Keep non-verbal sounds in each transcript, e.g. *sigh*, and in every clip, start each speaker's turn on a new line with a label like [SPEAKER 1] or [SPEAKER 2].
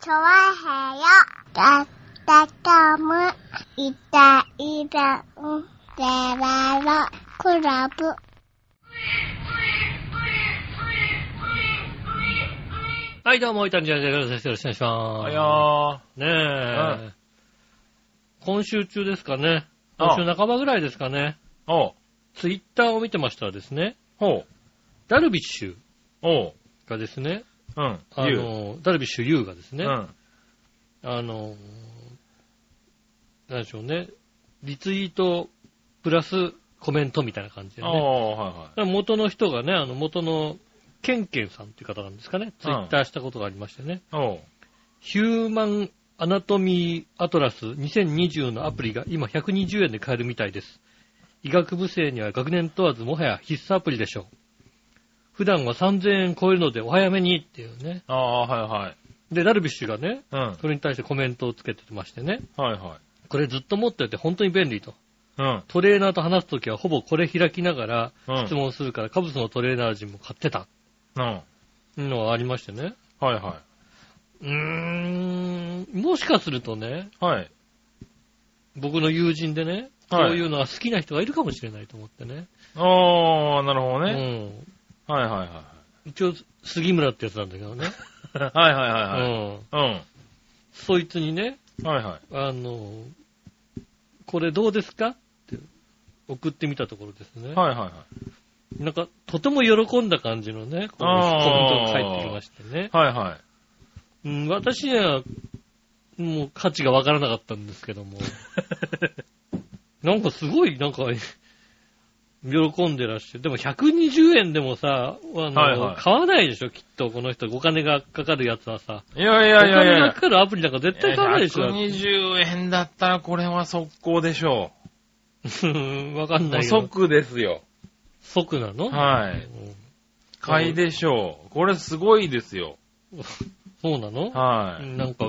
[SPEAKER 1] チョワヘヨだったかむいたいたんでららクラブ
[SPEAKER 2] はい、どうも、いたんじゃじゃです。よろしくお願いします。
[SPEAKER 3] あや
[SPEAKER 2] ねえ、
[SPEAKER 3] う
[SPEAKER 2] 今週中ですかね。
[SPEAKER 3] ああ
[SPEAKER 2] 今週半ばぐらいですかね。
[SPEAKER 3] ー。おう。
[SPEAKER 2] ツイッターを見てましたらですね、
[SPEAKER 3] ほう。
[SPEAKER 2] ダルビッシュ
[SPEAKER 3] おう。
[SPEAKER 2] がですね、
[SPEAKER 3] うん。
[SPEAKER 2] あ
[SPEAKER 3] ゆう
[SPEAKER 2] の、ダルビッシュ有がですね、
[SPEAKER 3] うん。
[SPEAKER 2] あの、なんでしょうね、リツイートプラスコメントみたいな感じで
[SPEAKER 3] あ
[SPEAKER 2] ね。
[SPEAKER 3] あ、はいは
[SPEAKER 2] だから元の人がね、あの元のケンケンさんっていう方なんですかね、ツイッターしたことがありましてね、
[SPEAKER 3] い。おう。
[SPEAKER 2] ヒューマンアナトミーアトラス2020のアプリが今120円で買えるみたいです。医学部生には学年問わずもはや必須アプリでしょう。普段は3000円超えるのでお早めにっていうね。
[SPEAKER 3] ああ、はい
[SPEAKER 2] で、ダルビッシュがね、
[SPEAKER 3] はい。うん。
[SPEAKER 2] それに対してコメントをつけてましてね、
[SPEAKER 3] はいはい。
[SPEAKER 2] これずっと持ってて本当に便利と。
[SPEAKER 3] うん。
[SPEAKER 2] トレーナーと話すときはほぼこれ開きなが
[SPEAKER 3] う
[SPEAKER 2] ら
[SPEAKER 3] ん
[SPEAKER 2] 質問するから、カブスのトレーナー陣も買ってた
[SPEAKER 3] うん。はい
[SPEAKER 2] のがありましてね。
[SPEAKER 3] は
[SPEAKER 2] うーん、もしかするとね、
[SPEAKER 3] い。はい。
[SPEAKER 2] 僕の友人でね、そ
[SPEAKER 3] はい
[SPEAKER 2] ういうのは好きな人がいるかもしれないと思ってね。
[SPEAKER 3] ああ、なるほどね。はいはいはい
[SPEAKER 2] うん。一応、杉村ってやつなんだけどね。
[SPEAKER 3] はい。はいはいはいはい。
[SPEAKER 2] うん。
[SPEAKER 3] う
[SPEAKER 2] そいつにね、
[SPEAKER 3] ん。はいはい。
[SPEAKER 2] あの、これどうですかって送ってみたところですね。
[SPEAKER 3] はいはいはい。
[SPEAKER 2] なんか、とても喜んだ感じのね、この
[SPEAKER 3] あー
[SPEAKER 2] コメントが返ってきましてね。
[SPEAKER 3] はいはい。
[SPEAKER 2] うん、私には、もう価値がわからなかったんですけど
[SPEAKER 3] *laughs*
[SPEAKER 2] も。なんかすごい、なんか、喜んでらっしゃる。でも120円でもさ、あの、
[SPEAKER 3] はいはい
[SPEAKER 2] 買わないでしょ、きっと。この人、お金がかかるやつはさ。
[SPEAKER 3] いやいやいやい
[SPEAKER 2] お金
[SPEAKER 3] や
[SPEAKER 2] が。かかるアプリなんか絶対買わないでしょ。
[SPEAKER 3] 120円だったらこれは速攻でしょ
[SPEAKER 2] うん *laughs* わかん
[SPEAKER 3] う。
[SPEAKER 2] な
[SPEAKER 3] もう
[SPEAKER 2] いよ。
[SPEAKER 3] 即ですよ。
[SPEAKER 2] 即なの
[SPEAKER 3] はい。
[SPEAKER 2] うん
[SPEAKER 3] 買いでしょう。これすごいですよ。
[SPEAKER 2] そうなの
[SPEAKER 3] は
[SPEAKER 2] うんなんか、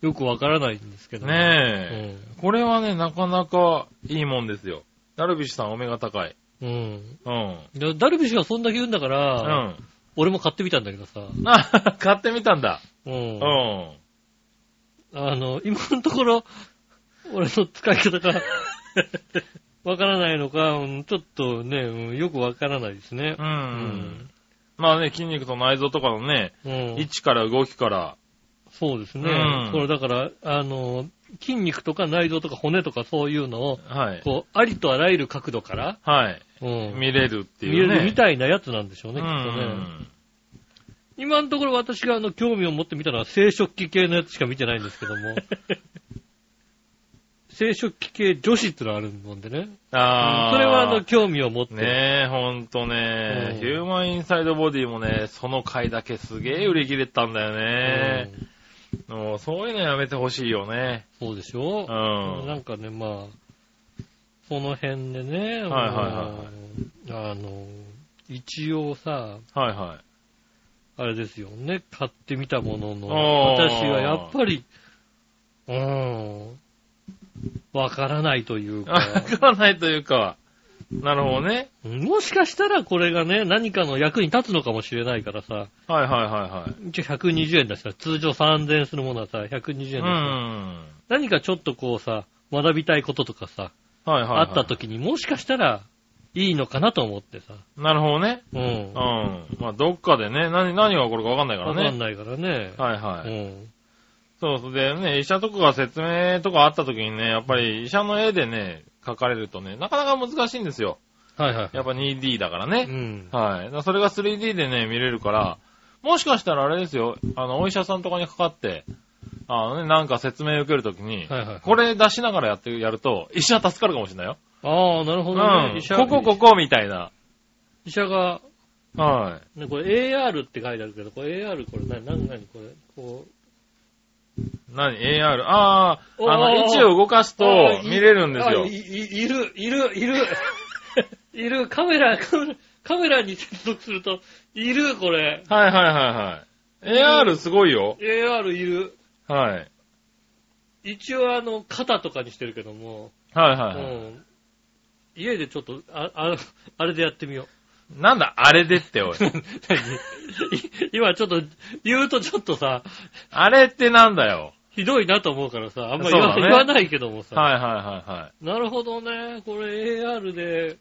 [SPEAKER 2] よくわからないんですけ
[SPEAKER 3] い。
[SPEAKER 2] ど。
[SPEAKER 3] ねえ。これはね、なかなかいいもんですよ。ダルビッシュさんお目が高い。
[SPEAKER 2] うん。うん
[SPEAKER 3] うん。
[SPEAKER 2] でダルビッシュがそんだけ言うんだか
[SPEAKER 3] う
[SPEAKER 2] ら、
[SPEAKER 3] ん。
[SPEAKER 2] 俺も買ってみたんだけどさ。
[SPEAKER 3] あ、 *laughs* 買ってみたんだ。
[SPEAKER 2] う。
[SPEAKER 3] うんん。
[SPEAKER 2] あの、今のところ、俺の使い方が、わからないのか、うんちょっとね、うんよくわからないですね
[SPEAKER 3] う。
[SPEAKER 2] ん
[SPEAKER 3] ん。まあね、筋肉と内臓とかのね、
[SPEAKER 2] うん
[SPEAKER 3] 位。置から動きから、
[SPEAKER 2] そうですね。
[SPEAKER 3] うん
[SPEAKER 2] これだから、あの、筋肉とか内臓とか骨とかそういうのを、
[SPEAKER 3] はい。
[SPEAKER 2] こう、ありとあらゆる角度から、
[SPEAKER 3] はい。
[SPEAKER 2] うん
[SPEAKER 3] 見れるって
[SPEAKER 2] 見
[SPEAKER 3] い
[SPEAKER 2] れ
[SPEAKER 3] うね。
[SPEAKER 2] るみたいなやつなんでしょう
[SPEAKER 3] う
[SPEAKER 2] ね、きっとね。
[SPEAKER 3] ん。
[SPEAKER 2] 今のところ私があの、興味を持ってみたのは、生殖器系のやつしか見てないんですけど
[SPEAKER 3] *laughs*
[SPEAKER 2] も。生殖器系女子ってのがあるもんでね。
[SPEAKER 3] ああ。
[SPEAKER 2] それはあの、興味を持って。
[SPEAKER 3] ねえ、ほんとね
[SPEAKER 2] う、ん
[SPEAKER 3] ヒューマンインサイドボディもね、その回だけすげえ売り切れてたんだよね。もうそういうのやめてほしいよね。
[SPEAKER 2] うんそうでしょ
[SPEAKER 3] う。
[SPEAKER 2] なんんかね、まあ、その辺でね、
[SPEAKER 3] はいは
[SPEAKER 2] あの、一応さ、
[SPEAKER 3] はいはい。
[SPEAKER 2] あれですよね、買ってみたものの、
[SPEAKER 3] あー
[SPEAKER 2] 私はやっぱり、うーん、わからないという
[SPEAKER 3] わ *laughs*
[SPEAKER 2] か、
[SPEAKER 3] からないというか、なるほどね。
[SPEAKER 2] もしかしたらこれがね、何かの役に立つのかもしれないからさ、
[SPEAKER 3] はいはいはい
[SPEAKER 2] 一応120円だしさ、通常3000円するものはさ、120円だしさ、
[SPEAKER 3] はい。
[SPEAKER 2] 何かちょっとこうさ、学びたいこととかさ、
[SPEAKER 3] うん。はいはい、はい。
[SPEAKER 2] あった時にもしかしたらいいのかなと思ってさ。
[SPEAKER 3] なるほどね。
[SPEAKER 2] うん。
[SPEAKER 3] うん
[SPEAKER 2] わ。
[SPEAKER 3] まあ、どっかでね、何、何が起こるかわかんないから
[SPEAKER 2] かん
[SPEAKER 3] ね。
[SPEAKER 2] ないからね。
[SPEAKER 3] はいはい。
[SPEAKER 2] うん。
[SPEAKER 3] そうそう。でね、医者とかが説明とかあった時にね、やっぱり医者の絵でね、描かれるとね、なかなか難しいんですよ。
[SPEAKER 2] はいはい。
[SPEAKER 3] やっぱ 2D だから
[SPEAKER 2] う
[SPEAKER 3] ね。
[SPEAKER 2] ん。
[SPEAKER 3] はい。だからそれが 3D でね、見れるから、もしかしたらあれですよ、あの、お医者さんとかにかかって、あのね、なんか説明受けるときに、
[SPEAKER 2] はいはい。
[SPEAKER 3] これ出しながらやって、やると、医者助かるかもしれないよ。
[SPEAKER 2] ああ、なるほどね。
[SPEAKER 3] うん。
[SPEAKER 2] 医者
[SPEAKER 3] ここ、ここ、みたいな。
[SPEAKER 2] 医者が、
[SPEAKER 3] はい。
[SPEAKER 2] ね、これ AR って書いてあるけど、これ AR これ何、何、何これ、こ
[SPEAKER 3] 何 ?AR? ああ、
[SPEAKER 2] おー
[SPEAKER 3] あの、位置を動かすと
[SPEAKER 2] あーい
[SPEAKER 3] 見れるん
[SPEAKER 2] う。
[SPEAKER 3] です
[SPEAKER 2] あ
[SPEAKER 3] よ
[SPEAKER 2] い。いいる、いる、い
[SPEAKER 3] *laughs*
[SPEAKER 2] る。いる、カメラ、カメラ、カメラに接続すると、いる、これ。
[SPEAKER 3] はいはいはいはい。AR すごいよ。
[SPEAKER 2] AR いる。
[SPEAKER 3] はい。
[SPEAKER 2] 一応あの、肩とかにしてるけども、
[SPEAKER 3] はいは
[SPEAKER 2] う
[SPEAKER 3] いはい。
[SPEAKER 2] ん。家でちょっと、あ、ああれでやってみよ
[SPEAKER 3] なんだ、あれでって、 *laughs* おい。
[SPEAKER 2] *laughs* 何今ちょっと、言うとちょっとさ、
[SPEAKER 3] あれってなんだよ。
[SPEAKER 2] ひどいなと思うからさ、あんま言わ,、
[SPEAKER 3] そうだね
[SPEAKER 2] 言わないけどもさ、
[SPEAKER 3] はいはいはいはい。
[SPEAKER 2] なるほどね、これ AR で、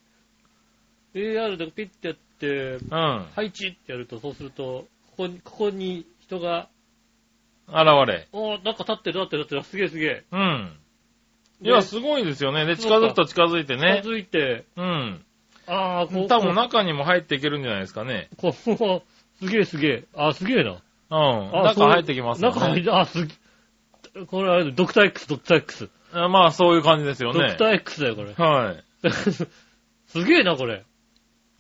[SPEAKER 2] AR でピッてやって、
[SPEAKER 3] うん。
[SPEAKER 2] 配置ってやると、そうすると、ここに、ここに人が、
[SPEAKER 3] 現れ。
[SPEAKER 2] おーなんか立ってる、立ってる、立ってる、すげえすげえ。
[SPEAKER 3] うん。い
[SPEAKER 2] で
[SPEAKER 3] や、すごいですよね。で、近
[SPEAKER 2] そう
[SPEAKER 3] づ
[SPEAKER 2] か
[SPEAKER 3] くと近づいてね。
[SPEAKER 2] 続いて、
[SPEAKER 3] うん。
[SPEAKER 2] あー、こう、
[SPEAKER 3] 多分中にも入っていけるんじゃないですかね。
[SPEAKER 2] こう、こう、すげえすげえ。あー、すげえな。
[SPEAKER 3] うん。
[SPEAKER 2] あ
[SPEAKER 3] 中入ってきますよ
[SPEAKER 2] 中入っ
[SPEAKER 3] ね。
[SPEAKER 2] て、あー、すげえ。これあれだドクター X、ドクター X。
[SPEAKER 3] あまあ、そういう感じですよ
[SPEAKER 2] ドク
[SPEAKER 3] ね
[SPEAKER 2] タ。ー X だよ、これ。 *laughs*
[SPEAKER 3] はい。
[SPEAKER 2] すげえな、これ。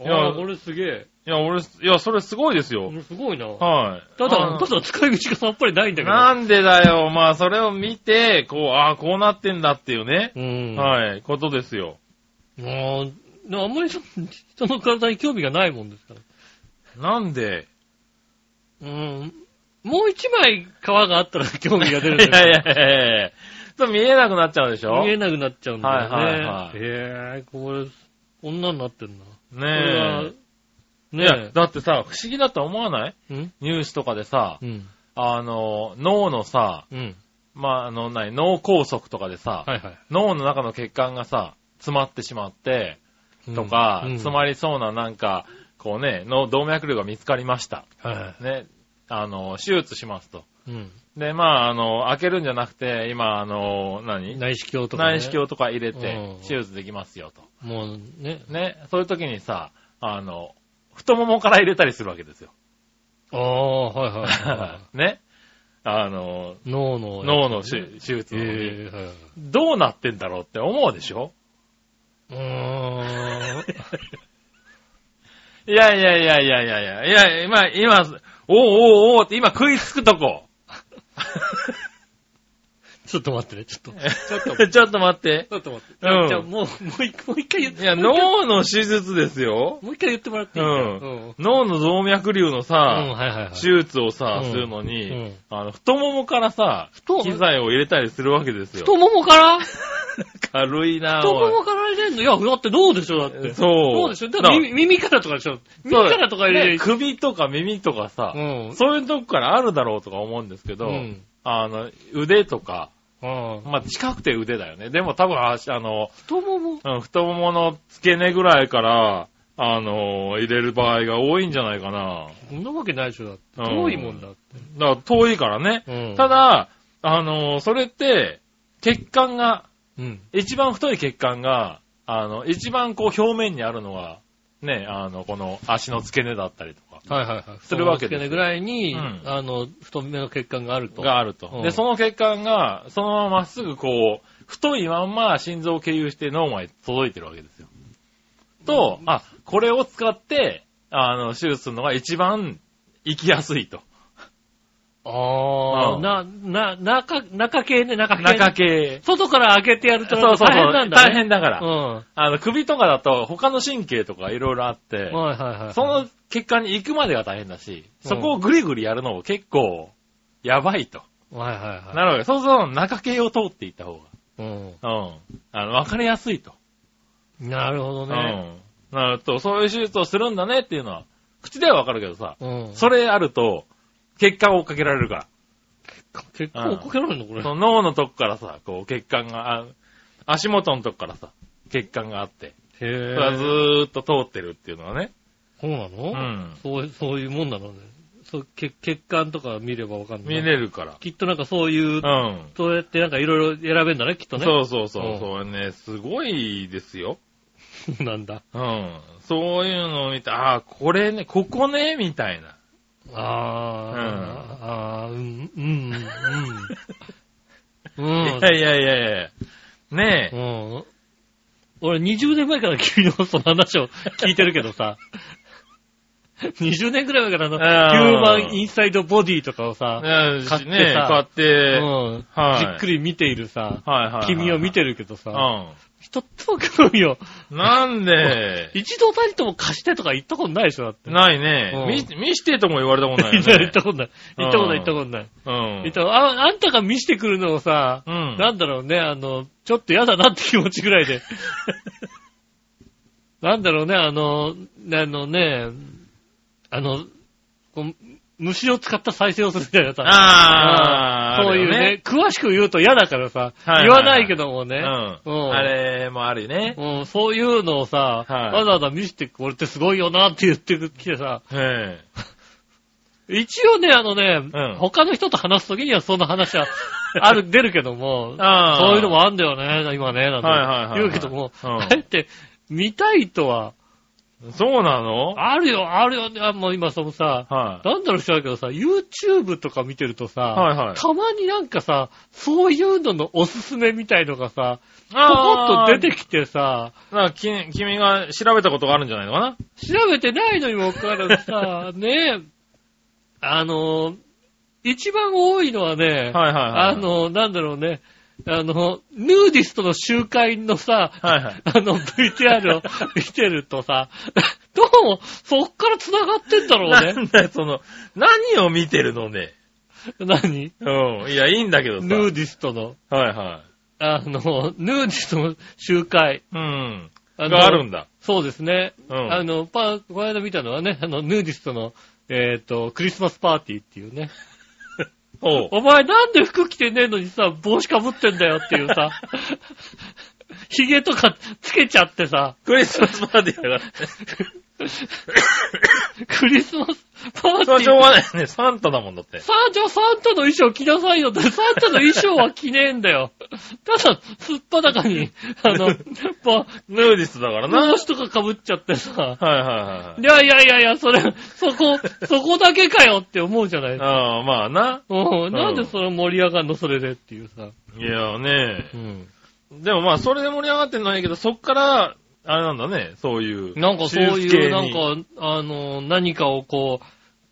[SPEAKER 3] いや
[SPEAKER 2] あーこれすげえ。
[SPEAKER 3] いや、俺、いや、それすごいですよ。
[SPEAKER 2] すごいな。
[SPEAKER 3] はい。
[SPEAKER 2] た
[SPEAKER 3] あ
[SPEAKER 2] だ、
[SPEAKER 3] ー
[SPEAKER 2] ただ使い口がさっぱりないんだけど。
[SPEAKER 3] なんでだよ。まあ、それを見て、こう、ああ、こうなってんだっていうね。
[SPEAKER 2] うん。
[SPEAKER 3] はい、ことですよ。
[SPEAKER 2] もう、でもあんまりそ人の体に興味がないもんですから。
[SPEAKER 3] なんで
[SPEAKER 2] うん。もう一枚皮があったら興味が出るん
[SPEAKER 3] *laughs* い
[SPEAKER 2] だ
[SPEAKER 3] や
[SPEAKER 2] け
[SPEAKER 3] い
[SPEAKER 2] ど
[SPEAKER 3] やいやいやちょっと見えなくなっちゃうでしょ
[SPEAKER 2] 見え
[SPEAKER 3] ね
[SPEAKER 2] なくなっちゃうんだよね。
[SPEAKER 3] はいはいはい
[SPEAKER 2] へえ、これ、こんなになってんな。これは
[SPEAKER 3] え。いや
[SPEAKER 2] ね
[SPEAKER 3] だってさ、不思議だと思わない
[SPEAKER 2] え。うん
[SPEAKER 3] ニュースとかでさ
[SPEAKER 2] う、ん。
[SPEAKER 3] あの、脳のさ、
[SPEAKER 2] うん。
[SPEAKER 3] まあ、あの、何、脳梗塞とかでさ、
[SPEAKER 2] はいはい。
[SPEAKER 3] 脳の中の血管がさ、詰まってしまって、
[SPEAKER 2] うん
[SPEAKER 3] とか、
[SPEAKER 2] うん
[SPEAKER 3] 詰まりそうななんか、こうね、脳動脈瘤が見つかりました。
[SPEAKER 2] は
[SPEAKER 3] ね、あの、手術しますと。
[SPEAKER 2] い。うん。
[SPEAKER 3] で、まあ、あの、開けるんじゃなくて、今、あの、何
[SPEAKER 2] 内視鏡とかね。
[SPEAKER 3] 内視鏡とか入れ
[SPEAKER 2] う
[SPEAKER 3] て
[SPEAKER 2] ん、
[SPEAKER 3] 手術できますよと。
[SPEAKER 2] もうね。
[SPEAKER 3] ね、そういう時にさ、あの、太ももから入れたりするわけですよ。
[SPEAKER 2] ああ、はいはいは
[SPEAKER 3] *laughs* ね。あの、 *laughs*
[SPEAKER 2] い。脳の。
[SPEAKER 3] 脳の手手術の方に
[SPEAKER 2] ええ、はいはい。
[SPEAKER 3] どうなってんだろうって思うでしょ
[SPEAKER 2] う
[SPEAKER 3] *laughs*
[SPEAKER 2] ーん。
[SPEAKER 3] いやいやいやいやいやいや、いや、今、今、おうおうおうって今食いつくとこ。
[SPEAKER 2] ちょっと待ってね、ちょっと。ちょっと、ち
[SPEAKER 3] *laughs* ちょっと待って。
[SPEAKER 2] ょっと待って。
[SPEAKER 3] うん
[SPEAKER 2] じゃあもう、もう一もう一回言って。
[SPEAKER 3] いや、脳の手術ですよ。
[SPEAKER 2] もう一回言ってもらっていいか
[SPEAKER 3] うん
[SPEAKER 2] うん。
[SPEAKER 3] 脳の動脈瘤の
[SPEAKER 2] うん、
[SPEAKER 3] さ、
[SPEAKER 2] はいはいはい。
[SPEAKER 3] 手術をさ、
[SPEAKER 2] うん
[SPEAKER 3] するのに、
[SPEAKER 2] うん
[SPEAKER 3] あの、太ももからさ、
[SPEAKER 2] 太も
[SPEAKER 3] 機材を入れたりするわけですよ。
[SPEAKER 2] 太もも
[SPEAKER 3] *laughs*
[SPEAKER 2] から
[SPEAKER 3] 軽いなぁ。
[SPEAKER 2] 太ももから入れんのいや、だって脳でしょ、だって。
[SPEAKER 3] そう。
[SPEAKER 2] 脳でしょだって耳耳からとかでしょ耳
[SPEAKER 3] そう
[SPEAKER 2] からとか入れ
[SPEAKER 3] ね
[SPEAKER 2] る。
[SPEAKER 3] 首とか耳とかさ、
[SPEAKER 2] うん。
[SPEAKER 3] そういうとこからあるだろうとか思うんですけど、
[SPEAKER 2] うん
[SPEAKER 3] あの、腕とか、
[SPEAKER 2] うん
[SPEAKER 3] まあ、近くて腕だよね。でも多分、ああの、
[SPEAKER 2] 太もも
[SPEAKER 3] うん太ももの付け根ぐらいから、あの、入れる場合が多いんじゃないかな。
[SPEAKER 2] そんなわけないでしょ、だって。
[SPEAKER 3] うん
[SPEAKER 2] 遠いもんだって。
[SPEAKER 3] だから遠いからね。
[SPEAKER 2] うん
[SPEAKER 3] ただ、あの、それって、血管が、
[SPEAKER 2] うん。
[SPEAKER 3] 一番太い血管が、あの、一番こう表面にあるのが、ね、あの、この足の付け根だったりとか、
[SPEAKER 2] はいはいはい。
[SPEAKER 3] するわけ
[SPEAKER 2] で
[SPEAKER 3] ですす
[SPEAKER 2] ぐらいに、
[SPEAKER 3] うん
[SPEAKER 2] あの、太めの血管があると。
[SPEAKER 3] があると。
[SPEAKER 2] うん
[SPEAKER 3] で、その血管が、そのまままっすぐこう、太いまんま心臓を経由して脳まで届いてるわけですよ。と、あ、これを使って、あの、手術するのが一番生きやすいと。
[SPEAKER 2] ああ、
[SPEAKER 3] うん
[SPEAKER 2] な、な、中、中系ね、中系ね。
[SPEAKER 3] 中系。
[SPEAKER 2] 外から開けてやると
[SPEAKER 3] そうそうそう。
[SPEAKER 2] 大変なんだね。
[SPEAKER 3] 大変だから。
[SPEAKER 2] うん。
[SPEAKER 3] あの、首とかだと他の神経とかいろいろあって、
[SPEAKER 2] はいはいはい。
[SPEAKER 3] その血管に行くまでが大変だし、そこをぐりぐりやるのも結構、やばいと。
[SPEAKER 2] はいはいは
[SPEAKER 3] なるほど。そうすると中系を通っていった方
[SPEAKER 2] い。うん。
[SPEAKER 3] が、うん。あの、わかりやすいと。
[SPEAKER 2] なるほどね。
[SPEAKER 3] うん。なると、そういう手術をするんだねっていうのは、口ではわかるけどさ、
[SPEAKER 2] うん。
[SPEAKER 3] それあると、血管を追っかけられるか
[SPEAKER 2] 結構かけられるのこ
[SPEAKER 3] ら。
[SPEAKER 2] れ。
[SPEAKER 3] その脳のとこからさ、こう血管が、あ足元のとこからさ、血管があって、そ
[SPEAKER 2] へ
[SPEAKER 3] れはず
[SPEAKER 2] え。
[SPEAKER 3] ーっと通ってるっていうのはね。
[SPEAKER 2] そうなの
[SPEAKER 3] うん
[SPEAKER 2] そう、そういうもんなのね。そう、血血管とか見ればわかんない。
[SPEAKER 3] 見れるから。
[SPEAKER 2] きっとなんかそういう
[SPEAKER 3] う、ん。
[SPEAKER 2] そうやってなんかいろいろ選べんだね、きっとね。
[SPEAKER 3] そうそうそうう。
[SPEAKER 2] ん
[SPEAKER 3] そうね、すごいですよ。
[SPEAKER 2] う。 *laughs* なんだ。
[SPEAKER 3] うん。そういうのを見て、ああ、これね、ここね、みたいな。
[SPEAKER 2] あー、あー、うん、うん、う
[SPEAKER 3] *laughs*
[SPEAKER 2] ん。うん。
[SPEAKER 3] いやいやいやいやね
[SPEAKER 2] う
[SPEAKER 3] え。
[SPEAKER 2] ん。俺20年前から君のその話を聞いてるけど
[SPEAKER 3] *laughs*
[SPEAKER 2] さ、20年くらい前からあの、ヒ
[SPEAKER 3] う
[SPEAKER 2] ュー
[SPEAKER 3] ん
[SPEAKER 2] マンインサイドボディとかをさ、
[SPEAKER 3] ねえ、
[SPEAKER 2] 買って
[SPEAKER 3] ねえ
[SPEAKER 2] さ
[SPEAKER 3] 買って、
[SPEAKER 2] うん
[SPEAKER 3] はい
[SPEAKER 2] じっくり見ているさ、
[SPEAKER 3] はいはいはい、
[SPEAKER 2] 君を見てるけど
[SPEAKER 3] う
[SPEAKER 2] さ、
[SPEAKER 3] ん。
[SPEAKER 2] 一つも興味を、、
[SPEAKER 3] なんで
[SPEAKER 2] *laughs* 一度たりとも貸してとか言ったことないでしょ、だって。
[SPEAKER 3] ないね
[SPEAKER 2] うん。
[SPEAKER 3] 見、見してとも言われたことないよ
[SPEAKER 2] 言
[SPEAKER 3] ね
[SPEAKER 2] った。こと *laughs* ない。言ったことない、言ったことない。
[SPEAKER 3] うん。
[SPEAKER 2] 言ったことああんたが見せてくるのをさ、
[SPEAKER 3] うん。
[SPEAKER 2] なんだろうね、あの、ちょっと嫌だなって気持ちぐらいで。 *laughs* なんだろうね、あの、あのね、あの、こう虫を使った再生をするみたいなさ。
[SPEAKER 3] あー
[SPEAKER 2] そういう
[SPEAKER 3] ある
[SPEAKER 2] ね詳しく言うと嫌だからさ、
[SPEAKER 3] はいはいはい
[SPEAKER 2] 言わないけどもね。
[SPEAKER 3] うん。
[SPEAKER 2] うん
[SPEAKER 3] あれもあるよね。
[SPEAKER 2] うん、そういうのをさ、
[SPEAKER 3] はい
[SPEAKER 2] わざわざ見せてこれってすごいよなって言ってきてさ、
[SPEAKER 3] はい。
[SPEAKER 2] 一応ね、あのね、
[SPEAKER 3] ん
[SPEAKER 2] 他の人と話すときにはそんな話
[SPEAKER 3] *laughs*
[SPEAKER 2] はある、出るけども、
[SPEAKER 3] あー
[SPEAKER 2] そういうのもあんだよね、今ね、なんて、
[SPEAKER 3] はいはいはいはい
[SPEAKER 2] 言うけども、
[SPEAKER 3] うん
[SPEAKER 2] あれって、見たいとは、
[SPEAKER 3] そうなの
[SPEAKER 2] あるよ、あるよ、ね、あもう今そのさ、
[SPEAKER 3] はい。
[SPEAKER 2] なんだろう知らんけどさ、YouTube とか見てるとさ、
[SPEAKER 3] はいはい
[SPEAKER 2] たまになんかさ、そういうののおすすめみたいのがさ、ポコッ
[SPEAKER 3] あー
[SPEAKER 2] と出てきてさ、
[SPEAKER 3] なんかき君が調べたことがあるんじゃないのかな
[SPEAKER 2] 調べてないのにもかかわらず
[SPEAKER 3] *laughs*
[SPEAKER 2] さ、ねえ、あの、一番多いのはね、
[SPEAKER 3] はいはいはい。
[SPEAKER 2] あ、の、なんだろうね、あの、ヌーディストの集会のさ、
[SPEAKER 3] は
[SPEAKER 2] *laughs*
[SPEAKER 3] いはい。
[SPEAKER 2] あの VTR
[SPEAKER 3] *laughs*
[SPEAKER 2] を見てるとさ、どうも、そっから繋がってんだろう
[SPEAKER 3] な
[SPEAKER 2] ね。
[SPEAKER 3] んだよ、その、何を見てるのね。
[SPEAKER 2] 何
[SPEAKER 3] うん。いや、いいんだけどさ。
[SPEAKER 2] ヌーディストの、
[SPEAKER 3] はいは
[SPEAKER 2] あの、ヌーディストの集会。
[SPEAKER 3] い。うん。
[SPEAKER 2] あの
[SPEAKER 3] があるんだ。
[SPEAKER 2] そうですね。
[SPEAKER 3] うん
[SPEAKER 2] あの、パ、この間見たのはね、あの、ヌーディストの、えっ、と、クリスマスパーティーっていうね。
[SPEAKER 3] おう。
[SPEAKER 2] お前なんで服着てねえのにさ、帽子かぶってんだよっていう
[SPEAKER 3] *laughs*
[SPEAKER 2] さ、髭とかつけちゃってさ、
[SPEAKER 3] クリスマスパーティーだから。
[SPEAKER 2] クリスマスパーテ
[SPEAKER 3] それは
[SPEAKER 2] ィ
[SPEAKER 3] しょう
[SPEAKER 2] ー。
[SPEAKER 3] がないよね。サンタだもんだって。
[SPEAKER 2] サンタ、サンタの衣装着なさいよって、サンタの衣装は着ねえんだよ。ただ、すっぱだかに、あの、ぼ
[SPEAKER 3] ヌーディストだからな。はい
[SPEAKER 2] 帽子とか被っちゃってさ、
[SPEAKER 3] はいはいはい
[SPEAKER 2] い。やいやいやいや、それ、そこ、そこだけかよって思うじゃない。
[SPEAKER 3] ああ、まあな。
[SPEAKER 2] うん、なんでそれ盛り上がるの、それでっていうさ。
[SPEAKER 3] いやね
[SPEAKER 2] うん。
[SPEAKER 3] でもまあ、それで盛り上がってんのはいいけど、そっから、あれなんだね、そういう。
[SPEAKER 2] なんかそう
[SPEAKER 3] 手術系
[SPEAKER 2] いう、
[SPEAKER 3] に
[SPEAKER 2] なんか、あの、何かをこう、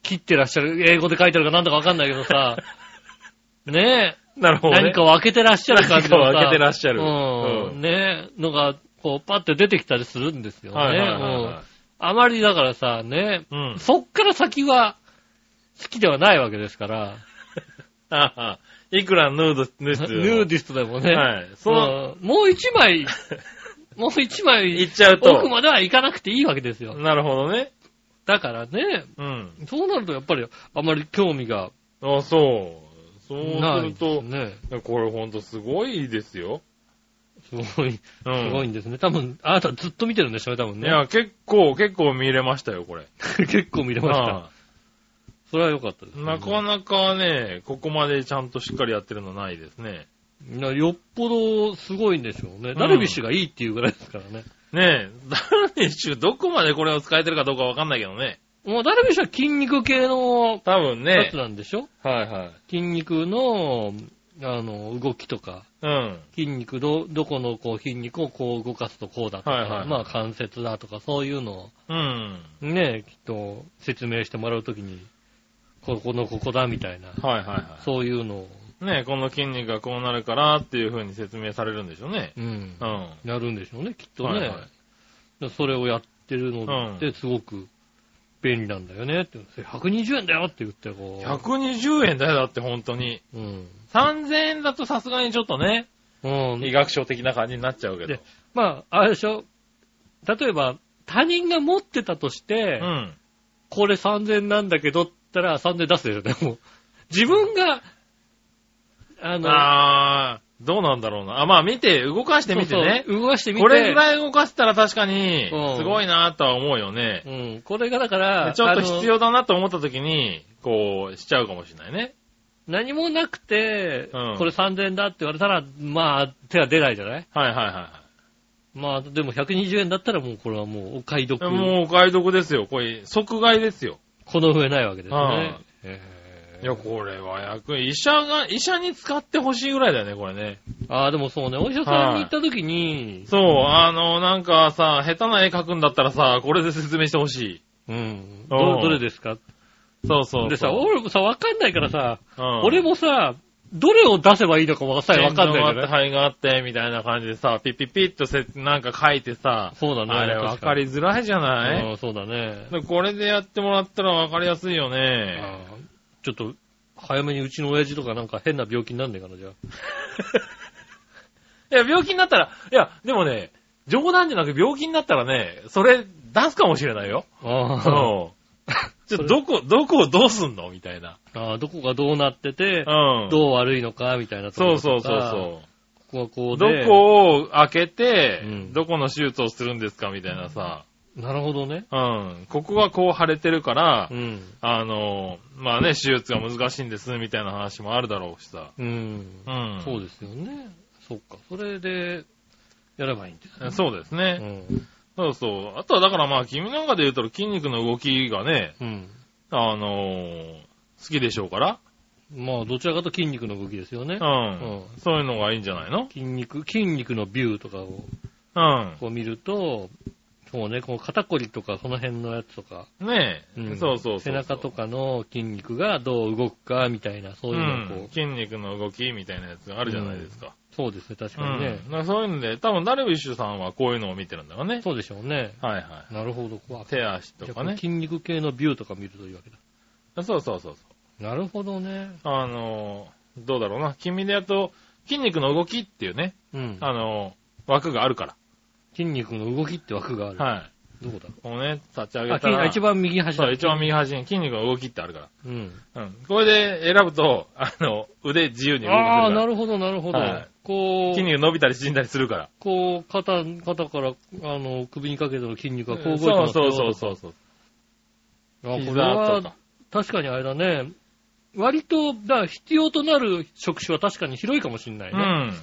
[SPEAKER 2] 切ってらっしゃる、英語で書いてあるかなんだかわかんないけど
[SPEAKER 3] *laughs*
[SPEAKER 2] さ、ねえ、
[SPEAKER 3] なるほど、ね。
[SPEAKER 2] 何かを開けてらっしゃる感じのさ
[SPEAKER 3] 何かを開けてらっしゃる
[SPEAKER 2] うん。
[SPEAKER 3] うん
[SPEAKER 2] ねえ、のが、こう、パッて出てきたりするんですよね。
[SPEAKER 3] はいはいはいは
[SPEAKER 2] うんあまりだからさ、ね
[SPEAKER 3] い。うん。
[SPEAKER 2] そっから先は、好きではないわけですから、
[SPEAKER 3] ああ *laughs* いくらヌード、ヌー
[SPEAKER 2] ヌ
[SPEAKER 3] ス。
[SPEAKER 2] ーディストでもね、
[SPEAKER 3] はい。
[SPEAKER 2] そ
[SPEAKER 3] その、
[SPEAKER 2] のもう一枚、
[SPEAKER 3] *laughs*
[SPEAKER 2] もう一枚、
[SPEAKER 3] 行っちゃうと
[SPEAKER 2] 奥。までは行かなくていいわけですよ。
[SPEAKER 3] なるほどね。
[SPEAKER 2] だからね、
[SPEAKER 3] うん。
[SPEAKER 2] そうなるとやっぱりあまり興味が
[SPEAKER 3] あそう。そう
[SPEAKER 2] な
[SPEAKER 3] す
[SPEAKER 2] い
[SPEAKER 3] ると、
[SPEAKER 2] ね。
[SPEAKER 3] これほんとすごいですよ。
[SPEAKER 2] すごい、す
[SPEAKER 3] うん。
[SPEAKER 2] ごいんですね。多分、あなたずっと見てるんでしょうね、多分
[SPEAKER 3] い
[SPEAKER 2] ね。
[SPEAKER 3] や、結構、結構見れましたよ、これ。
[SPEAKER 2] *laughs* 結構見れました。
[SPEAKER 3] あ
[SPEAKER 2] それは良かったです、
[SPEAKER 3] あなかなかね、ここまでちゃんとしっかりやってるのないですね。
[SPEAKER 2] いやよっぽどすごいんでしょうね。
[SPEAKER 3] ん
[SPEAKER 2] ダルビッシュがいいっていうぐらいですからね。
[SPEAKER 3] ねえ、ダルビッシュどこまでこれを使えてるかどうかわかんないけどね。
[SPEAKER 2] もうダルビッシュは筋肉系の
[SPEAKER 3] 多分
[SPEAKER 2] や
[SPEAKER 3] ね
[SPEAKER 2] つ。なんでしょ、
[SPEAKER 3] はいはい。
[SPEAKER 2] 筋肉の、あの、動きとか。
[SPEAKER 3] うん。
[SPEAKER 2] 筋肉ど、どこのこう筋肉をこう動かすとこうだとか、
[SPEAKER 3] はいはい
[SPEAKER 2] まあ関節だとかそういうのを
[SPEAKER 3] うん。
[SPEAKER 2] ね、きっと説明してもらうときに、ここのここだみたいな、
[SPEAKER 3] はいはいは
[SPEAKER 2] そういうのを、
[SPEAKER 3] い。ねえ、この筋肉がこうなるからっていう風に説明されるんでしょうね。
[SPEAKER 2] うん
[SPEAKER 3] う、ん。
[SPEAKER 2] やるんでしょうね、きっとね。
[SPEAKER 3] はいはい
[SPEAKER 2] それをやってるのってすごく便利なんだよねって。それ120円だよって言ってこう。
[SPEAKER 3] 120円だよ、だって本当に。
[SPEAKER 2] うん。
[SPEAKER 3] 3000円だとさすがにちょっとね、
[SPEAKER 2] うん。
[SPEAKER 3] 医学賞的な感じになっちゃうけど
[SPEAKER 2] で。まあ、あれでしょ。例えば、他人が持ってたとして、
[SPEAKER 3] うん。
[SPEAKER 2] これ3000なんだけどって言ったら3000出すでしょ、でも。自分が、あの、
[SPEAKER 3] あー、どうなんだろうな。あ、まあ見て、動かしてみてね。
[SPEAKER 2] そうそう動かしてみて。
[SPEAKER 3] これぐらい動かせたら確かに
[SPEAKER 2] うん、
[SPEAKER 3] すごいなとは思うよね。
[SPEAKER 2] うん。これがだから、
[SPEAKER 3] ちょっと
[SPEAKER 2] あの
[SPEAKER 3] 必要だなと思った時に、こう、しちゃうかもしれないね。
[SPEAKER 2] 何もなくて、
[SPEAKER 3] うん
[SPEAKER 2] これ3000だって言われたら、まあ、手は出ないじゃない
[SPEAKER 3] はいはいは
[SPEAKER 2] まあ、でも120円だったらもうこれはもうお買い得
[SPEAKER 3] い。。もうお買い得ですよ。これ、即買いですよ。
[SPEAKER 2] この上ないわけですね
[SPEAKER 3] は。
[SPEAKER 2] へ
[SPEAKER 3] い
[SPEAKER 2] ー
[SPEAKER 3] や、これは役、医者が、医者に使ってほしいぐらいだよね、これね。
[SPEAKER 2] ああ、でもそうね、お医者さんに行った時に、
[SPEAKER 3] そう、あの、なんかさ、下手な絵描くんだったらさ、これで説明してほし
[SPEAKER 2] うん。
[SPEAKER 3] う
[SPEAKER 2] ど
[SPEAKER 3] ん
[SPEAKER 2] どれですか
[SPEAKER 3] い。そうそうそう。
[SPEAKER 2] でさ、俺もさ、わかんないからさ、
[SPEAKER 3] うん
[SPEAKER 2] 俺、もさ、どれを出せばいいのかわさえわかんないじ
[SPEAKER 3] があ
[SPEAKER 2] ゃ
[SPEAKER 3] って、
[SPEAKER 2] ない
[SPEAKER 3] 肺があって、みたいな感じでさ、ピッピッピッとせ、なんか書いてさ、
[SPEAKER 2] そうだね。
[SPEAKER 3] あれわ
[SPEAKER 2] 確
[SPEAKER 3] かりづらいじゃ
[SPEAKER 2] に
[SPEAKER 3] ない、
[SPEAKER 2] うん、そうだね。
[SPEAKER 3] でこれでやってもらったらわかりやすいよね。
[SPEAKER 2] あーちょっと、早めにうちの親父とかなんか変な病気になんねえかな、じゃあ。
[SPEAKER 3] いや、病気になったら、いや、でもね、冗談じゃなく病気になったらね、それ出すかもしれないよ。うん。ち
[SPEAKER 2] あ
[SPEAKER 3] *laughs* ょっとどこ、どこをどうすんのみたいな。
[SPEAKER 2] ーあー、どこがどうなってて、
[SPEAKER 3] うん。
[SPEAKER 2] どう悪いのか、みたいなとこ
[SPEAKER 3] そ
[SPEAKER 2] ろ
[SPEAKER 3] う
[SPEAKER 2] と
[SPEAKER 3] そう
[SPEAKER 2] か
[SPEAKER 3] そうそう。
[SPEAKER 2] ここはこう
[SPEAKER 3] ど
[SPEAKER 2] で。
[SPEAKER 3] こを開けて、
[SPEAKER 2] うん
[SPEAKER 3] どこの手術をするんですかみたいなさ。
[SPEAKER 2] なるほどね。
[SPEAKER 3] うん。ここはこう腫れてるから、
[SPEAKER 2] うん。
[SPEAKER 3] あの、まあね、手術が難しいんです、みたいな話もあるだろうしさ。
[SPEAKER 2] うん。
[SPEAKER 3] うん。
[SPEAKER 2] そうですよね。そっか。それで、やればいいんですね。
[SPEAKER 3] そうですね。
[SPEAKER 2] うん。
[SPEAKER 3] そうそう。あとはだからまあ、君なんかで言うと筋肉の動きがね、
[SPEAKER 2] うん。
[SPEAKER 3] あの好きでしょうから。
[SPEAKER 2] まあ、どちらかと筋肉の動きですよね
[SPEAKER 3] う。ん。
[SPEAKER 2] うん
[SPEAKER 3] そういうのがいいんじゃないの
[SPEAKER 2] 筋肉、筋肉のビューとかを
[SPEAKER 3] う
[SPEAKER 2] こう見ると、そうね、この肩こりとかその辺のやつとか、
[SPEAKER 3] ん。ねえ。
[SPEAKER 2] うん
[SPEAKER 3] そうそうそう。
[SPEAKER 2] 背中とかの筋肉がどう動くかみたいな、そういうのをこう、
[SPEAKER 3] うん筋肉の動きみたいなやつがあるじゃないですか。
[SPEAKER 2] そうですね、確
[SPEAKER 3] う
[SPEAKER 2] かにね
[SPEAKER 3] ん。。だからそういうので、多分ダルビッシュさんはこういうのを見てるんだろうね。
[SPEAKER 2] そうでしょうね。
[SPEAKER 3] はいは
[SPEAKER 2] なるほど。わ
[SPEAKER 3] い。手足とかね。
[SPEAKER 2] 筋肉系のビューとか見るといいわけだ。
[SPEAKER 3] そうそうそうそう。
[SPEAKER 2] なるほどね。
[SPEAKER 3] あの、どうだろうな。君でやっと、筋肉の動きっていうね、
[SPEAKER 2] うん。
[SPEAKER 3] あの、枠があるか
[SPEAKER 2] 筋肉の動きって枠がある。
[SPEAKER 3] ら。はい。
[SPEAKER 2] どこだ
[SPEAKER 3] こうね、立ち上
[SPEAKER 2] あ
[SPEAKER 3] げた
[SPEAKER 2] 筋あ
[SPEAKER 3] ら。
[SPEAKER 2] 一番右端
[SPEAKER 3] そ
[SPEAKER 2] だ。
[SPEAKER 3] う、一番右端に筋肉の動きってあるか
[SPEAKER 2] うん。
[SPEAKER 3] ら。うん。これで選ぶと、あの、腕自由に
[SPEAKER 2] あ
[SPEAKER 3] 動か
[SPEAKER 2] あ、
[SPEAKER 3] せる
[SPEAKER 2] な
[SPEAKER 3] から。
[SPEAKER 2] るほど、なるほど
[SPEAKER 3] はい。
[SPEAKER 2] こ
[SPEAKER 3] 筋
[SPEAKER 2] う、
[SPEAKER 3] 肉伸びたり縮んだりするから。
[SPEAKER 2] こう、肩、肩から、あの、首にかけての筋肉がこ
[SPEAKER 3] そうう
[SPEAKER 2] 動いてます
[SPEAKER 3] そ
[SPEAKER 2] よ
[SPEAKER 3] うそうそうそう。
[SPEAKER 2] あこれ
[SPEAKER 3] 膝と
[SPEAKER 2] は
[SPEAKER 3] か。
[SPEAKER 2] 確かにあれだね。割と、だから必要となる職種は確かに広いかもしれないうね。
[SPEAKER 3] ん。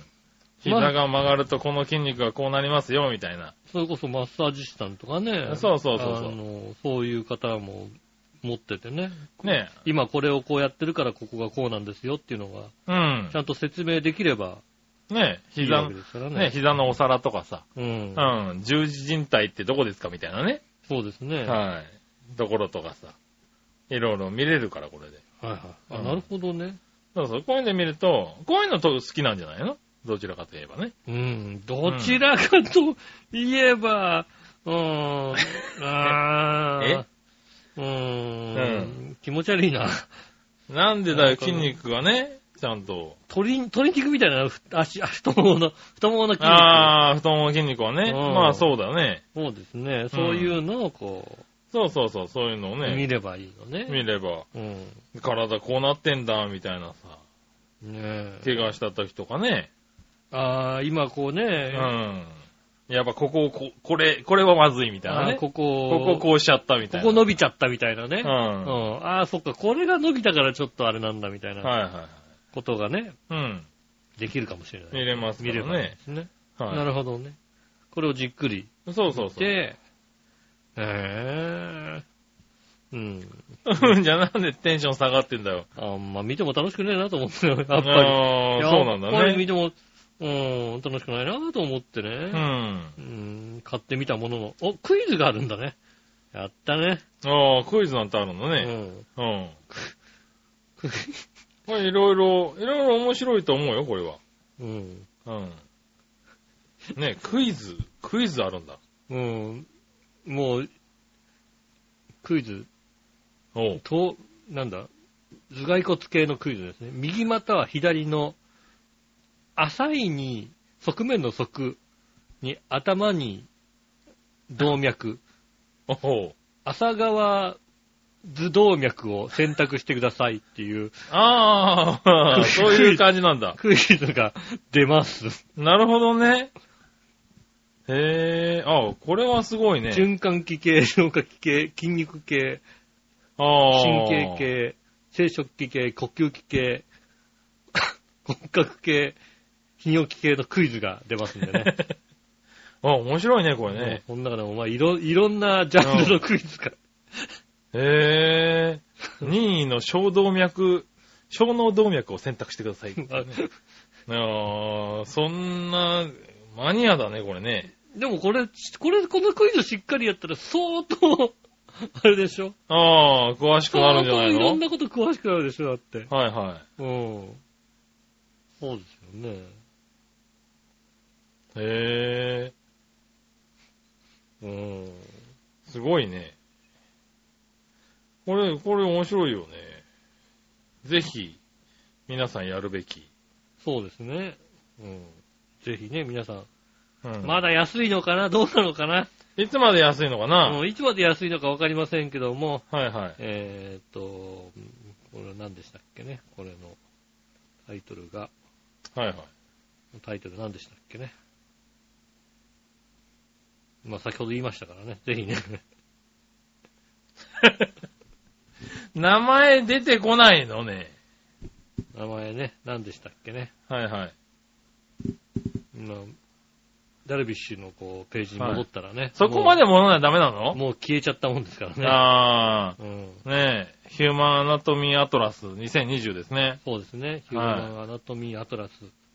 [SPEAKER 3] 膝が曲がるとこの筋肉がこうなりますよ、みたいな。
[SPEAKER 2] それこそマッサージ師さんとかね。
[SPEAKER 3] そうそうそうそう
[SPEAKER 2] あの、そういう方も持っててね。
[SPEAKER 3] ね
[SPEAKER 2] 今これをこうやってるからここがこうなんですよっていうのが、
[SPEAKER 3] うん
[SPEAKER 2] ち。ゃんと説明できれば
[SPEAKER 3] ね
[SPEAKER 2] いい
[SPEAKER 3] 膝
[SPEAKER 2] わ
[SPEAKER 3] の
[SPEAKER 2] け、ですからね。
[SPEAKER 3] ね膝のお皿とかさ、
[SPEAKER 2] うん。
[SPEAKER 3] うん、十字靭帯ってどこですかみたいなね。
[SPEAKER 2] そうですね。は
[SPEAKER 3] はい。ところとかさ、いろいろ見れるから、これで。
[SPEAKER 2] いはい。あ、
[SPEAKER 3] うん
[SPEAKER 2] なるほどね。
[SPEAKER 3] そうそう、こういうの見ると、こういうのと好きなんじゃないのどちらかといえばね。
[SPEAKER 2] うん。どちらかと言え
[SPEAKER 3] *laughs*
[SPEAKER 2] ば、うん。あー
[SPEAKER 3] え
[SPEAKER 2] う
[SPEAKER 3] う
[SPEAKER 2] ーん。気持ち悪いな。
[SPEAKER 3] なんでだ
[SPEAKER 2] なん
[SPEAKER 3] よ、
[SPEAKER 2] か
[SPEAKER 3] 筋肉がね、ちゃんと。
[SPEAKER 2] 鶏、鶏肉みたいなふ足、あ太ももの、太ももの筋肉。
[SPEAKER 3] あー、太もも筋肉はね。
[SPEAKER 2] うん
[SPEAKER 3] まあそうだね。
[SPEAKER 2] そうですね。そういうのをこ
[SPEAKER 3] そうそうそう、そういうのを
[SPEAKER 2] う、見
[SPEAKER 3] ね、
[SPEAKER 2] ればいいのね。
[SPEAKER 3] 見れば、
[SPEAKER 2] うん。ね
[SPEAKER 3] 体こうなってんだ、みたいなさ、
[SPEAKER 2] え
[SPEAKER 3] 怪我した時とかね。
[SPEAKER 2] ああ、今こう
[SPEAKER 3] う
[SPEAKER 2] ね、
[SPEAKER 3] ん。やっぱここをこ、これ、これはまずいみたいな
[SPEAKER 2] あー
[SPEAKER 3] ね。こ
[SPEAKER 2] ここ、
[SPEAKER 3] ここうしちゃったみ
[SPEAKER 2] こ
[SPEAKER 3] たいな。
[SPEAKER 2] こ伸びちゃったみたいなね。う
[SPEAKER 3] うん。
[SPEAKER 2] ん。ああ、そっか、これが伸びたからちょっとあれなんだみたいな
[SPEAKER 3] はいは
[SPEAKER 2] ことがね、
[SPEAKER 3] い。うん。
[SPEAKER 2] できるかもしれない。
[SPEAKER 3] 見れますか
[SPEAKER 2] 見れ
[SPEAKER 3] ら
[SPEAKER 2] ばいいで
[SPEAKER 3] ね。
[SPEAKER 2] すね。
[SPEAKER 3] はい。
[SPEAKER 2] なるほどね。これをじっくり
[SPEAKER 3] そうそうそう。
[SPEAKER 2] で、ええうん。
[SPEAKER 3] うん、 *laughs* じゃあなんでテンション下がってんだよ。
[SPEAKER 2] あんま見ても楽しくねえなと思って、やっぱ
[SPEAKER 3] や
[SPEAKER 2] り。
[SPEAKER 3] あーそうなんだ
[SPEAKER 2] やっぱり見
[SPEAKER 3] ね。
[SPEAKER 2] ても、うん、楽しくないなと思って
[SPEAKER 3] う
[SPEAKER 2] ね。
[SPEAKER 3] ん。
[SPEAKER 2] うん、買ってみたものの、お、クイズがあるんだね。やったね。
[SPEAKER 3] ああ、クイズなんてあるのね。
[SPEAKER 2] うん。 *laughs*
[SPEAKER 3] うん。これいろいろ、いろいろ面白いと思うよ、これは。
[SPEAKER 2] うん。
[SPEAKER 3] うん。ね、クイズ、クイズあるんだ。
[SPEAKER 2] うん。もう、クイズ、
[SPEAKER 3] おう。
[SPEAKER 2] と、なんだ、頭蓋骨系のクイズですね。右または左の、浅いに、側面の側に、頭に、動脈、
[SPEAKER 3] おう。
[SPEAKER 2] 浅側頭動脈を選択してくださいっていう
[SPEAKER 3] ああ、そういう感じなんだ。
[SPEAKER 2] クイズが出ます。
[SPEAKER 3] なるほどね。へえ、ああ、これはすごいね。
[SPEAKER 2] 循環器系、消化器系、筋肉系、
[SPEAKER 3] ああ。
[SPEAKER 2] 神経。系、生殖器系、呼吸器系、 *laughs* 骨格系、泌尿器系のクイズが出ますんでね。
[SPEAKER 3] *laughs* ああ、面白い *laughs* ね、これ
[SPEAKER 2] ね
[SPEAKER 3] ね。
[SPEAKER 2] この中でもお前いろ、いろんなジャンルのクイ
[SPEAKER 3] *laughs*
[SPEAKER 2] ズが。
[SPEAKER 3] へえ。任意の小動脈、小脳動脈を選択してください。
[SPEAKER 2] *laughs*
[SPEAKER 3] ああ、そんな、マニアだね、これね。
[SPEAKER 2] でもこれ、これ、このクイズしっかりやったら相当、 *laughs* あれでしょ
[SPEAKER 3] ああ、詳しくなる
[SPEAKER 2] 相
[SPEAKER 3] んじゃ
[SPEAKER 2] 当
[SPEAKER 3] ない
[SPEAKER 2] い
[SPEAKER 3] の
[SPEAKER 2] ろんなこと詳しくなるでしょだって。
[SPEAKER 3] はいは
[SPEAKER 2] うん。そうですよね。
[SPEAKER 3] い。へえ、
[SPEAKER 2] うん。
[SPEAKER 3] すごいね。これ、これ面白いよね。ぜひ、皆さんやるべき。
[SPEAKER 2] そうですね。うん。ぜひね、皆さん、
[SPEAKER 3] うん
[SPEAKER 2] まだ安いのかなどうなのかな、
[SPEAKER 3] いつまで安いのか
[SPEAKER 2] も
[SPEAKER 3] な
[SPEAKER 2] ういつまで安いのかわかりませんけども、
[SPEAKER 3] はいはい。
[SPEAKER 2] えーっと、これは何でしたっけねこれのタイトルが、
[SPEAKER 3] はいはい。
[SPEAKER 2] タイトル何でしたっけねまあ先ほど言いましたからね、ぜひね。 *laughs*
[SPEAKER 3] *laughs* 名前出てこないのね。
[SPEAKER 2] 名前ね、何でしたっけね
[SPEAKER 3] はいはい。
[SPEAKER 2] まあダルビッシュのこうページに戻ったらね、
[SPEAKER 3] そこま
[SPEAKER 2] で
[SPEAKER 3] で戻らないとダメなの
[SPEAKER 2] もう消えちゃったもんですからね。
[SPEAKER 3] あ
[SPEAKER 2] うん、
[SPEAKER 3] ー、ねえ、ヒューマンアナトミーアトラス2020ですね。
[SPEAKER 2] そうですね。ヒューマンアナトミーアトラス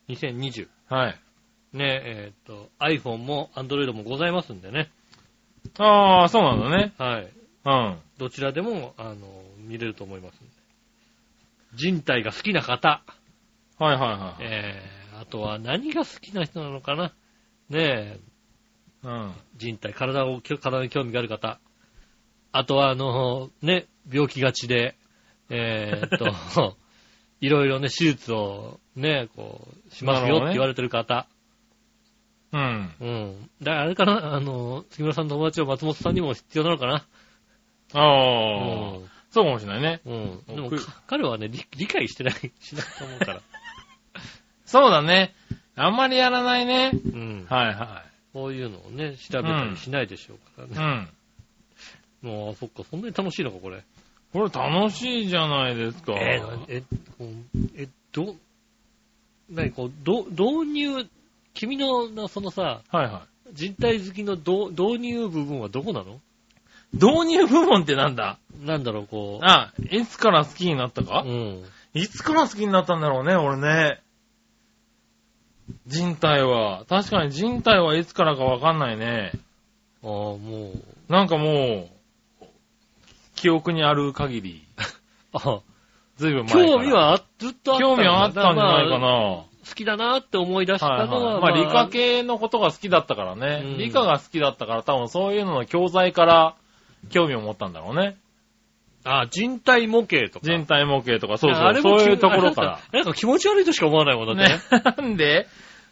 [SPEAKER 2] 2020。
[SPEAKER 3] はい。
[SPEAKER 2] ね、えっ、と、iPhone も Android もございますんでね。
[SPEAKER 3] あー、そうなんだね。
[SPEAKER 2] はい。
[SPEAKER 3] うん。
[SPEAKER 2] どちらでも、あの、見れると思いますんで。人体が好きな方。
[SPEAKER 3] はいはいはい。
[SPEAKER 2] えー、あとは何が好きな人なのかなねえ、
[SPEAKER 3] うん。
[SPEAKER 2] 人体、体を、体に興味がある方。あとは、あの、ね、病気がちで、えーっ
[SPEAKER 3] *laughs*
[SPEAKER 2] と、いろいろね、手術をね、こう、しますよって言われてる方。
[SPEAKER 3] うん。
[SPEAKER 2] うん。だからあれかな、あの、杉村さんの友達を松本さんにも必要なのかな。う
[SPEAKER 3] あー
[SPEAKER 2] ん。
[SPEAKER 3] そうかもしれないね。
[SPEAKER 2] うん。でも
[SPEAKER 3] 僕、
[SPEAKER 2] か彼はね、理理解してない、しないと思うから。
[SPEAKER 3] そうだね。あんまりやらないね。
[SPEAKER 2] うん。
[SPEAKER 3] はいは
[SPEAKER 2] こういうのをね、調べたりしないでしょうから
[SPEAKER 3] い。う
[SPEAKER 2] ね。
[SPEAKER 3] ん。
[SPEAKER 2] もう、そっか、そんなに楽しいのか、これ。
[SPEAKER 3] これ楽しいじゃないですか。
[SPEAKER 2] えーなえ、こうえ、ど、なにこう、ど、導入、君の、なそのさ、
[SPEAKER 3] はいは
[SPEAKER 2] 人体好きのど導入部分はどこなの
[SPEAKER 3] い。導入部門ってなんだ
[SPEAKER 2] なんだろう、こ
[SPEAKER 3] あ、いつから好きになった
[SPEAKER 2] う。
[SPEAKER 3] か
[SPEAKER 2] うん。
[SPEAKER 3] いつから好きになったんだろうね、俺ね。人体は。確かに人体はいつからかわかんないね。
[SPEAKER 2] ああ、もう、
[SPEAKER 3] なんかもう、記憶にある限り、
[SPEAKER 2] あ
[SPEAKER 3] ずいぶん前から。
[SPEAKER 2] 興味はずっとあった
[SPEAKER 3] 興
[SPEAKER 2] の
[SPEAKER 3] 味はあったんじゃないかな。
[SPEAKER 2] まあ好きだなって思い出した
[SPEAKER 3] はい
[SPEAKER 2] の
[SPEAKER 3] は
[SPEAKER 2] は、
[SPEAKER 3] い。まあ理科系のことが好きだったから
[SPEAKER 2] う
[SPEAKER 3] ね
[SPEAKER 2] ん。
[SPEAKER 3] 理科が好きだったから多分そういうのの教材から興味を持ったんだろうね。
[SPEAKER 2] あ、人体模型とか。
[SPEAKER 3] 人体模型とか、そう
[SPEAKER 2] あ
[SPEAKER 3] そう、そういうところか。
[SPEAKER 2] あれも気。 *laughs* な
[SPEAKER 3] ら
[SPEAKER 2] んか気持ち悪いとしか思わないもんだって
[SPEAKER 3] ね
[SPEAKER 2] ね。、
[SPEAKER 3] なんで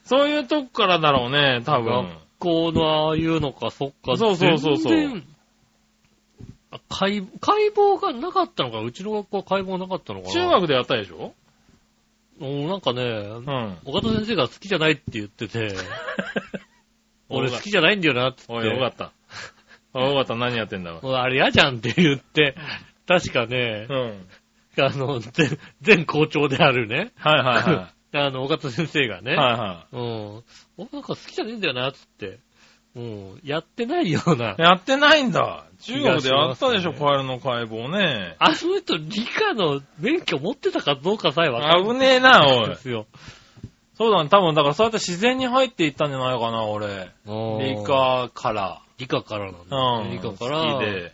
[SPEAKER 3] そういうとこからだろうね、多分。
[SPEAKER 2] 学校のああいうのか、そっか。
[SPEAKER 3] そうそうそうそう
[SPEAKER 2] 全然あ解解剖がなかったのか、うちの学校は解剖なかったのかな。
[SPEAKER 3] 中学でやったでしょ
[SPEAKER 2] うんなんかね、
[SPEAKER 3] うん。
[SPEAKER 2] 岡田先生が好きじゃないって言って
[SPEAKER 3] *laughs*
[SPEAKER 2] て、俺好きじゃないんだよなって言
[SPEAKER 3] お
[SPEAKER 2] っ
[SPEAKER 3] い、
[SPEAKER 2] て。
[SPEAKER 3] よかった。おい、よかった、何やってんだろ
[SPEAKER 2] もうあれ嫌じゃんって言って、確かね
[SPEAKER 3] う。う、ん。
[SPEAKER 2] あの、全全校長であるね、
[SPEAKER 3] はいはいは *laughs*
[SPEAKER 2] *laughs* あの、岡田先生がね、
[SPEAKER 3] い。はいは。。
[SPEAKER 2] うん。俺なんか好きじゃねえんだよな、つって。うん。やってないようない
[SPEAKER 3] やってないんだ。中学でやったでしょ、
[SPEAKER 2] 気がしますね
[SPEAKER 3] カエルの解剖ね。
[SPEAKER 2] あの人、理科の免許持ってたかどうかさえわかん
[SPEAKER 3] 危ねえな、お
[SPEAKER 2] ないん
[SPEAKER 3] い
[SPEAKER 2] で。すよ。
[SPEAKER 3] そうだね、多分、だからそうやって自然に入っていったんじゃないかな、俺。理。科から。
[SPEAKER 2] 理科からなんだ、
[SPEAKER 3] うん。
[SPEAKER 2] 理科から。
[SPEAKER 3] 好きで。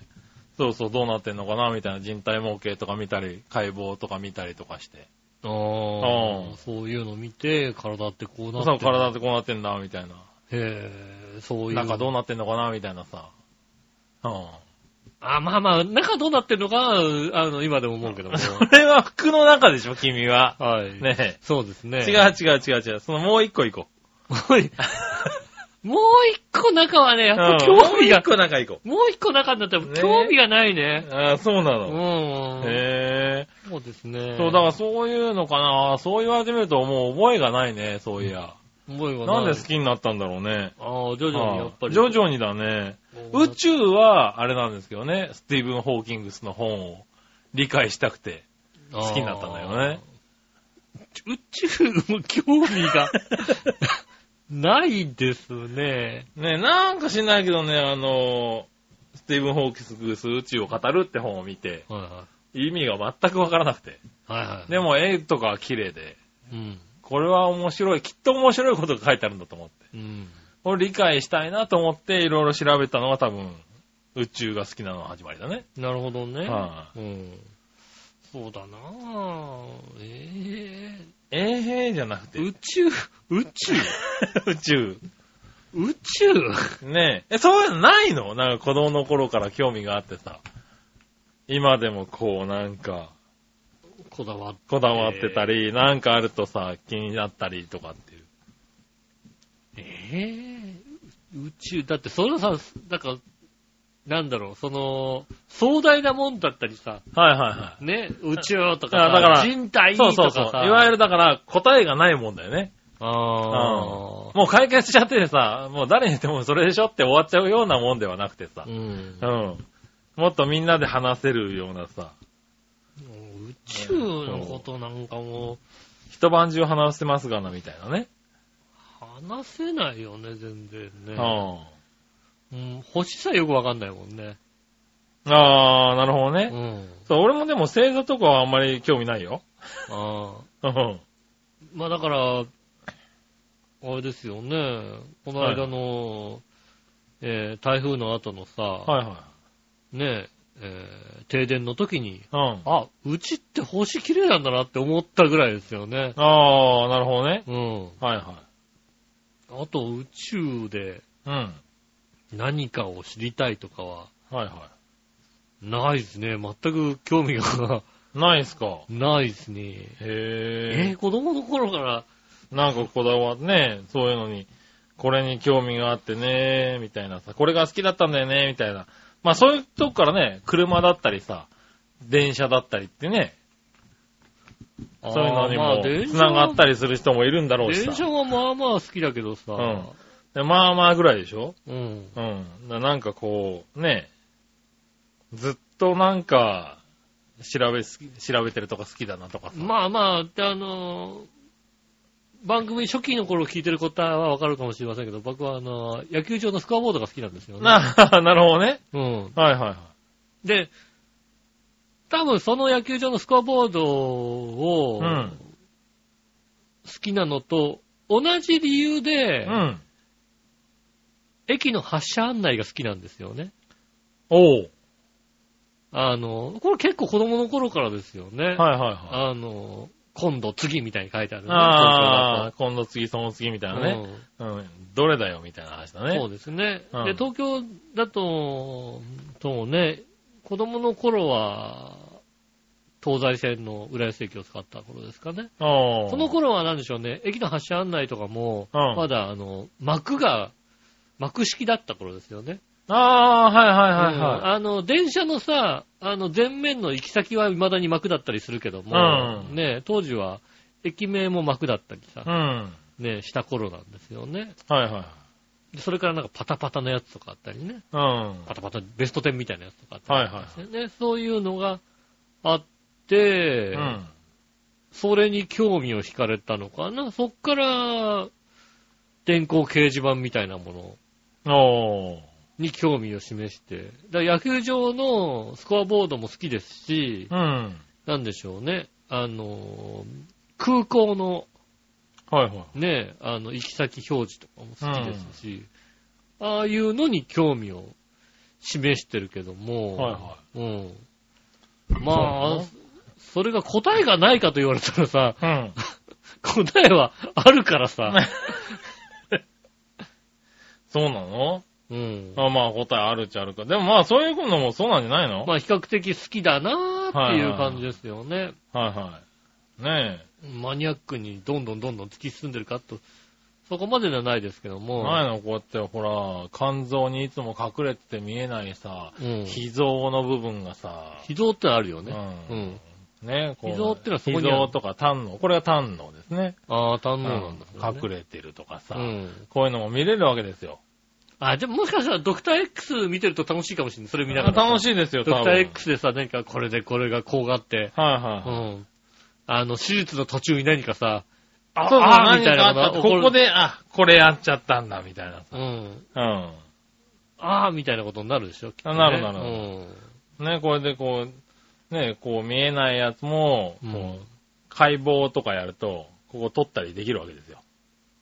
[SPEAKER 3] そうそう、どうなってんのかな、みたいな人体模型とか見たり、解剖とか見たりとかして。
[SPEAKER 2] あ
[SPEAKER 3] う
[SPEAKER 2] ー
[SPEAKER 3] ん
[SPEAKER 2] そういうの見て、体ってこうなって。
[SPEAKER 3] そう、体ってこうなってんだ、みたいな。
[SPEAKER 2] へえ、そういう。
[SPEAKER 3] 中どうなってんのかな、みたいなさ。うん。
[SPEAKER 2] あ、まあまあ、中どうなってるのか、あの、今でも思うけど
[SPEAKER 3] *laughs*
[SPEAKER 2] も。
[SPEAKER 3] それは服の中でしょ、君は。
[SPEAKER 2] はい。。
[SPEAKER 3] ね
[SPEAKER 2] そうですね。
[SPEAKER 3] え。違。う違う違う違う。そのもう一個行こ
[SPEAKER 2] もうい *laughs* もう一個中はね、や
[SPEAKER 3] う。
[SPEAKER 2] っぱ
[SPEAKER 3] うん
[SPEAKER 2] 興味
[SPEAKER 3] もう
[SPEAKER 2] が
[SPEAKER 3] 一、個中行こ
[SPEAKER 2] もう一個中になったら
[SPEAKER 3] ね
[SPEAKER 2] 興味がないね。
[SPEAKER 3] う。ああ、そうな
[SPEAKER 2] う
[SPEAKER 3] の。
[SPEAKER 2] ん。
[SPEAKER 3] へえ。
[SPEAKER 2] そうですね。
[SPEAKER 3] そう、だからそういうのかな。そう言われてみるともう覚えがないね、そういや。
[SPEAKER 2] 思いが
[SPEAKER 3] なんで好
[SPEAKER 2] か
[SPEAKER 3] きになったんだろうね。
[SPEAKER 2] ああ、徐々にやっぱり。
[SPEAKER 3] 徐々にだね。宇
[SPEAKER 2] ち。
[SPEAKER 3] 宙は、あれなんですけどね、スティーブン・ホーキングスの本を理解したくて。好きになったんだよね
[SPEAKER 2] あー。宇宙も興味 *laughs* がないですね。
[SPEAKER 3] ねなんか知んないけどね、あの、スティーブン・ホーキングス宇宙を語るって本を見て、
[SPEAKER 2] はいは
[SPEAKER 3] 意味が全くわからなくて。
[SPEAKER 2] い。はいはい。
[SPEAKER 3] でも絵とかは綺麗で、
[SPEAKER 2] うん。
[SPEAKER 3] これは面白い、きっと面白いことが書いてあるんだと思って。
[SPEAKER 2] うん。
[SPEAKER 3] これ理解したいなと思って、いろいろ調べたのが多分、宇宙が好きなのが始まりだね。
[SPEAKER 2] なるほどね。
[SPEAKER 3] は
[SPEAKER 2] うん。そうだなぁ。え
[SPEAKER 3] えーへーじゃなく
[SPEAKER 2] え
[SPEAKER 3] て、
[SPEAKER 2] 宇宙、宇宙、
[SPEAKER 3] *laughs* 宇宙。
[SPEAKER 2] *laughs* 宇宙。
[SPEAKER 3] ねえ。え、そういうのないのなんか子供の頃から興味があってさ、今でもこうなんか、
[SPEAKER 2] こだわって。
[SPEAKER 3] こだわってたり、なんかあるとさ、気になったりとかっていう。
[SPEAKER 2] ええ宇宙、だってそのさ、なんか、なんだろう、その、壮大なもんだったりさ、
[SPEAKER 3] はいはいは
[SPEAKER 2] ね、宇宙とか
[SPEAKER 3] あだから
[SPEAKER 2] さ、人体
[SPEAKER 3] い。
[SPEAKER 2] とか
[SPEAKER 3] そう
[SPEAKER 2] さ、
[SPEAKER 3] そうそう。いわゆるだから答えがないもんだよね。
[SPEAKER 2] あ
[SPEAKER 3] もう解決しちゃっててさ、もう誰に言ってもそれでしょって終わっちゃうようなもんではなくてさ
[SPEAKER 2] ー、う。ん
[SPEAKER 3] う。ん。もっとみんなで話せるようなさ、
[SPEAKER 2] 宇宙のことなんかもう、
[SPEAKER 3] 一晩中話せますがな、みたいなね。
[SPEAKER 2] 話せないよね、全然
[SPEAKER 3] う
[SPEAKER 2] ね。
[SPEAKER 3] ん。
[SPEAKER 2] うん、星さえよくわかんないもんね。
[SPEAKER 3] あー、なるほど
[SPEAKER 2] う
[SPEAKER 3] ね。
[SPEAKER 2] ん。
[SPEAKER 3] そう、俺もでも星座とかはあんまり興味ないよ。
[SPEAKER 2] ああ。
[SPEAKER 3] うん。
[SPEAKER 2] まあだから、あれですよね、この間の、えー台風の後のさ、
[SPEAKER 3] はいは
[SPEAKER 2] ねえー停電の時に、
[SPEAKER 3] い。うん。
[SPEAKER 2] あ、うちって星綺麗なんだなって思ったぐらいですよね。
[SPEAKER 3] あー、なるほどね。
[SPEAKER 2] うん。
[SPEAKER 3] はいは
[SPEAKER 2] あと宇宙で
[SPEAKER 3] い。うん。
[SPEAKER 2] 何かを知りたいとかは、
[SPEAKER 3] はいは
[SPEAKER 2] ないですね。全く興味が
[SPEAKER 3] い。ないっすか。
[SPEAKER 2] ないですね。え
[SPEAKER 3] へ
[SPEAKER 2] ー子供の頃から、
[SPEAKER 3] え。なんかこだわってね、そういうのに、これに興味があってね、みたいなさ、これが好きだったんだよね、みたいな。まあそういうとこからね、車だったりさ、電車だったりってね、そういうの
[SPEAKER 2] あー
[SPEAKER 3] に
[SPEAKER 2] ま
[SPEAKER 3] も
[SPEAKER 2] あ電車
[SPEAKER 3] 繋がったりする人もいるんだろうしさ
[SPEAKER 2] 電。車はまあまあ好きだけどさ、
[SPEAKER 3] でまあまあぐらいでしょ
[SPEAKER 2] うん。
[SPEAKER 3] うん。だなんかこう、ね、ずっとなんか、調べすぎ、調べてるとか好きだなとかさ。
[SPEAKER 2] まあまあ、であのー番組初期の頃聞いてる方はわかるかもしれませんけど、僕はあのー野球場のスコアボードが好きなんですよね。
[SPEAKER 3] な、 *laughs* なるほどね。
[SPEAKER 2] うん。
[SPEAKER 3] はいはいはい。
[SPEAKER 2] で、多分その野球場のスコアボードを、
[SPEAKER 3] うん
[SPEAKER 2] 好きなのと、同じ理由で、
[SPEAKER 3] うん。
[SPEAKER 2] 駅の発車案内が好きなんですよね。
[SPEAKER 3] おう。
[SPEAKER 2] あの、これ結構子供の頃からですよね。
[SPEAKER 3] はいはいはい。
[SPEAKER 2] あの、今度次みたいに書いてあるね、
[SPEAKER 3] ああ、今度次、その次みたい
[SPEAKER 2] 東
[SPEAKER 3] な
[SPEAKER 2] 京だと
[SPEAKER 3] ね。うん。どれだよみたいな話だ
[SPEAKER 2] うん
[SPEAKER 3] ね。
[SPEAKER 2] そうですね。
[SPEAKER 3] うん
[SPEAKER 2] で、東京だと、とね、子供の頃は、東西線の浦安駅を使った頃ですかね。
[SPEAKER 3] おう
[SPEAKER 2] その頃は何でしょうね、駅の発車案内とかも、
[SPEAKER 3] うん
[SPEAKER 2] まだあの、幕が、幕式だった頃ですよね。
[SPEAKER 3] ああ、はいはいはい
[SPEAKER 2] うん
[SPEAKER 3] はい。
[SPEAKER 2] あの、電車のさ、あの、前面の行き先は未だに幕だったりするけども、
[SPEAKER 3] うん
[SPEAKER 2] ね、当時は駅名も幕だったりさ
[SPEAKER 3] う、ん。
[SPEAKER 2] ね、した頃なんですよね。
[SPEAKER 3] はいはい。
[SPEAKER 2] でそれからなんかパタパタのやつとかあったりね、
[SPEAKER 3] うん。
[SPEAKER 2] パタパタベスト10みたいなやつとかあった
[SPEAKER 3] はい
[SPEAKER 2] り
[SPEAKER 3] は
[SPEAKER 2] してね、そういうのがあって、
[SPEAKER 3] い。うん。
[SPEAKER 2] それに興味を惹かれたのかな。そっから、電光掲示板みたいなもの
[SPEAKER 3] おう。
[SPEAKER 2] に興味を示して、だから野球場のスコアボードも好きですし、
[SPEAKER 3] うん。
[SPEAKER 2] なんでしょうね、あのー、空港の
[SPEAKER 3] はいはい。
[SPEAKER 2] ね、あの、行き先表示とかも好きですし、ああいうのに興味を示してるけども、
[SPEAKER 3] はいは
[SPEAKER 2] うん。まあ
[SPEAKER 3] そ、
[SPEAKER 2] それが答えがないかと言われたらさ、
[SPEAKER 3] い。 *laughs* うん。
[SPEAKER 2] 答えはあるから
[SPEAKER 3] *laughs*
[SPEAKER 2] さ、
[SPEAKER 3] そうなの
[SPEAKER 2] うん。
[SPEAKER 3] あまあ答えあるっちゃあるか。でもまあそういうのもそうなんじゃないの、
[SPEAKER 2] まあ、比較的好きだなーっていう感じですよね。
[SPEAKER 3] はいはい。ね
[SPEAKER 2] マニアックにどんどんどんどん突き進んでるかと、そこまでではないですけど
[SPEAKER 3] え。
[SPEAKER 2] も、
[SPEAKER 3] ないのこうやってほら、肝臓にいつも隠れてて見えないさ、
[SPEAKER 2] うん。
[SPEAKER 3] 脾臓の部分がさ、
[SPEAKER 2] 非道ってあるよ
[SPEAKER 3] う
[SPEAKER 2] ね。うん。
[SPEAKER 3] ん。ねこう
[SPEAKER 2] 脾臓ってのはそこにある
[SPEAKER 3] 脾臓とか胆の、これが胆のですね。
[SPEAKER 2] ああ、堪能なんだ、
[SPEAKER 3] うん隠れてるとかさ、
[SPEAKER 2] うん。
[SPEAKER 3] こういうのも見れるわけですよ。
[SPEAKER 2] あ、でももしかしたらドクター X 見てると楽しいかもしれない。それ見ながら。
[SPEAKER 3] 楽
[SPEAKER 2] い。
[SPEAKER 3] しいですよ、
[SPEAKER 2] ドクタ
[SPEAKER 3] 多分
[SPEAKER 2] ー X でさ、何かこれでこれがこうがあって、
[SPEAKER 3] はいうはい。
[SPEAKER 2] ん。あの、手術の途中に何かさ、あ
[SPEAKER 3] そうそう
[SPEAKER 2] あーみ
[SPEAKER 3] 何
[SPEAKER 2] たい
[SPEAKER 3] か
[SPEAKER 2] な
[SPEAKER 3] あ
[SPEAKER 2] のが
[SPEAKER 3] った
[SPEAKER 2] 起
[SPEAKER 3] こ
[SPEAKER 2] こる。
[SPEAKER 3] こで、あ、これやっちゃったんだ、みたいな。
[SPEAKER 2] うん。
[SPEAKER 3] うん。
[SPEAKER 2] ああ、みたいなことになるでしょ、きっとね
[SPEAKER 3] なるなる
[SPEAKER 2] うん。
[SPEAKER 3] ね、これでこう、ね、こう見えないやつも、
[SPEAKER 2] うん
[SPEAKER 3] こう、解剖とかやると、ここ取ったりできるわけですよ。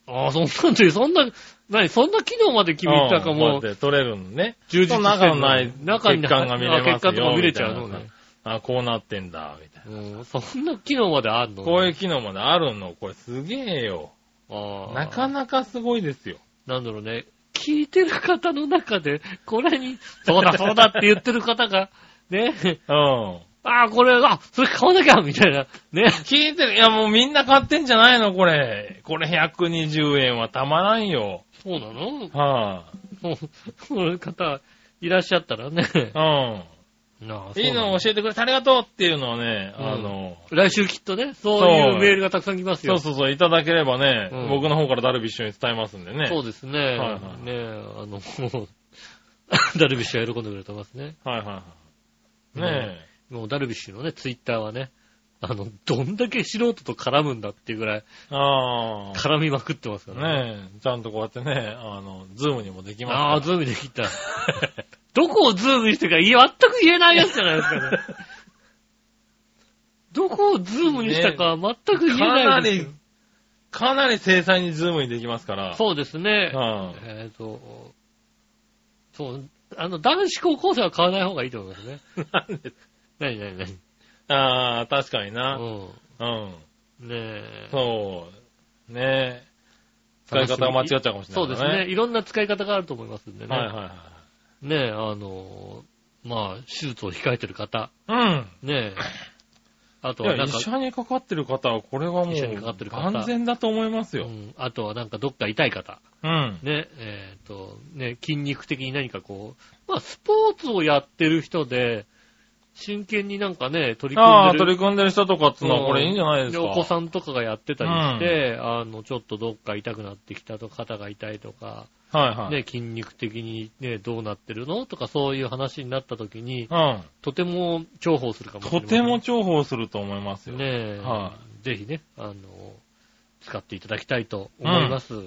[SPEAKER 2] ああ、そんなんで、そんな、何、そんな機能まで君言ったか
[SPEAKER 3] うん
[SPEAKER 2] も
[SPEAKER 3] こう
[SPEAKER 2] う、
[SPEAKER 3] やって取れるのね。
[SPEAKER 2] 充実して
[SPEAKER 3] そ
[SPEAKER 2] ん
[SPEAKER 3] の
[SPEAKER 2] の
[SPEAKER 3] 中のない
[SPEAKER 2] 中に
[SPEAKER 3] 血管が見れますよ
[SPEAKER 2] あ血管とか見れちゃうの
[SPEAKER 3] みたい
[SPEAKER 2] ね
[SPEAKER 3] な。あ、こうなってんだ、みたいな。
[SPEAKER 2] うん、そんな機能まであんの
[SPEAKER 3] こういう機能まであるの、これすげえよ。
[SPEAKER 2] ああ
[SPEAKER 3] なかなかすごいですよ。
[SPEAKER 2] なんだろうね、聞いてる *laughs* 方の中で、これに、そうだそうだって言ってる方が、ね、
[SPEAKER 3] うん。
[SPEAKER 2] ああ、これ、あ、それ買わなきゃみたいな。ね。
[SPEAKER 3] 聞いてる。いや、もうみんな買ってんじゃないのこれ。これ120円はたまらんよ。
[SPEAKER 2] そうなの
[SPEAKER 3] は
[SPEAKER 2] もう、そういう方、いらっしゃったらね。
[SPEAKER 3] い、うん。
[SPEAKER 2] なあ
[SPEAKER 3] いいのを
[SPEAKER 2] 教
[SPEAKER 3] 教えてくれてありがとうっていうのはね、
[SPEAKER 2] うん
[SPEAKER 3] あの、
[SPEAKER 2] え来週きっとね、そうい
[SPEAKER 3] そうう
[SPEAKER 2] メールがたくさん来ます
[SPEAKER 3] そ
[SPEAKER 2] よ。
[SPEAKER 3] うそうそう、いただければね、
[SPEAKER 2] うん
[SPEAKER 3] 僕の方からダルビッシュに伝えますんでね。
[SPEAKER 2] そうですね。
[SPEAKER 3] はいはい
[SPEAKER 2] ねえ、あの、 *laughs* もうダルビッシュが喜んでくれてますね。
[SPEAKER 3] はいはいはい。ね
[SPEAKER 2] もうダルビッシュのね、ツイッターはね、あの、どんだけ素人と絡むんだっていうぐらい、
[SPEAKER 3] え。あ
[SPEAKER 2] 絡みまくってますか
[SPEAKER 3] あ。
[SPEAKER 2] らね。
[SPEAKER 3] ねえ、ちゃんとこうやってね、あの、ズームにもできますから。
[SPEAKER 2] ああ、ズームできた。 *laughs* どこをズームにしてるか、いや全く言えないやつじゃないです
[SPEAKER 3] *laughs*
[SPEAKER 2] かね。どこをズームにしたか、全く言え
[SPEAKER 3] かな
[SPEAKER 2] ないですよ
[SPEAKER 3] り、かなり精細にズームにできますから。 *laughs*
[SPEAKER 2] そうですね
[SPEAKER 3] う。ん。
[SPEAKER 2] えっ、と、そう、あの、男子高校生は買わない方がいいと思いますね。
[SPEAKER 3] なんで
[SPEAKER 2] 何何何
[SPEAKER 3] ああ、確かにな。
[SPEAKER 2] う
[SPEAKER 3] うん。
[SPEAKER 2] ん。ねえ。
[SPEAKER 3] そう。ねえ。使い方が間違っちゃうかもしれな
[SPEAKER 2] そ
[SPEAKER 3] い、
[SPEAKER 2] うですね。。いろんな使い方があると思いますんでね。
[SPEAKER 3] はいはい
[SPEAKER 2] ねえ、あの、まあ、手術を控えてる方。
[SPEAKER 3] はい。うん。
[SPEAKER 2] ねえ。あと
[SPEAKER 3] い
[SPEAKER 2] は
[SPEAKER 3] や、
[SPEAKER 2] なん
[SPEAKER 3] 医
[SPEAKER 2] か、
[SPEAKER 3] 者にかかってる方は、これはも
[SPEAKER 2] 医者にかかって
[SPEAKER 3] う、
[SPEAKER 2] る方
[SPEAKER 3] 完全だと思います
[SPEAKER 2] う
[SPEAKER 3] よ。
[SPEAKER 2] んあとはなんかどっか痛い方。
[SPEAKER 3] うん。
[SPEAKER 2] ね、えっ、と、ね、筋肉的に何かこう、まあ、スポーツをやってる人で、真剣になんかね、取り組
[SPEAKER 3] あ
[SPEAKER 2] ん
[SPEAKER 3] あ、
[SPEAKER 2] でる
[SPEAKER 3] 取り組んでる人とかっていうのは、これいいんじゃないです
[SPEAKER 2] で、
[SPEAKER 3] か。
[SPEAKER 2] お子さんとかがやってたりして、あの、ちょっとどっか痛くなってきたとか、肩が痛いとか、
[SPEAKER 3] はいはい。
[SPEAKER 2] ね、筋肉的にね、どうなってるのとか、そういう話になった時に、
[SPEAKER 3] うん。
[SPEAKER 2] とても重宝するかもしれ
[SPEAKER 3] と
[SPEAKER 2] ない。
[SPEAKER 3] ても重宝すると思いますよ。
[SPEAKER 2] ねえ、
[SPEAKER 3] は
[SPEAKER 2] ぜひね、あの、使っていただきたいと思います。ね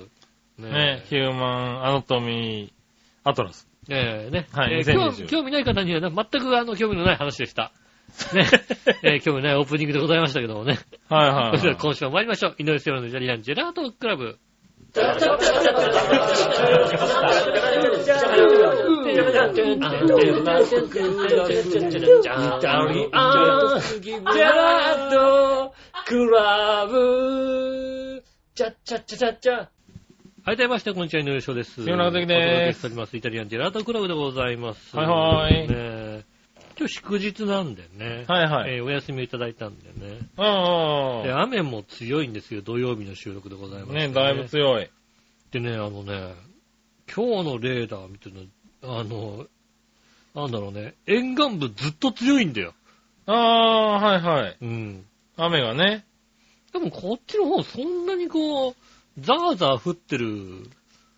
[SPEAKER 2] え
[SPEAKER 3] ね、ヒューマンアナトミーアトラス。
[SPEAKER 2] ええね。
[SPEAKER 3] はい
[SPEAKER 2] えー興
[SPEAKER 3] 2020
[SPEAKER 2] 味興味ない方にはね、全くあの興味のない話でした。
[SPEAKER 3] *laughs*
[SPEAKER 2] ね。えー興味ないオープニングでございましたけどもね。
[SPEAKER 3] は
[SPEAKER 2] そ
[SPEAKER 3] い *laughs* はい
[SPEAKER 2] れでは
[SPEAKER 3] はい。
[SPEAKER 2] 今週も参りましょう。井上聖ロのジャリランジェラートクラブ。
[SPEAKER 4] ラートクラブチャッチャッチャチャッチャ
[SPEAKER 2] はい、どうもみなさんこんにちは、井上翔です。
[SPEAKER 3] 杉村和樹です
[SPEAKER 2] お届けしております。イタリアンジェラートクラブでございます。
[SPEAKER 3] はいは
[SPEAKER 2] ね
[SPEAKER 3] い
[SPEAKER 2] え今日祝日なんでね。
[SPEAKER 3] はいはい。
[SPEAKER 2] えーお休みをいただいたんでね。で、
[SPEAKER 3] う
[SPEAKER 2] 雨も強いんですよ、土曜日の収録でございま
[SPEAKER 3] んう
[SPEAKER 2] す、
[SPEAKER 3] ん。ね、だいぶ強い。
[SPEAKER 2] でね、あのね、今日のレーダー見てるの、あの、なんだろうね、沿岸部ずっと強いんだよ。
[SPEAKER 3] ああ、はいはい。
[SPEAKER 2] うん。
[SPEAKER 3] 雨がね。
[SPEAKER 2] でもこっちの方そんなにこう、ザーザー降ってる、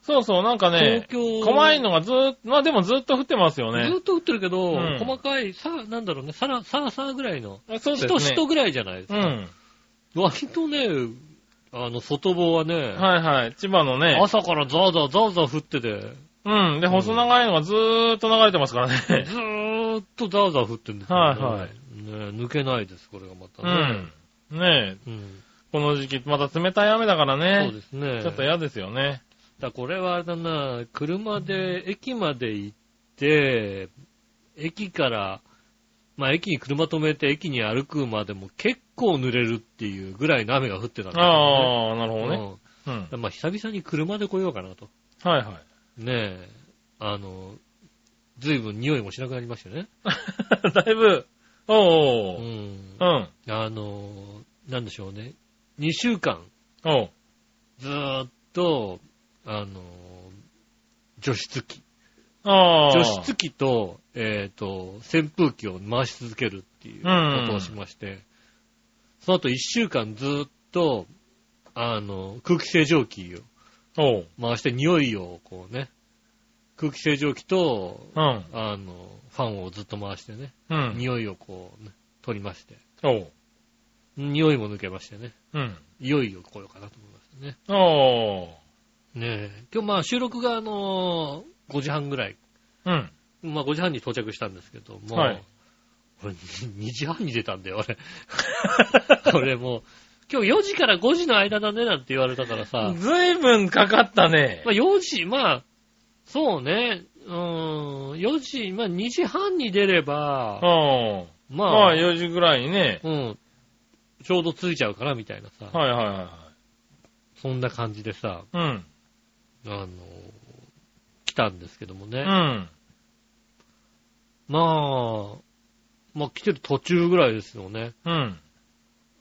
[SPEAKER 3] そうそう、なんか
[SPEAKER 2] 東
[SPEAKER 3] ね、
[SPEAKER 2] 京、
[SPEAKER 3] 怖いのがずーっと、まあでもずっと降ってますよ
[SPEAKER 2] ず
[SPEAKER 3] ね
[SPEAKER 2] っ。と降ってるけど、
[SPEAKER 3] うん
[SPEAKER 2] 細かい、さ、なんだろうね、さら、さらさらぐらいの、
[SPEAKER 3] あそう
[SPEAKER 2] し
[SPEAKER 3] です
[SPEAKER 2] と
[SPEAKER 3] ね。
[SPEAKER 2] しとぐらいじゃないです
[SPEAKER 3] う
[SPEAKER 2] か。
[SPEAKER 3] ん。
[SPEAKER 2] 割とね、あの、外房はね、
[SPEAKER 3] はいはい。千葉のね。
[SPEAKER 2] 朝からザーザーザーザー降ってて、
[SPEAKER 3] うん。で、細長いのがずーっと流れてます *laughs* からね。
[SPEAKER 2] *laughs* ずーっとザーザー降ってるんですよね。
[SPEAKER 3] はいはい
[SPEAKER 2] ね抜けないです、これがまた
[SPEAKER 3] う
[SPEAKER 2] ね
[SPEAKER 3] ん。。ね
[SPEAKER 2] う
[SPEAKER 3] え、
[SPEAKER 2] ん。
[SPEAKER 3] この時期、また冷たい雨だから
[SPEAKER 2] そう
[SPEAKER 3] ね
[SPEAKER 2] で。すね。
[SPEAKER 3] ちょっと嫌ですよね。
[SPEAKER 2] だこれはあれだな、車で駅まで行って、駅から、まあ駅に車止めて駅に歩くまでも結構濡れるっていうぐらいの雨が降ってたんですよ、ね。
[SPEAKER 3] ああ、なるほどね。うん。
[SPEAKER 2] うんまあ久々に車で来ようかなと。
[SPEAKER 3] はいはい。
[SPEAKER 2] ねえ。あの、随分匂いもしなくなりましたよね。
[SPEAKER 3] *laughs* だいぶ、
[SPEAKER 2] う
[SPEAKER 3] おうおう、
[SPEAKER 2] ん
[SPEAKER 3] う。ん、
[SPEAKER 2] あの、なんでしょうね。2週間、
[SPEAKER 3] おう
[SPEAKER 2] ずーっと、あの、除湿機。
[SPEAKER 3] ああ、
[SPEAKER 2] 除湿機と、えっ、と、扇風機を回し続けるっていうことをしまして、その後1週間ずーっと、あの、空気清浄機を
[SPEAKER 3] おう、
[SPEAKER 2] 回して匂いをこうね、空気清浄機と、
[SPEAKER 3] うん、
[SPEAKER 2] あの、ファンをずっと回してね、
[SPEAKER 3] うん、
[SPEAKER 2] 匂いをこう、ね、取りまして、
[SPEAKER 3] おう、
[SPEAKER 2] 匂いも抜けましてね、
[SPEAKER 3] うん、
[SPEAKER 2] いよいよ来ようかなと思いましたね。
[SPEAKER 3] おう、
[SPEAKER 2] ねえ、今日まあ収録があのー5時半ぐらい、
[SPEAKER 3] うん、
[SPEAKER 2] まあ5時半に到着したんですけども、
[SPEAKER 3] はい
[SPEAKER 2] 俺2時半に出たんだよ、俺。 *laughs* 俺もう、今日4時から5時の間だねなんて言われたからさ、
[SPEAKER 3] ずいぶんかかったね
[SPEAKER 2] ま。あ4時、まあ、そうね、うーん、4時、まあ2時半に出れば、
[SPEAKER 3] おう、
[SPEAKER 2] まあ、
[SPEAKER 3] まあ4時ぐらいにね、
[SPEAKER 2] うん、ちょうど着いちゃうかなみたいなさ、
[SPEAKER 3] はいはいは
[SPEAKER 2] そんな感じでさ、
[SPEAKER 3] いはい、
[SPEAKER 2] あのー来たんですけどもね。
[SPEAKER 3] うん、うん、
[SPEAKER 2] まあ、まあ、来てる途中ぐらいですよね。
[SPEAKER 3] うん。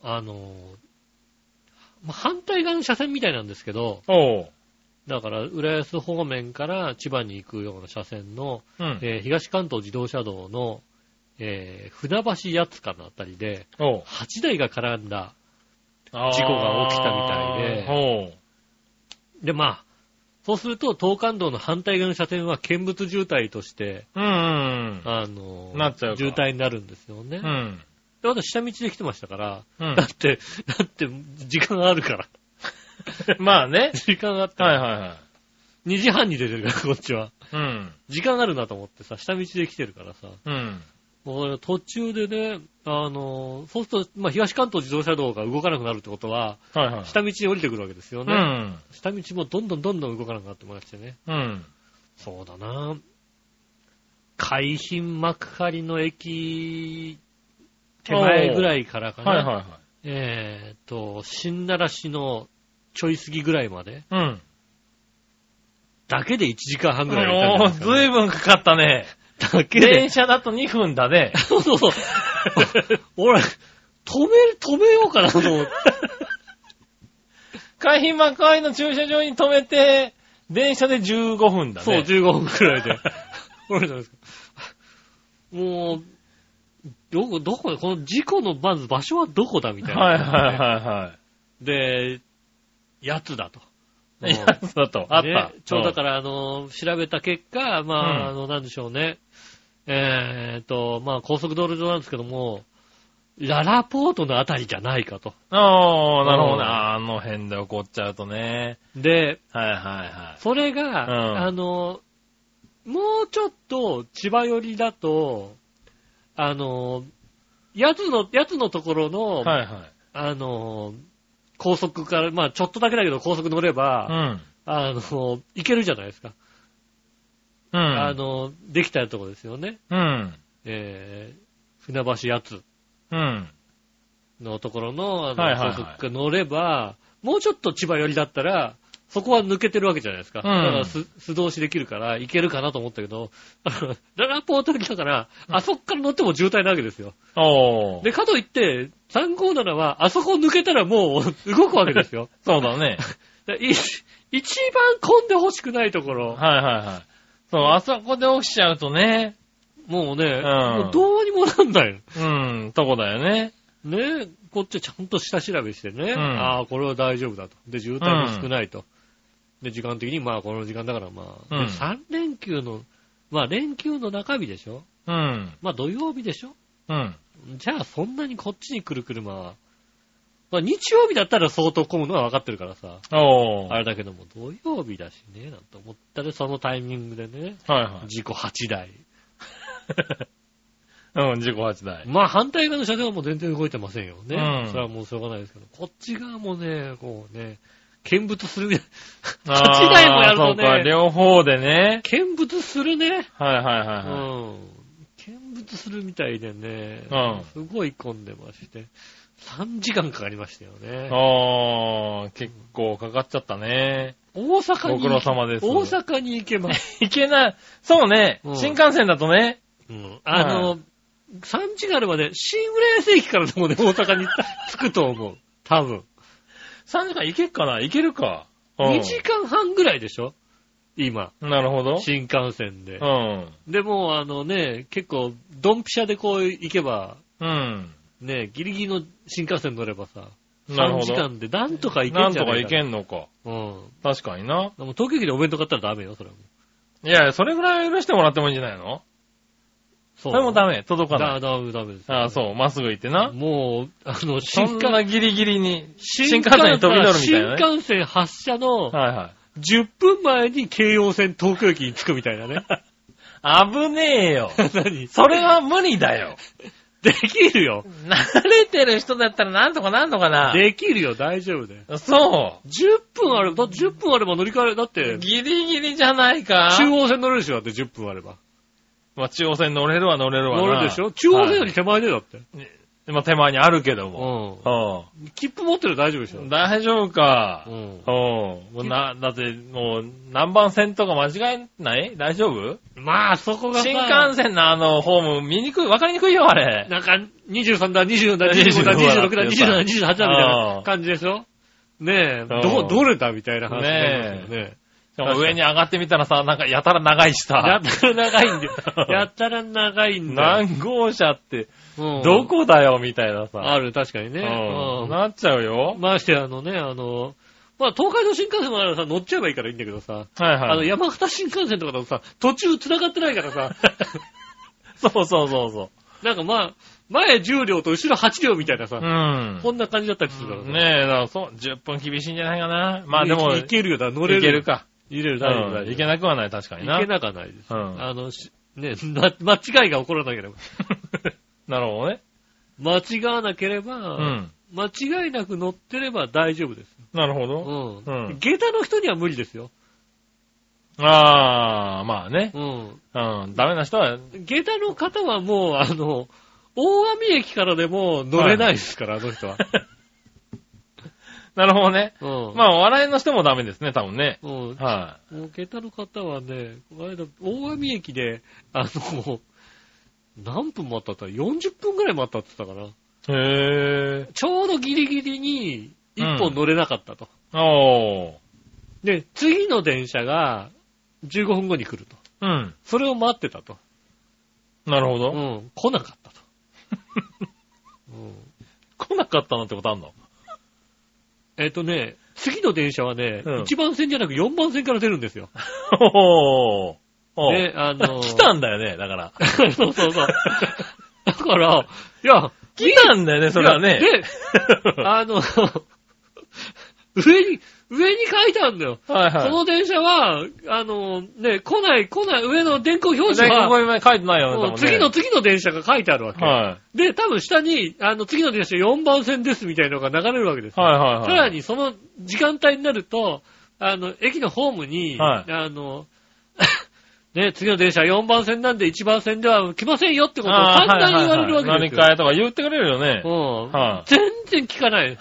[SPEAKER 2] あのー、まあ、反対側の車線みたいなんですけど、
[SPEAKER 3] おう。
[SPEAKER 2] だから、浦安方面から千葉に行くような車線の、
[SPEAKER 3] うん。
[SPEAKER 2] えー東関東自動車道の、えー船橋八つかのあたりで、
[SPEAKER 3] おう。
[SPEAKER 2] 8台が絡んだ。
[SPEAKER 3] 事
[SPEAKER 2] 故が起きたみたいで
[SPEAKER 3] おう。
[SPEAKER 2] で、まあ、そうすると、東関道の反対側の車線は見物渋滞として、
[SPEAKER 3] うんうん
[SPEAKER 2] あのー
[SPEAKER 3] なっちゃうか
[SPEAKER 2] 渋滞になるんですよね。
[SPEAKER 3] うん。うん。
[SPEAKER 2] で、私、下道で来てましたから、
[SPEAKER 3] うん
[SPEAKER 2] だって、だって、時間があるから。
[SPEAKER 3] *laughs* まあね。
[SPEAKER 2] *laughs* 時間があった
[SPEAKER 3] はい
[SPEAKER 2] ら、
[SPEAKER 3] はいはい。
[SPEAKER 2] 2時半に出てるから、こっちは。
[SPEAKER 3] うん。
[SPEAKER 2] 時間あるなと思ってさ、下道で来てるからさ、
[SPEAKER 3] うん。
[SPEAKER 2] もう途中でね、あのー、そうすると、まあ、東関東自動車道が動かなくなるってことは、
[SPEAKER 3] はいはい。
[SPEAKER 2] 下道に降りてくるわけですよ
[SPEAKER 3] う
[SPEAKER 2] ね。
[SPEAKER 3] ん。
[SPEAKER 2] 下道もどんどんどんどん動かなくなってもらってね。
[SPEAKER 3] うん。
[SPEAKER 2] そうだな海浜幕張の駅手前ぐらいからかな。
[SPEAKER 3] はいはいは
[SPEAKER 2] えーっと、新奈良市のちょい過ぎぐらいまで、
[SPEAKER 3] い。うん。
[SPEAKER 2] だけで1時間半ぐらいか
[SPEAKER 3] お
[SPEAKER 2] か
[SPEAKER 3] ー、
[SPEAKER 2] ったんじゃ
[SPEAKER 3] ず
[SPEAKER 2] ない
[SPEAKER 3] いぶんかかったね。
[SPEAKER 2] ですかねだけで
[SPEAKER 3] 電。車だと2分
[SPEAKER 2] *laughs*
[SPEAKER 3] だね。
[SPEAKER 2] そうそうそう。俺、止め、止めようかなと思って。
[SPEAKER 3] 海浜幕張の駐車場に止めて、電車で15分だね。
[SPEAKER 2] そう、15分くらいで。 *laughs* 俺なんですか。もう、どこ、どこだ、この事故のまず場所はどこだみたいな。
[SPEAKER 3] はいはいは
[SPEAKER 2] で、やつだと。
[SPEAKER 3] いはい。いや、そうだと。あった。。
[SPEAKER 2] ねちょうどだからら、あの、調べた結果、まあ、あ
[SPEAKER 3] うん
[SPEAKER 2] の、なんでしょうね。えーっと、まあ、高速道路上なんですけども、ララポートのあたりじゃないかと。
[SPEAKER 3] ああ、なるほど
[SPEAKER 2] うん
[SPEAKER 3] ね。あの辺で怒っちゃうとね。
[SPEAKER 2] で、
[SPEAKER 3] はいはいは
[SPEAKER 2] それが、
[SPEAKER 3] うん
[SPEAKER 2] あの、もうちょっと千葉寄りだと、あの、やつの、やつのところの、
[SPEAKER 3] い。はいはい。
[SPEAKER 2] あの、高速から、まあちょっとだけだけど高速乗れば、
[SPEAKER 3] うん。
[SPEAKER 2] あの、行けるじゃないですか。
[SPEAKER 3] うん。
[SPEAKER 2] あの、できたところですよね。
[SPEAKER 3] うん。
[SPEAKER 2] えー、船橋やつ
[SPEAKER 3] うん。
[SPEAKER 2] のところの、あの、
[SPEAKER 3] はいはいはい
[SPEAKER 2] 高速から乗れば、もうちょっと千葉寄りだったら、そこは抜けてるわけじゃないですか。
[SPEAKER 3] ん
[SPEAKER 2] だからす素通しできるから、行けるかなと思ったけど、 *laughs* あのララポート行きだから、あそこから乗っても渋滞なわけですよ。
[SPEAKER 3] おー。
[SPEAKER 2] で、かといって、357は、あそこを抜けたらもう *laughs* 動くわけですよ。
[SPEAKER 3] そうだね。
[SPEAKER 2] でい一番混んでほしくないところ。
[SPEAKER 3] はいはいはい。そう、あそこで起きちゃうとね。
[SPEAKER 2] もうね、
[SPEAKER 3] ん
[SPEAKER 2] もうどうにもなんないの。
[SPEAKER 3] うん、とこだよね。
[SPEAKER 2] ねこっちはちゃんと下調べしてね、
[SPEAKER 3] うん
[SPEAKER 2] ああ、これは大丈夫だと。で、渋滞も少ないと。で、時間的に、まあ、この時間だから、まあ、
[SPEAKER 3] うん
[SPEAKER 2] 3連休の、まあ、連休の中日でしょ
[SPEAKER 3] うん。
[SPEAKER 2] まあ、土曜日でしょ
[SPEAKER 3] うん。
[SPEAKER 2] じゃあ、そんなにこっちに来る車は、まあ、日曜日だったら相当混むのは分かってるからさ、
[SPEAKER 3] おー。
[SPEAKER 2] あれだけども、土曜日だしね、なんて思ったら、そのタイミングでね、
[SPEAKER 3] はいはい。
[SPEAKER 2] 事故8台。
[SPEAKER 3] うん、自己発大。
[SPEAKER 2] まあ反対側の車線はもう全然動いてませんよね。
[SPEAKER 3] うん
[SPEAKER 2] それはもうしょうがないですけど、こっち側もね、こうね、見物するね。8
[SPEAKER 3] あー
[SPEAKER 2] 台もやると
[SPEAKER 3] そうか、
[SPEAKER 2] ね、
[SPEAKER 3] 両方でね。
[SPEAKER 2] 見物するね。
[SPEAKER 3] はいはいは
[SPEAKER 2] う
[SPEAKER 3] いはい。
[SPEAKER 2] ん。見物するみたいでね、
[SPEAKER 3] う
[SPEAKER 2] すごい混んでまして、3時間かかりましたよね。
[SPEAKER 3] あー、結構かかっちゃったね。
[SPEAKER 2] 大阪に。
[SPEAKER 3] ご苦労様です
[SPEAKER 2] 大阪に行けます。
[SPEAKER 3] *laughs* いけない。そうね、
[SPEAKER 2] うん
[SPEAKER 3] 新幹線だとね。
[SPEAKER 2] うん。あの、3時間あるまで、新浦安駅からでもね、大阪に着くと思う。多分。
[SPEAKER 3] 3時間いけっかないけるか。うん
[SPEAKER 2] 2時間半ぐらいでしょ今。
[SPEAKER 3] なるほど。
[SPEAKER 2] 新幹線で
[SPEAKER 3] う。ん。
[SPEAKER 2] でも、あのね、結構、ドンピシャでこう行けば、
[SPEAKER 3] うん。
[SPEAKER 2] ね、ギリギリの新幹線乗ればさ、
[SPEAKER 3] な
[SPEAKER 2] 3
[SPEAKER 3] るほ
[SPEAKER 2] 時
[SPEAKER 3] ど。
[SPEAKER 2] 間でなんとか行け
[SPEAKER 3] なんん
[SPEAKER 2] じゃ
[SPEAKER 3] とか
[SPEAKER 2] ない
[SPEAKER 3] い
[SPEAKER 2] かな。
[SPEAKER 3] けんのか。
[SPEAKER 2] うん。
[SPEAKER 3] 確かにな。
[SPEAKER 2] でも東京駅でお弁当買ったらダメよ、それはもう。
[SPEAKER 3] いやいや、それぐらい許してもらってもいいんじゃないの
[SPEAKER 2] そ
[SPEAKER 3] それもダ
[SPEAKER 2] メ
[SPEAKER 3] メ。届かない。
[SPEAKER 2] だ、ダメ、ダメです。
[SPEAKER 3] ああ、そう。まっすぐ行ってな。
[SPEAKER 2] もう、あの、
[SPEAKER 3] そ
[SPEAKER 2] 新
[SPEAKER 3] ん
[SPEAKER 2] 幹
[SPEAKER 3] なギリギリに、新幹線に飛び乗るみたいなね。
[SPEAKER 2] 新幹線発車の
[SPEAKER 3] はいはい。
[SPEAKER 2] 10分前に京葉線東京駅に着くみたい
[SPEAKER 3] *laughs*
[SPEAKER 2] なね。
[SPEAKER 3] 危ねえ *laughs* よ。
[SPEAKER 2] 何
[SPEAKER 3] それは無理だよ。
[SPEAKER 2] できるよ。
[SPEAKER 3] 慣れてる人だったらなんとかなんとかな。
[SPEAKER 2] できるよ、大丈夫だよ。
[SPEAKER 3] そ
[SPEAKER 2] 10分あれば、だって10分あれば乗り換える、だっ
[SPEAKER 3] う。
[SPEAKER 2] て、
[SPEAKER 3] ギリギリじゃないか。
[SPEAKER 2] 中央線乗れるでしょ、だって10分あれば。
[SPEAKER 3] まあ中央線乗れるわ乗れるわな。
[SPEAKER 2] 乗れるでしょ中央線より手前でだって。
[SPEAKER 3] でまあ手前にあるけども。
[SPEAKER 2] う。
[SPEAKER 3] うん
[SPEAKER 2] 切符持ってる大丈夫でしょ
[SPEAKER 3] ん。大丈夫か
[SPEAKER 2] う。ん。
[SPEAKER 3] うん。もうな、だって、もう、南蛮線とか間違えない大丈夫
[SPEAKER 2] まあ、そこがさ
[SPEAKER 3] 新幹線のあの、ホーム見にくい、わかりにくいよ、あれ。
[SPEAKER 2] なんか、23だ、24だ、25だ、26だ、27だ、28だ、みたいな感じでしょねえ、
[SPEAKER 3] う
[SPEAKER 2] ど、
[SPEAKER 3] ん
[SPEAKER 2] どれだみたいな話になりますよね。
[SPEAKER 3] しかも上に上がってみたらさ、なんかやたら長いし
[SPEAKER 2] や
[SPEAKER 3] さ。
[SPEAKER 2] ったら長いん
[SPEAKER 3] *laughs*
[SPEAKER 2] で、やったら長いんだよ。
[SPEAKER 3] 何号車って、
[SPEAKER 2] うん
[SPEAKER 3] どこだよ、みたいなさ。
[SPEAKER 2] ある、確かにね。
[SPEAKER 3] う
[SPEAKER 2] うんん
[SPEAKER 3] なっちゃうよ。
[SPEAKER 2] ましてあのね、あの、まあ、東海道新幹線もあればさ、乗っちゃえばいいからいいんだけどさ、
[SPEAKER 3] はいはい。
[SPEAKER 2] あの、山形新幹線とかだとさ、途中繋がってないから
[SPEAKER 3] *laughs*
[SPEAKER 2] さ、
[SPEAKER 3] そうそうそうそ
[SPEAKER 2] なんかまあ、前10両と後ろ8両みたいなさ
[SPEAKER 3] う。う、ん。
[SPEAKER 2] こんな感じだったりするからさ。
[SPEAKER 3] ねえ、だからそう、10分厳しいんじゃないかな。まあでも、
[SPEAKER 2] い
[SPEAKER 3] い
[SPEAKER 2] けるよ、だから乗
[SPEAKER 3] け
[SPEAKER 2] れる。
[SPEAKER 3] る。か。
[SPEAKER 2] 入れる、大丈夫、大
[SPEAKER 3] うん
[SPEAKER 2] 丈夫。
[SPEAKER 3] いけなくはない、確かに
[SPEAKER 2] い
[SPEAKER 3] な。
[SPEAKER 2] けなかないです。
[SPEAKER 3] う
[SPEAKER 2] *laughs*
[SPEAKER 3] ん
[SPEAKER 2] あの、しね、な間違いが起こらなけれ
[SPEAKER 3] *laughs*
[SPEAKER 2] ば。
[SPEAKER 3] なるほどね。
[SPEAKER 2] 間違わなければ、
[SPEAKER 3] うん。
[SPEAKER 2] 間違いなく乗ってれば大丈夫です。
[SPEAKER 3] なるほ
[SPEAKER 2] う
[SPEAKER 3] ど。
[SPEAKER 2] ん。
[SPEAKER 3] うん
[SPEAKER 2] 下駄の人には無理ですよ。
[SPEAKER 3] ああ、まあね。
[SPEAKER 2] うん。
[SPEAKER 3] うん。ダメな人は、
[SPEAKER 2] 下駄の方はもう、あの、大網駅からでも乗れないですから、あの人は。
[SPEAKER 3] *laughs* なるほどね。
[SPEAKER 2] うん。
[SPEAKER 3] ま
[SPEAKER 2] あ、
[SPEAKER 3] あ、お笑いの人もダメですね、多分ね。
[SPEAKER 2] うん。
[SPEAKER 3] は
[SPEAKER 2] もう下駄の方はね、この間、大網駅で、あの、何分待ったった ?40 分ぐらい待ったって言ったかな。
[SPEAKER 3] い。へえ。
[SPEAKER 2] ちょうどギリギリに1本乗れなかったと。
[SPEAKER 3] おー。
[SPEAKER 2] で、次の電車が15分後に来ると。
[SPEAKER 3] うん。
[SPEAKER 2] それを待ってたと。
[SPEAKER 3] なるほ
[SPEAKER 2] う
[SPEAKER 3] ど。
[SPEAKER 2] ん。来なかったと。うん
[SPEAKER 3] 来なかったなんてことあ
[SPEAKER 2] *laughs*
[SPEAKER 3] んの
[SPEAKER 2] えっ、とね、次の電車はね、
[SPEAKER 3] うん
[SPEAKER 2] 1番線じゃなく4番線から出るんですよ。
[SPEAKER 3] おー。お
[SPEAKER 2] で
[SPEAKER 3] ー、
[SPEAKER 2] あの
[SPEAKER 3] 来たんだよね、だから。
[SPEAKER 2] *laughs* そうそうそう。だから、いや、
[SPEAKER 3] 来たんだよね、それはい
[SPEAKER 2] や
[SPEAKER 3] ね。 *laughs*
[SPEAKER 2] で、あの、上に、上に書いてあるんだよ。
[SPEAKER 3] はいはい。
[SPEAKER 2] この電車は、あの、ね、来ない、来ない、上の電光表示
[SPEAKER 3] 大学
[SPEAKER 2] は、
[SPEAKER 3] 語前書いてないよね、多分
[SPEAKER 2] もう
[SPEAKER 3] ね
[SPEAKER 2] 次の。次の電車が書いてあるわけ。
[SPEAKER 3] は
[SPEAKER 2] で、多分下に、あの、次の電車4番線ですみたいなのが流れるわけです
[SPEAKER 3] い。
[SPEAKER 2] よ。
[SPEAKER 3] はいはいはい。
[SPEAKER 2] さらに、その時間帯になると、あの、駅のホームに、
[SPEAKER 3] はい
[SPEAKER 2] あの、 *laughs* ね、次の電車は4番線なんで1番線では来ませんよってことを
[SPEAKER 3] あー、
[SPEAKER 2] 簡単に言われるわけですよ。
[SPEAKER 3] はいはいはい乗り換えとか言ってくれるよね。
[SPEAKER 2] うん
[SPEAKER 3] はい
[SPEAKER 2] 全然聞かない。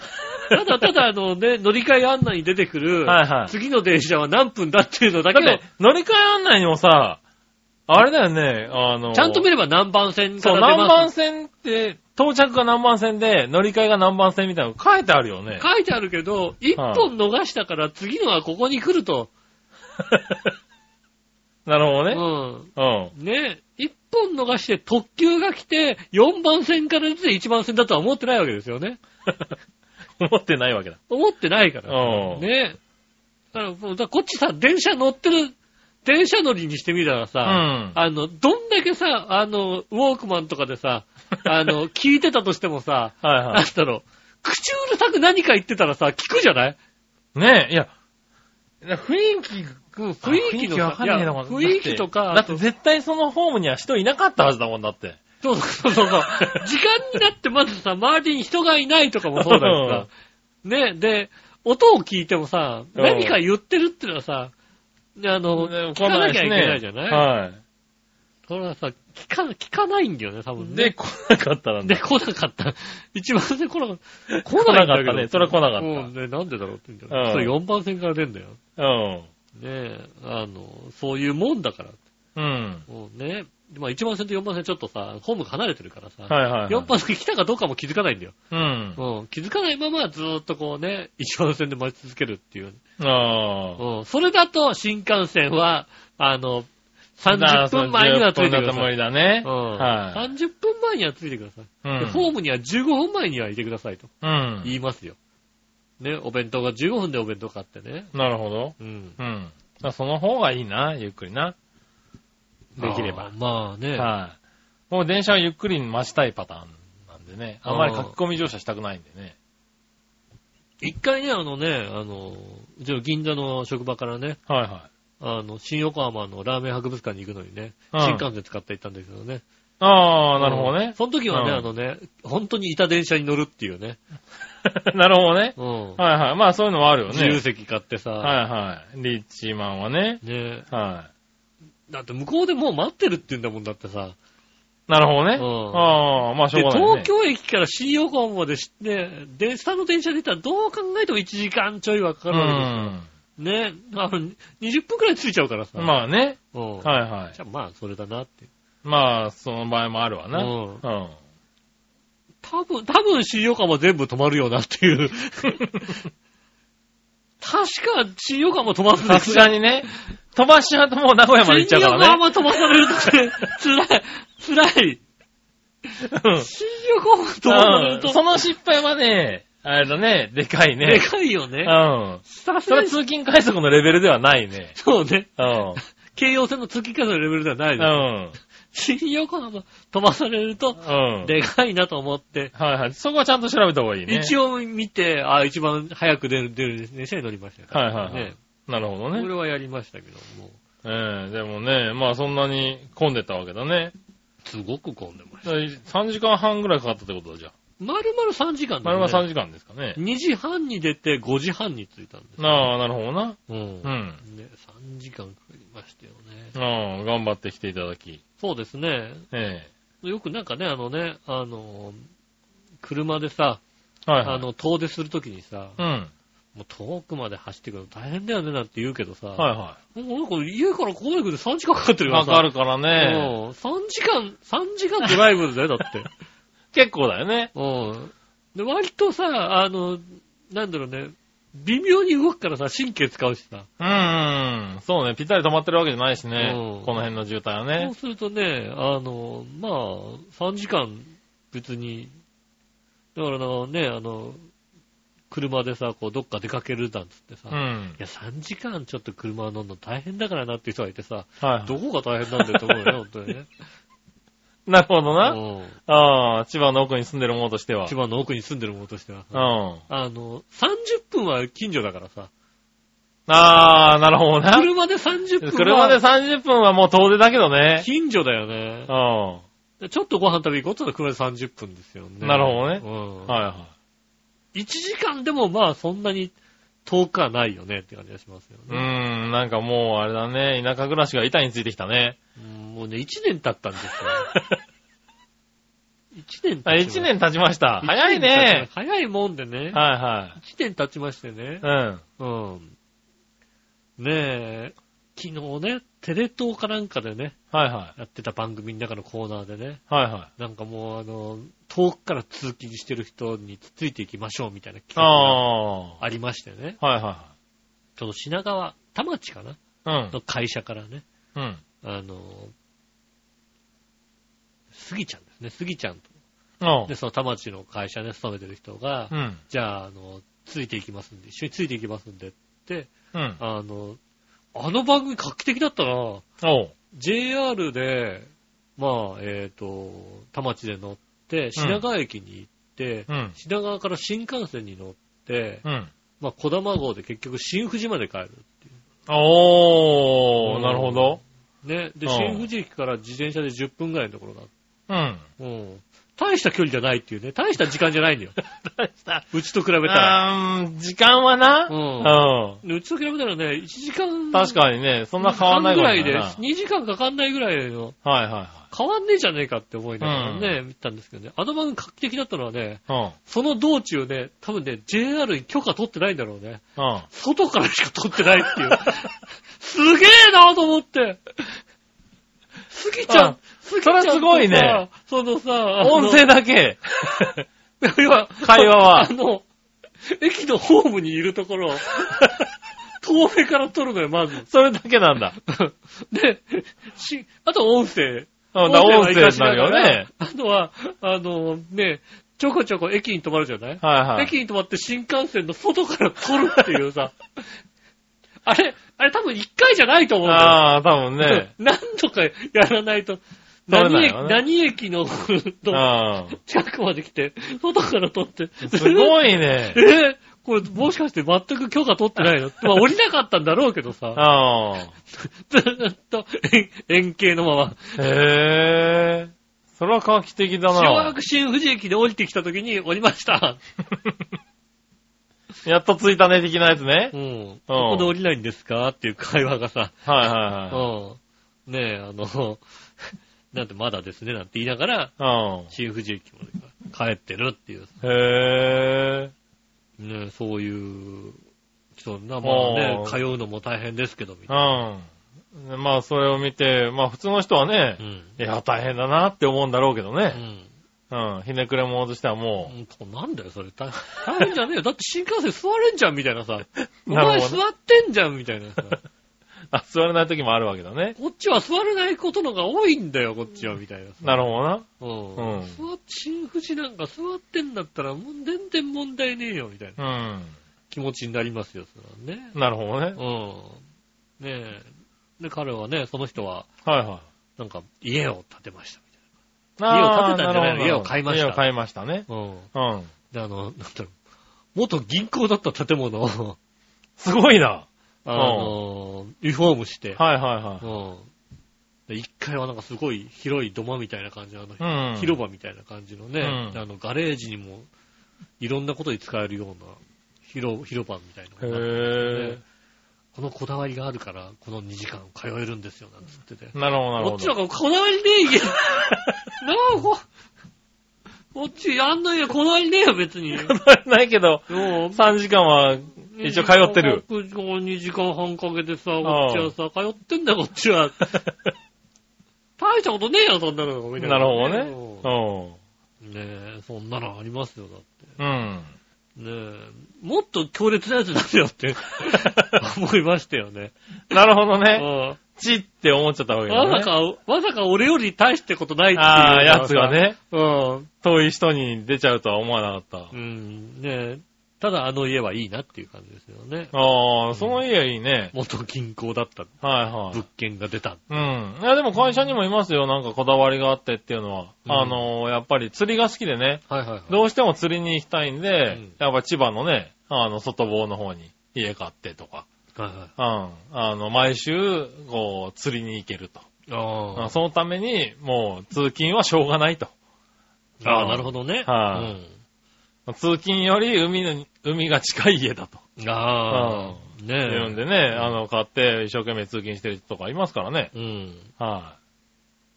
[SPEAKER 2] ただただあの
[SPEAKER 3] *laughs*
[SPEAKER 2] ね、乗り換え案内に出てくる、
[SPEAKER 3] はいはい
[SPEAKER 2] 次の電車は何分だっていうのだ
[SPEAKER 3] だ
[SPEAKER 2] け
[SPEAKER 3] っ
[SPEAKER 2] で
[SPEAKER 3] て、、乗り換え案内にもさ、あれだよね、あの、
[SPEAKER 2] ちゃんと見れば何番線か
[SPEAKER 3] そう、
[SPEAKER 2] ら出ま
[SPEAKER 3] 何番
[SPEAKER 2] す。
[SPEAKER 3] 線って、到着が何番線で、乗り換えが何番線みたいなの書いてあるよね。
[SPEAKER 2] 書いてあるけど、一本逃したから次のはここに来ると。
[SPEAKER 3] なるほど
[SPEAKER 2] う
[SPEAKER 3] ね。
[SPEAKER 2] ん。
[SPEAKER 3] うん。
[SPEAKER 2] ね、一本逃して特急が来て、4番線から出て1番線だとは思ってないわけですよね。
[SPEAKER 3] 思ってないわけだ。
[SPEAKER 2] 思ってないか
[SPEAKER 3] う
[SPEAKER 2] ら。
[SPEAKER 3] ん。
[SPEAKER 2] ね。だからもう、だからこっちさ、電車乗ってる、電車乗りにしてみたらさ、
[SPEAKER 3] うん
[SPEAKER 2] あの、どんだけさ、あの、ウォークマンとかで *laughs* さ、あの、聞いてたとしてもさ、
[SPEAKER 3] はい
[SPEAKER 2] な
[SPEAKER 3] は
[SPEAKER 2] んだろう、口うるさく何か言ってたらさ、聞くじゃない
[SPEAKER 3] い。ねえ、いや、雰囲気、
[SPEAKER 2] 雰囲気の
[SPEAKER 3] わかんねえなもん
[SPEAKER 2] いや雰囲気とか
[SPEAKER 3] だってだって絶対そのホームには人いなかったはずだもんだって。
[SPEAKER 2] そうそうそう *laughs* そう。時間になってまずさ、周りに人がいないとかもそうだしさ、ね、で、音を聞いてもさ、
[SPEAKER 3] うん
[SPEAKER 2] 何か言ってるってのはさ、あの、
[SPEAKER 3] ね
[SPEAKER 2] 聞かなきゃいけないじゃない、
[SPEAKER 3] は
[SPEAKER 2] それはさ、聞か、聞かないんだよね、多分
[SPEAKER 3] い。
[SPEAKER 2] ね。
[SPEAKER 3] で、来なかったなん
[SPEAKER 2] で、
[SPEAKER 3] だ。
[SPEAKER 2] 来なかった。 *laughs* 一番で来なかった。来
[SPEAKER 3] 来
[SPEAKER 2] ない
[SPEAKER 3] なん
[SPEAKER 2] だ
[SPEAKER 3] か
[SPEAKER 2] けど
[SPEAKER 3] ったね。それは来なか
[SPEAKER 2] うん、
[SPEAKER 3] っ
[SPEAKER 2] ね、なんでだろうって言うんだよ。
[SPEAKER 3] うん
[SPEAKER 2] それ4番線から出んだよ。ね
[SPEAKER 3] た。うん。
[SPEAKER 2] え、あの、そういうもんだから。
[SPEAKER 3] うん。
[SPEAKER 2] うんね。まあ1番線と4番線ちょっとさ、ホームが離れてるからさ、
[SPEAKER 3] はいはいはい。
[SPEAKER 2] 4番線来たかどうかも気づかないんだよ。
[SPEAKER 3] うん。
[SPEAKER 2] うん、気づかないままずーっとこうね、1番線で待ち続けるっていう。
[SPEAKER 3] ああ。
[SPEAKER 2] うん、それだと新幹線は、あの、30分前には着いてくださ
[SPEAKER 3] 無
[SPEAKER 2] い。
[SPEAKER 3] 理だね。
[SPEAKER 2] うん
[SPEAKER 3] はい。
[SPEAKER 2] 30分前には着いてください。で
[SPEAKER 3] うん。
[SPEAKER 2] ホームには15分前にはいてくださいと
[SPEAKER 3] うん。
[SPEAKER 2] 言いますよ。ね、お弁当が15分でお弁当買ってね。
[SPEAKER 3] なるほど。
[SPEAKER 2] うん。
[SPEAKER 3] うん。だからその方がいいな、ゆっくりな。できれ
[SPEAKER 2] あ
[SPEAKER 3] ば
[SPEAKER 2] ー。まあね。
[SPEAKER 3] はい。もう電車はゆっくり待ちたいパターンなんでね。あんまり書き込み乗車したくないんでね。
[SPEAKER 2] 一回ね、あのね、あの、うちの銀座の職場からね、
[SPEAKER 3] はいはい。
[SPEAKER 2] あの、新横浜のラーメン博物館に行くのにね、
[SPEAKER 3] うん
[SPEAKER 2] 新幹線使って行ったんだけどね。
[SPEAKER 3] ああ、なるほどね。
[SPEAKER 2] その時はね、
[SPEAKER 3] うん
[SPEAKER 2] あのね、本当にいた電車に乗るっていうね。
[SPEAKER 3] *laughs* なるほどね。
[SPEAKER 2] うん。
[SPEAKER 3] はいはい。まあそういうのもあるよね。
[SPEAKER 2] 自由席買ってさ、
[SPEAKER 3] はいはい。リッチーマンはね。
[SPEAKER 2] ね
[SPEAKER 3] は
[SPEAKER 2] だって向こうでもう待ってるって言うんだもんだってさ、
[SPEAKER 3] なるほどね。
[SPEAKER 2] うん
[SPEAKER 3] ああ、まあしょ
[SPEAKER 2] で
[SPEAKER 3] うがない、ね。
[SPEAKER 2] 東京駅から新横浜まで知って、で、下の電車で行ったらどう考えても1時間ちょいはかか
[SPEAKER 3] う
[SPEAKER 2] るわ
[SPEAKER 3] ん。
[SPEAKER 2] けですよ。ね。あの、20分くらい着いちゃうからさ。あ。
[SPEAKER 3] まあね。
[SPEAKER 2] うん。
[SPEAKER 3] はいはい
[SPEAKER 2] じ。ゃあまあ、それだなって。
[SPEAKER 3] まあ、その場合もあるわな。
[SPEAKER 2] う
[SPEAKER 3] うんん。
[SPEAKER 2] 多分、多分新横浜全部止まるよなって
[SPEAKER 3] *laughs*
[SPEAKER 2] いう。確か新横浜止まるん
[SPEAKER 3] さ
[SPEAKER 2] です
[SPEAKER 3] す
[SPEAKER 2] よ
[SPEAKER 3] が
[SPEAKER 2] *laughs*
[SPEAKER 3] にね、飛ばしはもう名古屋まで行っちゃうか
[SPEAKER 2] 新
[SPEAKER 3] らね。
[SPEAKER 2] 横浜飛ばされるとね、辛い、辛い。新横浜飛ばされ
[SPEAKER 3] う
[SPEAKER 2] る
[SPEAKER 3] ん
[SPEAKER 2] と、
[SPEAKER 3] その失敗はね、あれだね、でかい
[SPEAKER 2] で
[SPEAKER 3] ね。
[SPEAKER 2] かいよね
[SPEAKER 3] う。ん。
[SPEAKER 2] さす
[SPEAKER 3] *laughs* そ
[SPEAKER 2] が
[SPEAKER 3] れ
[SPEAKER 2] に
[SPEAKER 3] は通勤快速のレベルではないね。
[SPEAKER 2] そうね。
[SPEAKER 3] うん。
[SPEAKER 2] 京葉線の通勤回数のレベルではないうです。
[SPEAKER 3] ん。
[SPEAKER 2] 新横浜飛ばされると、
[SPEAKER 3] うん。
[SPEAKER 2] でかいなと思って、
[SPEAKER 3] はいはい。そこはちゃんと調べた方がいいね。
[SPEAKER 2] 一応見て、あ一番早く出る、出る電車に乗りましたよ。
[SPEAKER 3] はいはいはい
[SPEAKER 2] ね
[SPEAKER 3] なるほど
[SPEAKER 2] こ
[SPEAKER 3] ね
[SPEAKER 2] れ。はやりましたけども、
[SPEAKER 3] ええでもね、まあそんなに混んでたわけだね。
[SPEAKER 2] すごく混んでました。
[SPEAKER 3] だい3時間半ぐらいかかったってことだ、じゃあ。
[SPEAKER 2] まるまる3時間だ
[SPEAKER 3] 丸
[SPEAKER 2] よね。
[SPEAKER 3] 々3時間ですかね。
[SPEAKER 2] 2時半に出て5時半に着いたんですよ。
[SPEAKER 3] ああ、なるほどな。
[SPEAKER 2] うん。
[SPEAKER 3] うん。
[SPEAKER 2] ね、3時間かかりましたよね。
[SPEAKER 3] ああ、頑張ってきていただき。
[SPEAKER 2] そうですね。
[SPEAKER 3] え
[SPEAKER 2] よくなんかね、あのね、あの、車でさ、
[SPEAKER 3] えはい、はい。
[SPEAKER 2] あの、遠出するときにさ、
[SPEAKER 3] うん。
[SPEAKER 2] もう遠くまで走ってくるの大変だよねなんて言うけどさ、
[SPEAKER 3] はいは
[SPEAKER 2] もうなんか家からここまで来るで3時間かかって
[SPEAKER 3] い。
[SPEAKER 2] るから
[SPEAKER 3] か
[SPEAKER 2] さ。
[SPEAKER 3] かるからね。
[SPEAKER 2] うん。3時間、3時間ドライブだよ、だって。
[SPEAKER 3] 結構だよね。
[SPEAKER 2] *laughs* うん。で、割とさ、あの、なんだろうね、微妙に動くからさ、神経使うしさ。
[SPEAKER 3] うん。そうね。ぴったり止まってるわけじゃないしね
[SPEAKER 2] う。ん
[SPEAKER 3] この辺の渋滞
[SPEAKER 2] そ
[SPEAKER 3] は
[SPEAKER 2] う
[SPEAKER 3] ね。
[SPEAKER 2] するとね、あの、まあ、3時間別に、だからなね、あの、車でさ、こう、どっか出かけるなんつってさ、
[SPEAKER 3] う
[SPEAKER 2] い
[SPEAKER 3] ん。
[SPEAKER 2] や、3時間ちょっと車乗るの大変だからなっていう人がいてさ、
[SPEAKER 3] はいは
[SPEAKER 2] どこが大変なんだよと思うよね、本当にね。
[SPEAKER 3] い。なるほどな。
[SPEAKER 2] うん
[SPEAKER 3] ああ、千葉の奥に住んでる者としては。
[SPEAKER 2] 千葉の奥に住んでる者としてはさ。
[SPEAKER 3] うん。
[SPEAKER 2] あの、30分は近所だからさ。
[SPEAKER 3] ああ、なるほどな。
[SPEAKER 2] 車で30分
[SPEAKER 3] 車で
[SPEAKER 2] は
[SPEAKER 3] 30分はもう遠出だけどね。
[SPEAKER 2] 近所だよね
[SPEAKER 3] うん。。は
[SPEAKER 2] でちょっとご飯食べ行こうって言ったら車で30分ですよね。
[SPEAKER 3] なるほどね
[SPEAKER 2] うん。
[SPEAKER 3] いは
[SPEAKER 2] 1時間でもまあそんなに遠くはないよねって感じがしますよ
[SPEAKER 3] い。う
[SPEAKER 2] ね。
[SPEAKER 3] ん、なんかもうあれだね、田舎暮らしが板についてきたね。
[SPEAKER 2] うんもうね、1年経ったん
[SPEAKER 3] *laughs*
[SPEAKER 2] ですよ。1年
[SPEAKER 3] あ、
[SPEAKER 2] 経ちまし
[SPEAKER 3] 1年経ちました。
[SPEAKER 2] た
[SPEAKER 3] 早い
[SPEAKER 2] 一年経
[SPEAKER 3] ね
[SPEAKER 2] ちまし。た早いもんでね。
[SPEAKER 3] はいは
[SPEAKER 2] 1年経ちましてね
[SPEAKER 3] い。。うん。
[SPEAKER 2] うん。ねえ、昨日ね、テレ東かなんかでね、
[SPEAKER 3] はいはい。
[SPEAKER 2] やってた番組の中のコーナーでね、
[SPEAKER 3] はいはい。
[SPEAKER 2] なんかもうあの、遠くから通勤してる人についていきましょうみたいな企
[SPEAKER 3] あ
[SPEAKER 2] 画が
[SPEAKER 3] あ。は
[SPEAKER 2] ありましてね、
[SPEAKER 3] いは。
[SPEAKER 2] その品川、田町かない
[SPEAKER 3] うん。
[SPEAKER 2] の会社からね、
[SPEAKER 3] うん。
[SPEAKER 2] あの、スギちゃんですね、スギちゃんと。
[SPEAKER 3] うん
[SPEAKER 2] で、その田町の会社で勤めてる人が、
[SPEAKER 3] うん。
[SPEAKER 2] じゃあ、あの、ついていきますんで、一緒についていきますんでって、
[SPEAKER 3] うん。
[SPEAKER 2] あの、あの番組画期的だったな
[SPEAKER 3] おう。
[SPEAKER 2] JR で、まあ、えっ、と、田町で乗って、品川駅に行って、
[SPEAKER 3] うん。
[SPEAKER 2] 品川から新幹線に乗って、
[SPEAKER 3] うん。
[SPEAKER 2] まあ、小玉号で結局新富士まで帰る。
[SPEAKER 3] おー、なるほど。
[SPEAKER 2] ね。で、
[SPEAKER 3] うん
[SPEAKER 2] 新富士駅から自転車で10分ぐらいのところだ。
[SPEAKER 3] うん。
[SPEAKER 2] うん。大した距離じゃないっていうね。大した時間じゃないんだよ。
[SPEAKER 3] *laughs* 大した。
[SPEAKER 2] うちと比べたら。
[SPEAKER 3] あーん、時間はな。
[SPEAKER 2] う
[SPEAKER 3] う
[SPEAKER 2] でうちと比べたらね、1時間
[SPEAKER 3] ん。確かにね、そんな変わんない
[SPEAKER 2] ぐらい
[SPEAKER 3] だ
[SPEAKER 2] で、
[SPEAKER 3] よ
[SPEAKER 2] 2時間かかんないぐらいの、
[SPEAKER 3] なはいは
[SPEAKER 2] 変わんねえじゃねえかって思いながらね、見たんですけどね。あの番組画期的だったのはね、
[SPEAKER 3] いはい。
[SPEAKER 2] その道中ね、多分ね、JR に許可取ってないんだろうね。
[SPEAKER 3] うん。うん。
[SPEAKER 2] 外からしか撮ってないっていう。すげえなと思って。すぎちゃ
[SPEAKER 3] うん
[SPEAKER 2] ん、すぎち
[SPEAKER 3] そ
[SPEAKER 2] ゃ
[SPEAKER 3] れ
[SPEAKER 2] んとさ
[SPEAKER 3] すごいね。
[SPEAKER 2] そのさ、
[SPEAKER 3] 音声だけ。
[SPEAKER 2] 今、
[SPEAKER 3] 会話は
[SPEAKER 2] *laughs* あの、駅のホームにいるところを、
[SPEAKER 3] *laughs*
[SPEAKER 2] 遠目から撮るのよ、まず。
[SPEAKER 3] それだけなんだ。
[SPEAKER 2] で、し、あと音声。
[SPEAKER 3] うん、だから音声
[SPEAKER 2] は
[SPEAKER 3] になるよね。
[SPEAKER 2] 活かしながら。あとは、あの、ね、ちょこちょこ駅に止まるじゃない
[SPEAKER 3] はいはい。
[SPEAKER 2] 駅に止まって新幹線の外から撮るっていうさ、 *laughs* あれ、あれ多分一回じゃないと思うんだ
[SPEAKER 3] ああ、多分
[SPEAKER 2] よ。
[SPEAKER 3] ね。
[SPEAKER 2] *laughs* 何度かやらないと、
[SPEAKER 3] 撮れ
[SPEAKER 2] 何
[SPEAKER 3] ない
[SPEAKER 2] 駅
[SPEAKER 3] よね
[SPEAKER 2] 何駅のの
[SPEAKER 3] うん。
[SPEAKER 2] 近くまで来て、外から撮って。
[SPEAKER 3] すご
[SPEAKER 2] い
[SPEAKER 3] い
[SPEAKER 2] *laughs* え
[SPEAKER 3] ね。
[SPEAKER 2] ーこれもしかして全く許可取って
[SPEAKER 3] *laughs*
[SPEAKER 2] ないのまあ降りなかったんだろうけどさ、
[SPEAKER 3] うん。
[SPEAKER 2] *laughs* ずーっと円円形のまま。
[SPEAKER 3] へえ。それは画期的だ
[SPEAKER 2] 小学
[SPEAKER 3] な。
[SPEAKER 2] 新富士駅で降りてきた時に降りました。
[SPEAKER 3] *laughs* やっと着いたね、的なやつね
[SPEAKER 2] う。ん。ここで降りないんですかっていう会話がさ、
[SPEAKER 3] はいはいは
[SPEAKER 2] うん。ねえ、あの、 *laughs* なんてまだですね、なんて言いながら、
[SPEAKER 3] うん。
[SPEAKER 2] 新富士駅まで帰ってるっていう、
[SPEAKER 3] へえ。
[SPEAKER 2] ね、そういう、そんな、まあね
[SPEAKER 3] あ、ー
[SPEAKER 2] 通うのも大変ですけど、みたいな。
[SPEAKER 3] うん。まあ、それを見て、まあ、普通の人はね
[SPEAKER 2] う、ん。
[SPEAKER 3] いや、大変だなって思うんだろうけど
[SPEAKER 2] う
[SPEAKER 3] ね。
[SPEAKER 2] ん。
[SPEAKER 3] うん。ひねくれ者としてはも
[SPEAKER 2] うんとなんだよ、それ。大大変じゃねえよ。だって新幹線座れんじゃん、みたいなさ。お
[SPEAKER 3] *laughs* な
[SPEAKER 2] 前
[SPEAKER 3] るほどね
[SPEAKER 2] 座ってんじゃん、みたいなさ。
[SPEAKER 3] う、あ、座れない時もあるわけだね。
[SPEAKER 2] こっちは座れないことのが多いんだよ、こっちは、みたいなさ。
[SPEAKER 3] なるほどな。
[SPEAKER 2] うん。
[SPEAKER 3] うん
[SPEAKER 2] 座っ新富士なんか座ってんだったら、もう全然問題ねえよ、みたいな
[SPEAKER 3] う
[SPEAKER 2] 気持ちになりますよ、それはね。
[SPEAKER 3] ん。なるほどね。
[SPEAKER 2] うん。ねえ。で、彼はね、その人は、
[SPEAKER 3] はいはい。
[SPEAKER 2] なんか、家を建てました、み
[SPEAKER 3] あー
[SPEAKER 2] 家を建てたんじゃないの
[SPEAKER 3] るほど
[SPEAKER 2] 家を買いました
[SPEAKER 3] 家を買いましたね。
[SPEAKER 2] たいな。うん。
[SPEAKER 3] うん。
[SPEAKER 2] で、あの、なんだろう、元銀行だった建物を、
[SPEAKER 3] すごいな。
[SPEAKER 2] あの、リフォームして、
[SPEAKER 3] はいはい
[SPEAKER 2] うん。で、1階はなんかすごい広い土間みたいな感じの、あの、
[SPEAKER 3] はい。うん。
[SPEAKER 2] 広場みたいな感じのね、
[SPEAKER 3] うん
[SPEAKER 2] あの、ガレージにも、いろんなことに使えるような、広、広場みたいな
[SPEAKER 3] へ
[SPEAKER 2] のがあって
[SPEAKER 3] え。
[SPEAKER 2] このこだわりがあるから、この2時間通えるんですよ、なんつってて。
[SPEAKER 3] なるほどなる
[SPEAKER 2] こ
[SPEAKER 3] ほ
[SPEAKER 2] っちなん
[SPEAKER 3] ど。
[SPEAKER 2] かこだわりねえ家。なあ、こ、こっちやんないよ、こだわりねえよ、別に。
[SPEAKER 3] *laughs* ないけど、
[SPEAKER 2] もう
[SPEAKER 3] 3時間は *laughs* 一応通ってる。。
[SPEAKER 2] 2時間半かけてさ、こっちはさ、通ってんだよ、こっち
[SPEAKER 3] *laughs*
[SPEAKER 2] は。大したことねえよ、そんなの。みたい
[SPEAKER 3] なるほどね。
[SPEAKER 2] ね。
[SPEAKER 3] う
[SPEAKER 2] ねえ、そんなのありますよ、だって。
[SPEAKER 3] ん。うん。
[SPEAKER 2] ねえ、もっと強烈なやつだよって
[SPEAKER 3] *laughs*
[SPEAKER 2] 思いましたよね。
[SPEAKER 3] なるほど
[SPEAKER 2] う
[SPEAKER 3] ね。
[SPEAKER 2] ん
[SPEAKER 3] チって思っちゃったわけだね。
[SPEAKER 2] まさか、まさか俺より大してことないっていう。
[SPEAKER 3] ああ、やつが。ね、
[SPEAKER 2] うん。
[SPEAKER 3] 遠い人に出ちゃうとは思わなかっ
[SPEAKER 2] うん、ねえ、ただあの家はいいなっていう感じですよね。
[SPEAKER 3] た。ああ、その家いいね。
[SPEAKER 2] 元銀行だった
[SPEAKER 3] はいはい
[SPEAKER 2] 物。件が出た。
[SPEAKER 3] うん。いや、でも会社にもいますよ。なんかこだわりがあってっていうのは。
[SPEAKER 2] うん
[SPEAKER 3] あのー、やっぱり釣りが好きでね。
[SPEAKER 2] はいはいはい。
[SPEAKER 3] どうしても釣りに行きたいんで、
[SPEAKER 2] うん
[SPEAKER 3] やっぱ千葉のね、あの、外房の方に家買ってとか。
[SPEAKER 2] はいはい。
[SPEAKER 3] うん。あの、毎週、こう、釣りに行けると。
[SPEAKER 2] あ
[SPEAKER 3] うんそのために、もう、通勤はしょうがないと。
[SPEAKER 2] あ。ああ、なるほどね。
[SPEAKER 3] は通勤より海の、海が近い家だと。
[SPEAKER 2] うん。ああ。ね
[SPEAKER 3] *laughs*
[SPEAKER 2] え。
[SPEAKER 3] いうんでね、あの、買って一生懸命通勤してる人とかいますからね。
[SPEAKER 2] うん。
[SPEAKER 3] は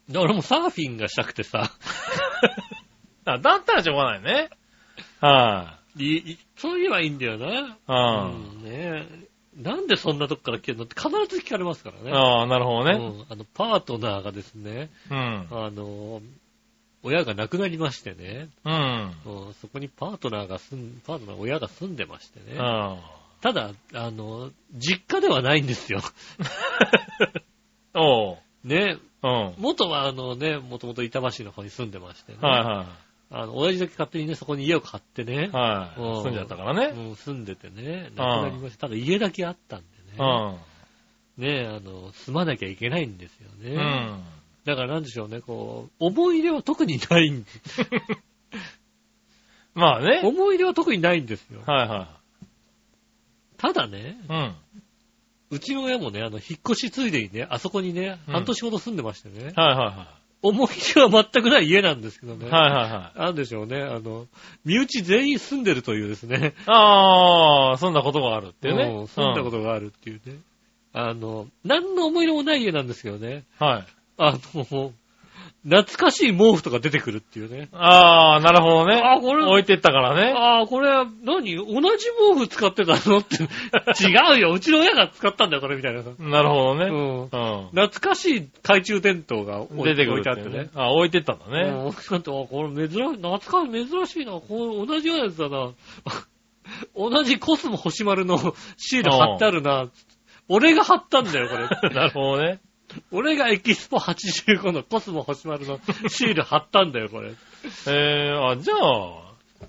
[SPEAKER 2] で俺もサーフィンがしたくてさ、 *laughs*
[SPEAKER 3] い、あ。だったらしょうがないね。はい
[SPEAKER 2] いそう言えばいいんだよな。
[SPEAKER 3] い、う
[SPEAKER 2] う
[SPEAKER 3] ん。
[SPEAKER 2] んねえ。なんでそんなとこから来てるのって必ず聞かれますからね。
[SPEAKER 3] ああ、なるほどね。
[SPEAKER 2] うんあの、パートナーがですね、
[SPEAKER 3] うん。
[SPEAKER 2] あの、親が亡くなりましてね、
[SPEAKER 3] うん。
[SPEAKER 2] うんそこにパートナーが住ん、パートナー、親が住んでまして
[SPEAKER 3] う
[SPEAKER 2] ね。
[SPEAKER 3] ん。
[SPEAKER 2] ただ、あの、実家ではないんですよ。 *laughs*
[SPEAKER 3] おう。
[SPEAKER 2] ね。
[SPEAKER 3] うん。
[SPEAKER 2] 元はあのね、もともと板橋の方に住んでましてね。
[SPEAKER 3] はいは
[SPEAKER 2] あの、親父だけ勝手にね、そこに家を買ってね
[SPEAKER 3] い。。はい。
[SPEAKER 2] うん
[SPEAKER 3] 住んじゃったからね。
[SPEAKER 2] うん住んでてね、亡くなりました。ただ家だけあったんで
[SPEAKER 3] う
[SPEAKER 2] ね。ね
[SPEAKER 3] ん。
[SPEAKER 2] あの、住まなきゃいけないんですよね。
[SPEAKER 3] うん。
[SPEAKER 2] だからなんでしょうね、こう、思い入れは特にない
[SPEAKER 3] *laughs*
[SPEAKER 2] ん、
[SPEAKER 3] まあね。
[SPEAKER 2] 思い入れは特にないんですよ。
[SPEAKER 3] はいは
[SPEAKER 2] ただね、
[SPEAKER 3] い。うん。
[SPEAKER 2] うちの親もね、あの、引っ越しついでにね、あそこにね、
[SPEAKER 3] うん
[SPEAKER 2] 半年ほど住んでましてね、
[SPEAKER 3] はいは
[SPEAKER 2] 思い入れは全くない家なんですけど
[SPEAKER 3] いはい。
[SPEAKER 2] ね。
[SPEAKER 3] はいはいはい。
[SPEAKER 2] なんでしょうね、あの、身内全員住んでるというです
[SPEAKER 3] *laughs*
[SPEAKER 2] ね、
[SPEAKER 3] ああ、住んだことがあるっていう
[SPEAKER 2] う
[SPEAKER 3] ね
[SPEAKER 2] ん。住んだことがあるっていうね。あの、何の思い入れもない家なんですけどね、
[SPEAKER 3] と。はい。
[SPEAKER 2] あの、懐かしい毛布とか出てくるっていうね。
[SPEAKER 3] ああ、なるほどね。
[SPEAKER 2] あーこれ
[SPEAKER 3] 置いてったからね。
[SPEAKER 2] ああ、これ、何同じ毛布使ってたのって。
[SPEAKER 3] *laughs*
[SPEAKER 2] 違うよ、うちの親が使ったんだよ、これ、みたいな。
[SPEAKER 3] なるほど
[SPEAKER 2] う
[SPEAKER 3] ね。
[SPEAKER 2] ん。
[SPEAKER 3] う
[SPEAKER 2] 懐かしい懐中電灯が置
[SPEAKER 3] ん。
[SPEAKER 2] い
[SPEAKER 3] 出てく
[SPEAKER 2] 置
[SPEAKER 3] る
[SPEAKER 2] いてあ
[SPEAKER 3] っ
[SPEAKER 2] ってて
[SPEAKER 3] い
[SPEAKER 2] ね
[SPEAKER 3] うね。。あ、置いてったんだね。
[SPEAKER 2] うん *laughs* ちょっと、あこれ珍しい、懐かしい、珍しいな。こう同じようなやつだな。 *laughs* 同じコスモ星丸のシール貼ってあるな。俺が貼ったんだよ、これ。
[SPEAKER 3] *laughs* なるほどね。
[SPEAKER 2] 俺がエキスポ85のコスモ星丸のシール貼ったんだよ、こ
[SPEAKER 3] *laughs*
[SPEAKER 2] れ。
[SPEAKER 3] えー、あ、じゃあ、も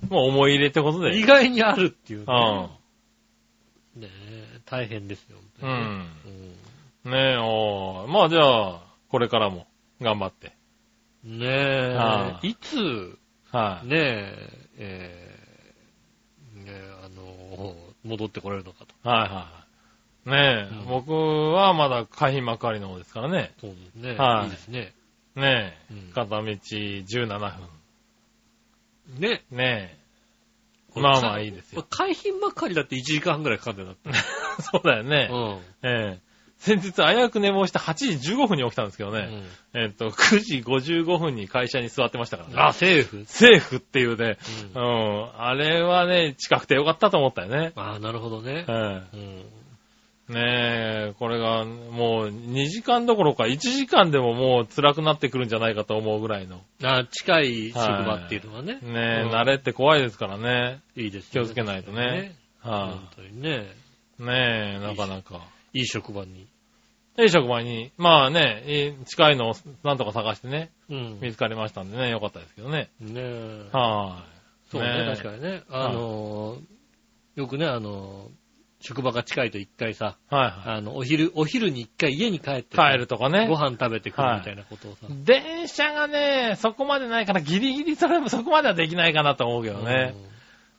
[SPEAKER 3] う思い入れってことで。
[SPEAKER 2] 意外にあるっていう、ね。
[SPEAKER 3] うん。
[SPEAKER 2] ねえ大変ですよ、
[SPEAKER 3] う
[SPEAKER 2] 本
[SPEAKER 3] ん。
[SPEAKER 2] 当にね
[SPEAKER 3] ねえ、おーまあじゃあ、これからも頑張って。
[SPEAKER 2] うんね
[SPEAKER 3] ああ
[SPEAKER 2] え、いつ、
[SPEAKER 3] はい、
[SPEAKER 2] ねえ、えーねえあの、戻ってこれるのかと。
[SPEAKER 3] はいはい。ねえ、
[SPEAKER 2] うん
[SPEAKER 3] 僕はまだ開閉幕ありの方ですからね。
[SPEAKER 2] そうですね。
[SPEAKER 3] はい
[SPEAKER 2] いいですね。
[SPEAKER 3] ねえ、
[SPEAKER 2] うん
[SPEAKER 3] 片道17分。
[SPEAKER 2] ね
[SPEAKER 3] ね
[SPEAKER 2] え
[SPEAKER 3] まあまあいいですよ。
[SPEAKER 2] *laughs* これ海浜ばっかりだって1時間半くらいかかるんだよ
[SPEAKER 3] え、そうだよ
[SPEAKER 2] な
[SPEAKER 3] ね。
[SPEAKER 2] って。
[SPEAKER 3] ええ先日危うく寝坊して8時15分に起きたんですけど
[SPEAKER 2] う
[SPEAKER 3] ね、
[SPEAKER 2] ん。
[SPEAKER 3] えっと、9時55分に会社に座ってましたからね。
[SPEAKER 2] あ、セーフ。
[SPEAKER 3] セーフっていうね、
[SPEAKER 2] う
[SPEAKER 3] うん、あれはね、近くてよかったと思ったよね。
[SPEAKER 2] ああ、なるほどね。
[SPEAKER 3] うん
[SPEAKER 2] うん。
[SPEAKER 3] ねえ、これがもう2時間どころか1時間でももう辛くなってくるんじゃないかと思うぐらいの。
[SPEAKER 2] あ近い職場っていうのはね。
[SPEAKER 3] ねえ、
[SPEAKER 2] うん
[SPEAKER 3] 慣れって怖いですからね。
[SPEAKER 2] いいです
[SPEAKER 3] 気
[SPEAKER 2] よ
[SPEAKER 3] をつけないとね。。は
[SPEAKER 2] 本当にね。
[SPEAKER 3] い。ねえ、なかなか。
[SPEAKER 2] いい職場に。
[SPEAKER 3] で、職場に、まあね、いい近いのをなんとか探してね、
[SPEAKER 2] うん。ね
[SPEAKER 3] 見つかりましたんでね、よかったですけどね。
[SPEAKER 2] え。
[SPEAKER 3] は
[SPEAKER 2] そうね
[SPEAKER 3] ねえ
[SPEAKER 2] 確かにね。あのー、よくね、あのー、職場が近いと一回さ、
[SPEAKER 3] い。は
[SPEAKER 2] あの、お昼、お昼に一回家に帰って
[SPEAKER 3] い
[SPEAKER 2] さ
[SPEAKER 3] はい。帰るとかね
[SPEAKER 2] ご。飯食べてくるみたいなことをさ。
[SPEAKER 3] 電車がね、そこまでないからギリギリそれもそこまではできないかなと思うけどね。
[SPEAKER 2] うん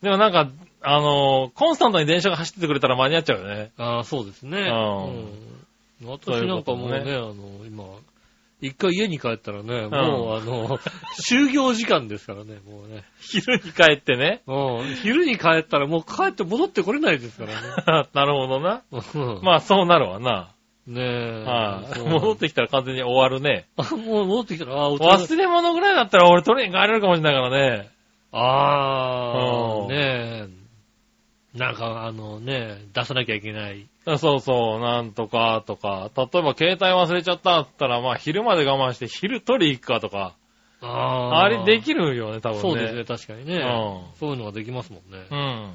[SPEAKER 3] でもなんか、あのーコンスタントに電車が走っててくれたら間に合っちゃうよね。
[SPEAKER 2] ああ、そうですね。うん。私なんかもうね、
[SPEAKER 3] そうい
[SPEAKER 2] あの、今、一回家に帰ったらね、もうあの、 *laughs* 就業時間ですからね、もうね。
[SPEAKER 3] 昼に帰ってね。
[SPEAKER 2] うん。昼に帰ったらもう帰って戻ってこれないですからね。
[SPEAKER 3] *laughs* なるほどな。
[SPEAKER 2] うん
[SPEAKER 3] まあそうなるわな。
[SPEAKER 2] ねえ。
[SPEAKER 3] はい
[SPEAKER 2] そう
[SPEAKER 3] 戻ってきたら完全に終わるね。
[SPEAKER 2] あもう戻ってきたら、あお茶
[SPEAKER 3] 忘れ物ぐらいだったら俺取りに帰れるかもしれないからね。
[SPEAKER 2] あ
[SPEAKER 3] う
[SPEAKER 2] あ、
[SPEAKER 3] ん
[SPEAKER 2] ねえ。なんか、あのね、出さなきゃいけない。
[SPEAKER 3] あそうそう、なんとかとか。例えば携帯忘れちゃったって言ったら、まあ昼まで我慢して昼取り行くかとか。
[SPEAKER 2] あ
[SPEAKER 3] あ
[SPEAKER 2] あ
[SPEAKER 3] れできるよね、多分ね。
[SPEAKER 2] そうですね、確かにね。
[SPEAKER 3] うん
[SPEAKER 2] そういうのができますもんね。
[SPEAKER 3] うん。
[SPEAKER 2] も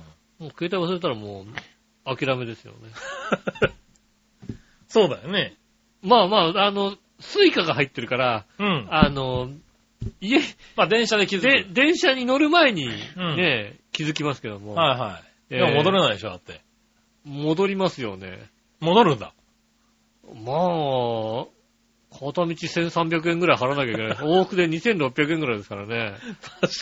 [SPEAKER 2] う携帯忘れたらもう、諦めですよね。
[SPEAKER 3] そうだよね。
[SPEAKER 2] まあまあ、あの、スイカが入ってるから、
[SPEAKER 3] うん。
[SPEAKER 2] あの、家、
[SPEAKER 3] まあ電車で気づく。
[SPEAKER 2] で、電車に乗る前に
[SPEAKER 3] うん
[SPEAKER 2] ね、気づきますけども、
[SPEAKER 3] はいはい。でも
[SPEAKER 2] えー
[SPEAKER 3] 戻れないでしょ、だって。
[SPEAKER 2] 戻りますよね。
[SPEAKER 3] 戻るんだ。
[SPEAKER 2] まあ、片道1300円ぐらい払わなきゃい
[SPEAKER 3] *laughs*
[SPEAKER 2] けない。往復で2600円ぐらいですからね。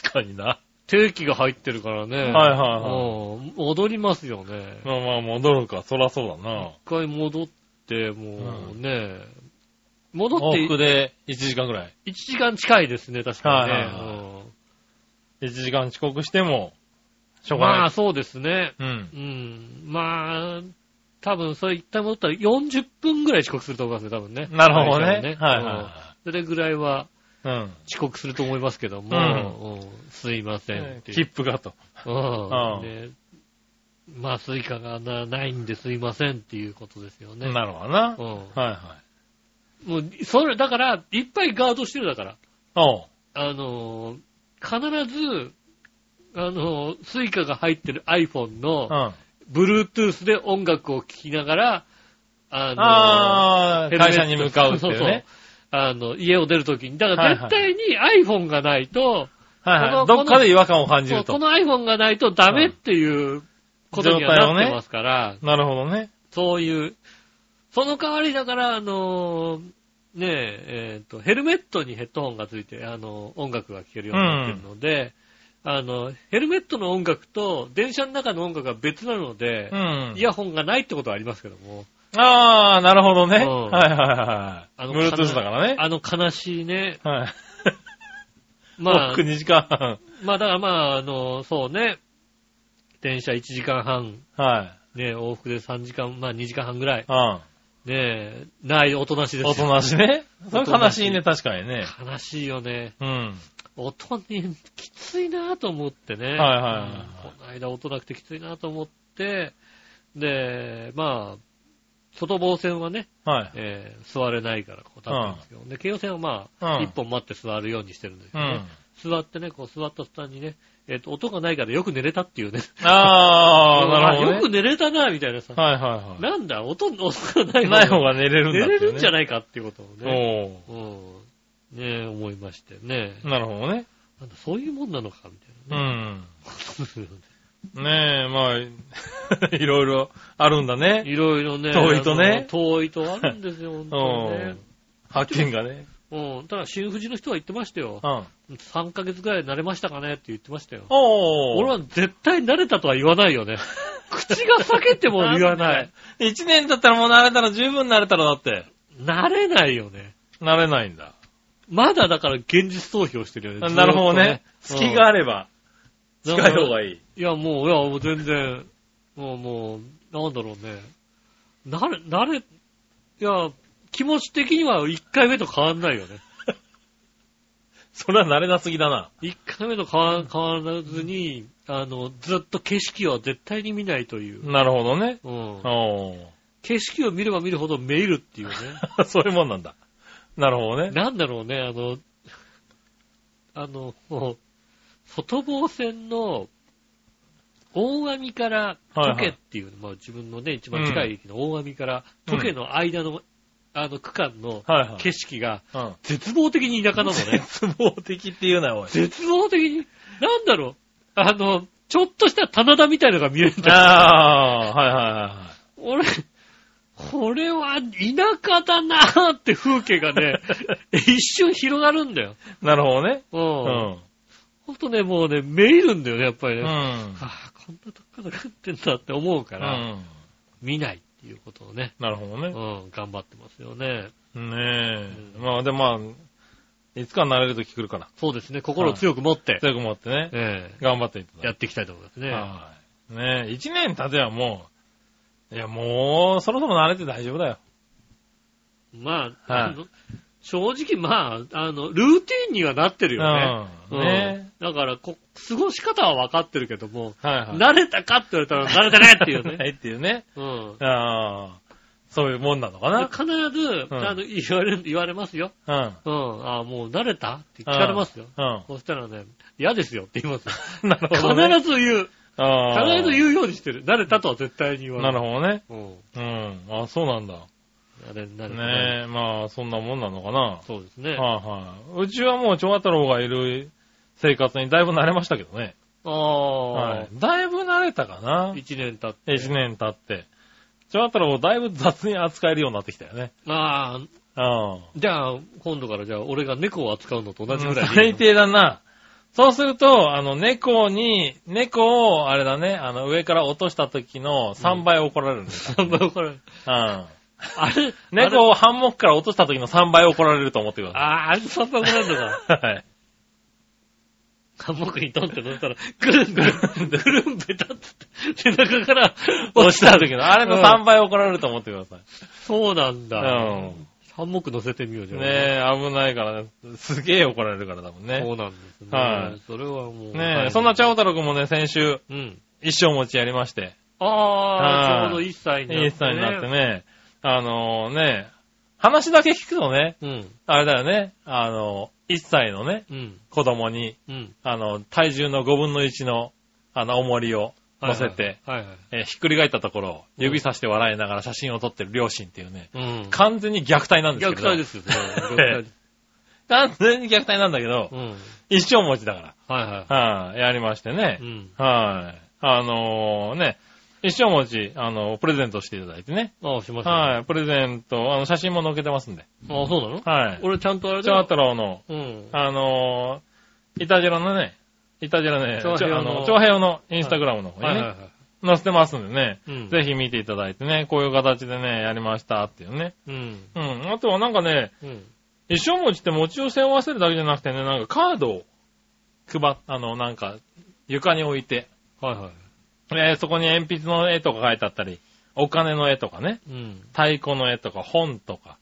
[SPEAKER 3] 確かにな。
[SPEAKER 2] 定期が入ってるからね。
[SPEAKER 3] はいはいはい。
[SPEAKER 2] うん戻りますよね。
[SPEAKER 3] まあまあ戻るか、そらそうだな。
[SPEAKER 2] 一回戻って、もうね、戻っ
[SPEAKER 3] 往復
[SPEAKER 2] て
[SPEAKER 3] で1時間ぐらい。
[SPEAKER 2] 1時間近いですね、確かにね
[SPEAKER 3] はいはいは。1時間遅刻しても、し
[SPEAKER 2] う
[SPEAKER 3] ょ
[SPEAKER 2] ん
[SPEAKER 3] うが
[SPEAKER 2] ま
[SPEAKER 3] な
[SPEAKER 2] あ
[SPEAKER 3] い。
[SPEAKER 2] そうですね。
[SPEAKER 3] うん
[SPEAKER 2] う。ん。まあ、多分それ一回戻ったら40分ぐらい遅刻すると思いますね、多分ね。
[SPEAKER 3] なるほど
[SPEAKER 2] 会社
[SPEAKER 3] ね
[SPEAKER 2] に。
[SPEAKER 3] はいはい
[SPEAKER 2] うん
[SPEAKER 3] は。
[SPEAKER 2] それぐらいはい
[SPEAKER 3] うん。
[SPEAKER 2] 遅刻すると思いますけども、
[SPEAKER 3] うん
[SPEAKER 2] うんすいませんっていう
[SPEAKER 3] 切符がと。
[SPEAKER 2] うん
[SPEAKER 3] うん
[SPEAKER 2] でまあ、スイカがなないんですいませんっていうことですよね。
[SPEAKER 3] なるほどな。
[SPEAKER 2] うん
[SPEAKER 3] はいはい。
[SPEAKER 2] もう、それ、だから、いっぱいガードしてるだから。
[SPEAKER 3] おう。
[SPEAKER 2] あのー、必ず、あのー、スイカが入ってる iPhone の
[SPEAKER 3] う、ん。
[SPEAKER 2] Bluetooth で音楽を聴きながら、あ
[SPEAKER 3] あ
[SPEAKER 2] のヘ
[SPEAKER 3] ー、
[SPEAKER 2] ルメッ
[SPEAKER 3] 会
[SPEAKER 2] ト
[SPEAKER 3] 社に向かうってい
[SPEAKER 2] そ
[SPEAKER 3] う
[SPEAKER 2] うそう
[SPEAKER 3] ね。
[SPEAKER 2] あの、家を出るときに。だから絶対に iPhone がないと、
[SPEAKER 3] はい
[SPEAKER 2] こ
[SPEAKER 3] は
[SPEAKER 2] の
[SPEAKER 3] い。どっかで違和感を感じ
[SPEAKER 2] そう
[SPEAKER 3] る。
[SPEAKER 2] ことの iPhone がないとダメっていうことにはなってますから、
[SPEAKER 3] なるほどね。
[SPEAKER 2] そういう、その代わりだから、あのーねえ、えっ、と、ヘルメットにヘッドホンがついて、あの音楽が聴けるようになってるので、あの、ヘルメットの音楽と電車の中の音楽が別なので
[SPEAKER 3] う、ん
[SPEAKER 2] イ。ヤホンがないってことはありますけども、
[SPEAKER 3] あー、なるほどね。
[SPEAKER 2] う
[SPEAKER 3] はい
[SPEAKER 2] ん
[SPEAKER 3] はいはい
[SPEAKER 2] あ
[SPEAKER 3] はい。
[SPEAKER 2] の
[SPEAKER 3] ブルートゥースだからね。
[SPEAKER 2] あの悲しいね、
[SPEAKER 3] はい。
[SPEAKER 2] まあ
[SPEAKER 3] 僕、2時間。
[SPEAKER 2] まあだからまあ、あの、そうね、電車1時間半、
[SPEAKER 3] はい。
[SPEAKER 2] ね、往復で3時間、まあ2時間半ぐらい、
[SPEAKER 3] うん。
[SPEAKER 2] ね、ないおとなしですよ
[SPEAKER 3] おとな
[SPEAKER 2] *laughs*
[SPEAKER 3] しね。それ
[SPEAKER 2] おとな
[SPEAKER 3] 悲
[SPEAKER 2] しい
[SPEAKER 3] しいね、確かにね。
[SPEAKER 2] 悲しいよね。
[SPEAKER 3] うん。
[SPEAKER 2] 音にきついなと思ってね。
[SPEAKER 3] はいはいはい
[SPEAKER 2] うんこの間音なくてきついなと思って、で、まあ、外防線はね、
[SPEAKER 3] はい。
[SPEAKER 2] えー座れないからこう立ってるんですけど、で、京王線はまあ、
[SPEAKER 3] うん
[SPEAKER 2] 一、本待って座るようにしてるんですけ
[SPEAKER 3] う
[SPEAKER 2] どね。
[SPEAKER 3] ん。
[SPEAKER 2] 座ってね、こう座った途端にね、えっ、と、音がないからよく寝れたっていうね。
[SPEAKER 3] あー、なるほど、ね。
[SPEAKER 2] よく寝れたな、みたいなさ。
[SPEAKER 3] はいはいは
[SPEAKER 2] なんだ、音、音がない
[SPEAKER 3] い。ない方
[SPEAKER 2] が
[SPEAKER 3] が寝れるん
[SPEAKER 2] 寝
[SPEAKER 3] だ
[SPEAKER 2] れるんじゃ
[SPEAKER 3] ない
[SPEAKER 2] ないかっていうことをね、
[SPEAKER 3] お
[SPEAKER 2] うん、ね思いましてね。
[SPEAKER 3] ーなるほどね。
[SPEAKER 2] なんだそういうもんなのか、み
[SPEAKER 3] う
[SPEAKER 2] たいなね。
[SPEAKER 3] ん。ねえ、まあ、 *laughs* いろいろあるんだね。
[SPEAKER 2] いろいろね。
[SPEAKER 3] 遠いとね
[SPEAKER 2] あの遠いとあるんですよ、本当にね。
[SPEAKER 3] 発見がね。
[SPEAKER 2] うん。ただ、新富士の人は言ってましたよ
[SPEAKER 3] う。ん。
[SPEAKER 2] 3ヶ月ぐらい慣れましたかねって言ってましたよ。
[SPEAKER 3] おー。
[SPEAKER 2] 俺は絶対慣れたとは言わない
[SPEAKER 3] *laughs*
[SPEAKER 2] よね。口が裂けても言わない。
[SPEAKER 3] 一年だったらもう慣れたら十分慣れたらだって。
[SPEAKER 2] 慣れないよね。
[SPEAKER 3] 慣れないんだ。
[SPEAKER 2] まだだから現実逃避をしてるよね。
[SPEAKER 3] なるほどね。
[SPEAKER 2] ずっと
[SPEAKER 3] 隙があれば、
[SPEAKER 2] うん
[SPEAKER 3] 近い方がいい。
[SPEAKER 2] いや、もう、いや、もう全然、もう、もう、なんだろうね。慣れ、慣れ、いや、気持ち的には1回目と変わんないよね。
[SPEAKER 3] それは慣れなすぎだな。
[SPEAKER 2] 1回目と変わ変わらずに、あの、ずっと景色は絶対に見ないという。
[SPEAKER 3] なるほどね。
[SPEAKER 2] うん。
[SPEAKER 3] お
[SPEAKER 2] 景色を見れば見るほどめいるっていうね。
[SPEAKER 3] ー *laughs* そういうもんなんだ。なるほどね。
[SPEAKER 2] なんだろうね、あの、あの、もう外房線の大網から
[SPEAKER 3] はい
[SPEAKER 2] 溶
[SPEAKER 3] はい
[SPEAKER 2] けっていう、まあ自分のね、一番近い駅の大網から溶けの間の、あの区間の
[SPEAKER 3] はいはい。
[SPEAKER 2] 景色が
[SPEAKER 3] うん
[SPEAKER 2] 絶望的に田舎なの
[SPEAKER 3] *laughs*
[SPEAKER 2] ね。
[SPEAKER 3] 絶望的って言うな、おい。
[SPEAKER 2] 絶望的に、なんだろう、あの、ちょっとした棚田みたいのが見えるんだよ
[SPEAKER 3] *laughs* ああ、はいはいはい。
[SPEAKER 2] 俺、これは田舎だなーって風景が
[SPEAKER 3] *laughs*
[SPEAKER 2] ね、一瞬広がるんだよ。
[SPEAKER 3] なるほどね。
[SPEAKER 2] う。
[SPEAKER 3] うんん。
[SPEAKER 2] ほんとね、もうね、めいるんだよね、やっぱり
[SPEAKER 3] う
[SPEAKER 2] ね。は
[SPEAKER 3] ん。
[SPEAKER 2] あ、こんなとこから食ってんだって思うか
[SPEAKER 3] う
[SPEAKER 2] ら、
[SPEAKER 3] ん
[SPEAKER 2] 見ないっていうことをね、
[SPEAKER 3] なるほど
[SPEAKER 2] う
[SPEAKER 3] ね。
[SPEAKER 2] ん、頑張ってますよね。
[SPEAKER 3] ねえ。まあでもまあ、いつか慣れる時来るから。
[SPEAKER 2] そうですね、心を強く持って、
[SPEAKER 3] 強く持ってね、
[SPEAKER 2] ええ
[SPEAKER 3] 頑張っていただ
[SPEAKER 2] や
[SPEAKER 3] い
[SPEAKER 2] っていきたいと思います
[SPEAKER 3] て。
[SPEAKER 2] ね。
[SPEAKER 3] はい。ねえ、一年経てばもう、いやもう、そろそろ慣れて大丈夫だよ。
[SPEAKER 2] まあ、
[SPEAKER 3] はい
[SPEAKER 2] あの正直まあ、あの、ルーティンにはなってるよね。
[SPEAKER 3] うん。ね
[SPEAKER 2] うんだからこ、過ごし方は分かってるけども、
[SPEAKER 3] え。はいはい。
[SPEAKER 2] 慣れたかって言われたら慣れたねっていう
[SPEAKER 3] *laughs* は
[SPEAKER 2] ね。
[SPEAKER 3] いっていうね。
[SPEAKER 2] うん。
[SPEAKER 3] ああ、そういうもんなのか
[SPEAKER 2] で
[SPEAKER 3] な。
[SPEAKER 2] 必ず、
[SPEAKER 3] うん
[SPEAKER 2] あの、言われる、言われますよ。
[SPEAKER 3] うん。
[SPEAKER 2] うん。ああ、もう慣れたって聞かれますよ。
[SPEAKER 3] うん。
[SPEAKER 2] そしたらね、嫌ですよって言いますよ。
[SPEAKER 3] なるほど、ね。
[SPEAKER 2] 必ず言う。
[SPEAKER 3] ああ
[SPEAKER 2] 必ず言うようにしてる。慣れたとは絶対に言わな。
[SPEAKER 3] ないるほどね。
[SPEAKER 2] ほど。
[SPEAKER 3] うん。あそうなんだ。
[SPEAKER 2] うん。あれになるとね。
[SPEAKER 3] ねえ、まあ、そんなもんなのかな。
[SPEAKER 2] そうですね。あ
[SPEAKER 3] はいはい。うちはもう、長太郎がいる生活にだいぶ慣れましたけどね。
[SPEAKER 2] あ
[SPEAKER 3] はい。だいぶ慣れたかな
[SPEAKER 2] ー。。一年経って。
[SPEAKER 3] 1年経って。長太郎をだいぶ雑に扱えるようになってきたよね。
[SPEAKER 2] ああ、
[SPEAKER 3] うん。
[SPEAKER 2] じゃあ、今度からじゃあ、俺が猫を扱うのと同じぐらいでいい
[SPEAKER 3] 最
[SPEAKER 2] の。
[SPEAKER 3] 低だな。そうすると、あの、猫に、猫を、あれだね、あの、上から落とした時の3倍怒られるんです。
[SPEAKER 2] あんまり怒られない
[SPEAKER 3] うん。
[SPEAKER 2] あれ、
[SPEAKER 3] 猫をハンモックから落とした時の3倍怒られると思ってください。
[SPEAKER 2] あれあー、そんな怒られるのか。
[SPEAKER 3] はい。
[SPEAKER 2] 韓木にトンって乗ったら、ぐるんぐ *laughs* るん、ぐるんべたっつって、背中から落
[SPEAKER 3] 落
[SPEAKER 2] ち
[SPEAKER 3] ち
[SPEAKER 2] た
[SPEAKER 3] た
[SPEAKER 2] 時
[SPEAKER 3] 時
[SPEAKER 2] の。
[SPEAKER 3] の、あれの3倍怒られると思ってください。
[SPEAKER 2] そうなんだ。
[SPEAKER 3] うん。
[SPEAKER 2] ハンモック乗せてみようじゃん。
[SPEAKER 3] ねえ、危ないからね。すげえ怒られるからだもん
[SPEAKER 2] そ
[SPEAKER 3] ね。
[SPEAKER 2] うなんですね。
[SPEAKER 3] はい
[SPEAKER 2] それはもう。
[SPEAKER 3] ねえ、そんなチャオ
[SPEAKER 2] だ。
[SPEAKER 3] 太郎くんもね、先週、
[SPEAKER 2] うん。
[SPEAKER 3] 一生持ちやりまして、
[SPEAKER 2] ああ、
[SPEAKER 3] はい
[SPEAKER 2] ちょうど1歳になって、ね。
[SPEAKER 3] 一歳になってね、あのね、話だけ聞くとね、
[SPEAKER 2] ね。
[SPEAKER 3] あれだよね、あの、一歳のね、
[SPEAKER 2] うん。うん。
[SPEAKER 3] 子供に、
[SPEAKER 2] うん。
[SPEAKER 3] あの、体重の5分の1の、あの、重りを乗せて、。
[SPEAKER 2] はいはい。
[SPEAKER 3] えーひっくり返ったところを指さして笑いながら写真を撮ってる両親っていうね、
[SPEAKER 2] うん。
[SPEAKER 3] 完全に虐待なんです
[SPEAKER 2] 虐
[SPEAKER 3] けど。
[SPEAKER 2] 待ですよ、
[SPEAKER 3] *laughs*
[SPEAKER 2] それは虐待です。
[SPEAKER 3] 完全に虐待なんだけど
[SPEAKER 2] う、ん。
[SPEAKER 3] 一生持ちだから。
[SPEAKER 2] はいは
[SPEAKER 3] はい、やりましてね
[SPEAKER 2] い。う。ん。
[SPEAKER 3] はい、あ。のーね、一生持ち、あの、プレゼントしていただいてね。
[SPEAKER 2] ああ、しました。
[SPEAKER 3] はい、プレゼント、あの、写真も載っけてますんで。
[SPEAKER 2] ああ、そうなの
[SPEAKER 3] はい。
[SPEAKER 2] 俺ちゃんとあれだ
[SPEAKER 3] 長
[SPEAKER 2] よ。
[SPEAKER 3] 太郎の、
[SPEAKER 2] うん。
[SPEAKER 3] あのー、イタジェラのね、イタジェラね、
[SPEAKER 2] 長平
[SPEAKER 3] ちょ
[SPEAKER 2] の
[SPEAKER 3] あの長平のインスタグラムの方に
[SPEAKER 2] はいはい
[SPEAKER 3] ね、
[SPEAKER 2] は
[SPEAKER 3] 載せてますんでね、
[SPEAKER 2] い。うん。
[SPEAKER 3] ぜひ見ていただいてね、こういう形でね、やりましたっていうね。
[SPEAKER 2] うん。
[SPEAKER 3] うん。あとはなんかね、
[SPEAKER 2] うん。
[SPEAKER 3] 一生餅って餅を背負わせるだけじゃなくてね、なんかカードを配っ、あの、なんか、床に置いて、
[SPEAKER 2] はいは
[SPEAKER 3] えーそこに鉛筆の絵とか書いてあったり、お金の絵とかね、
[SPEAKER 2] い。うん。
[SPEAKER 3] 太鼓の絵とか本とか、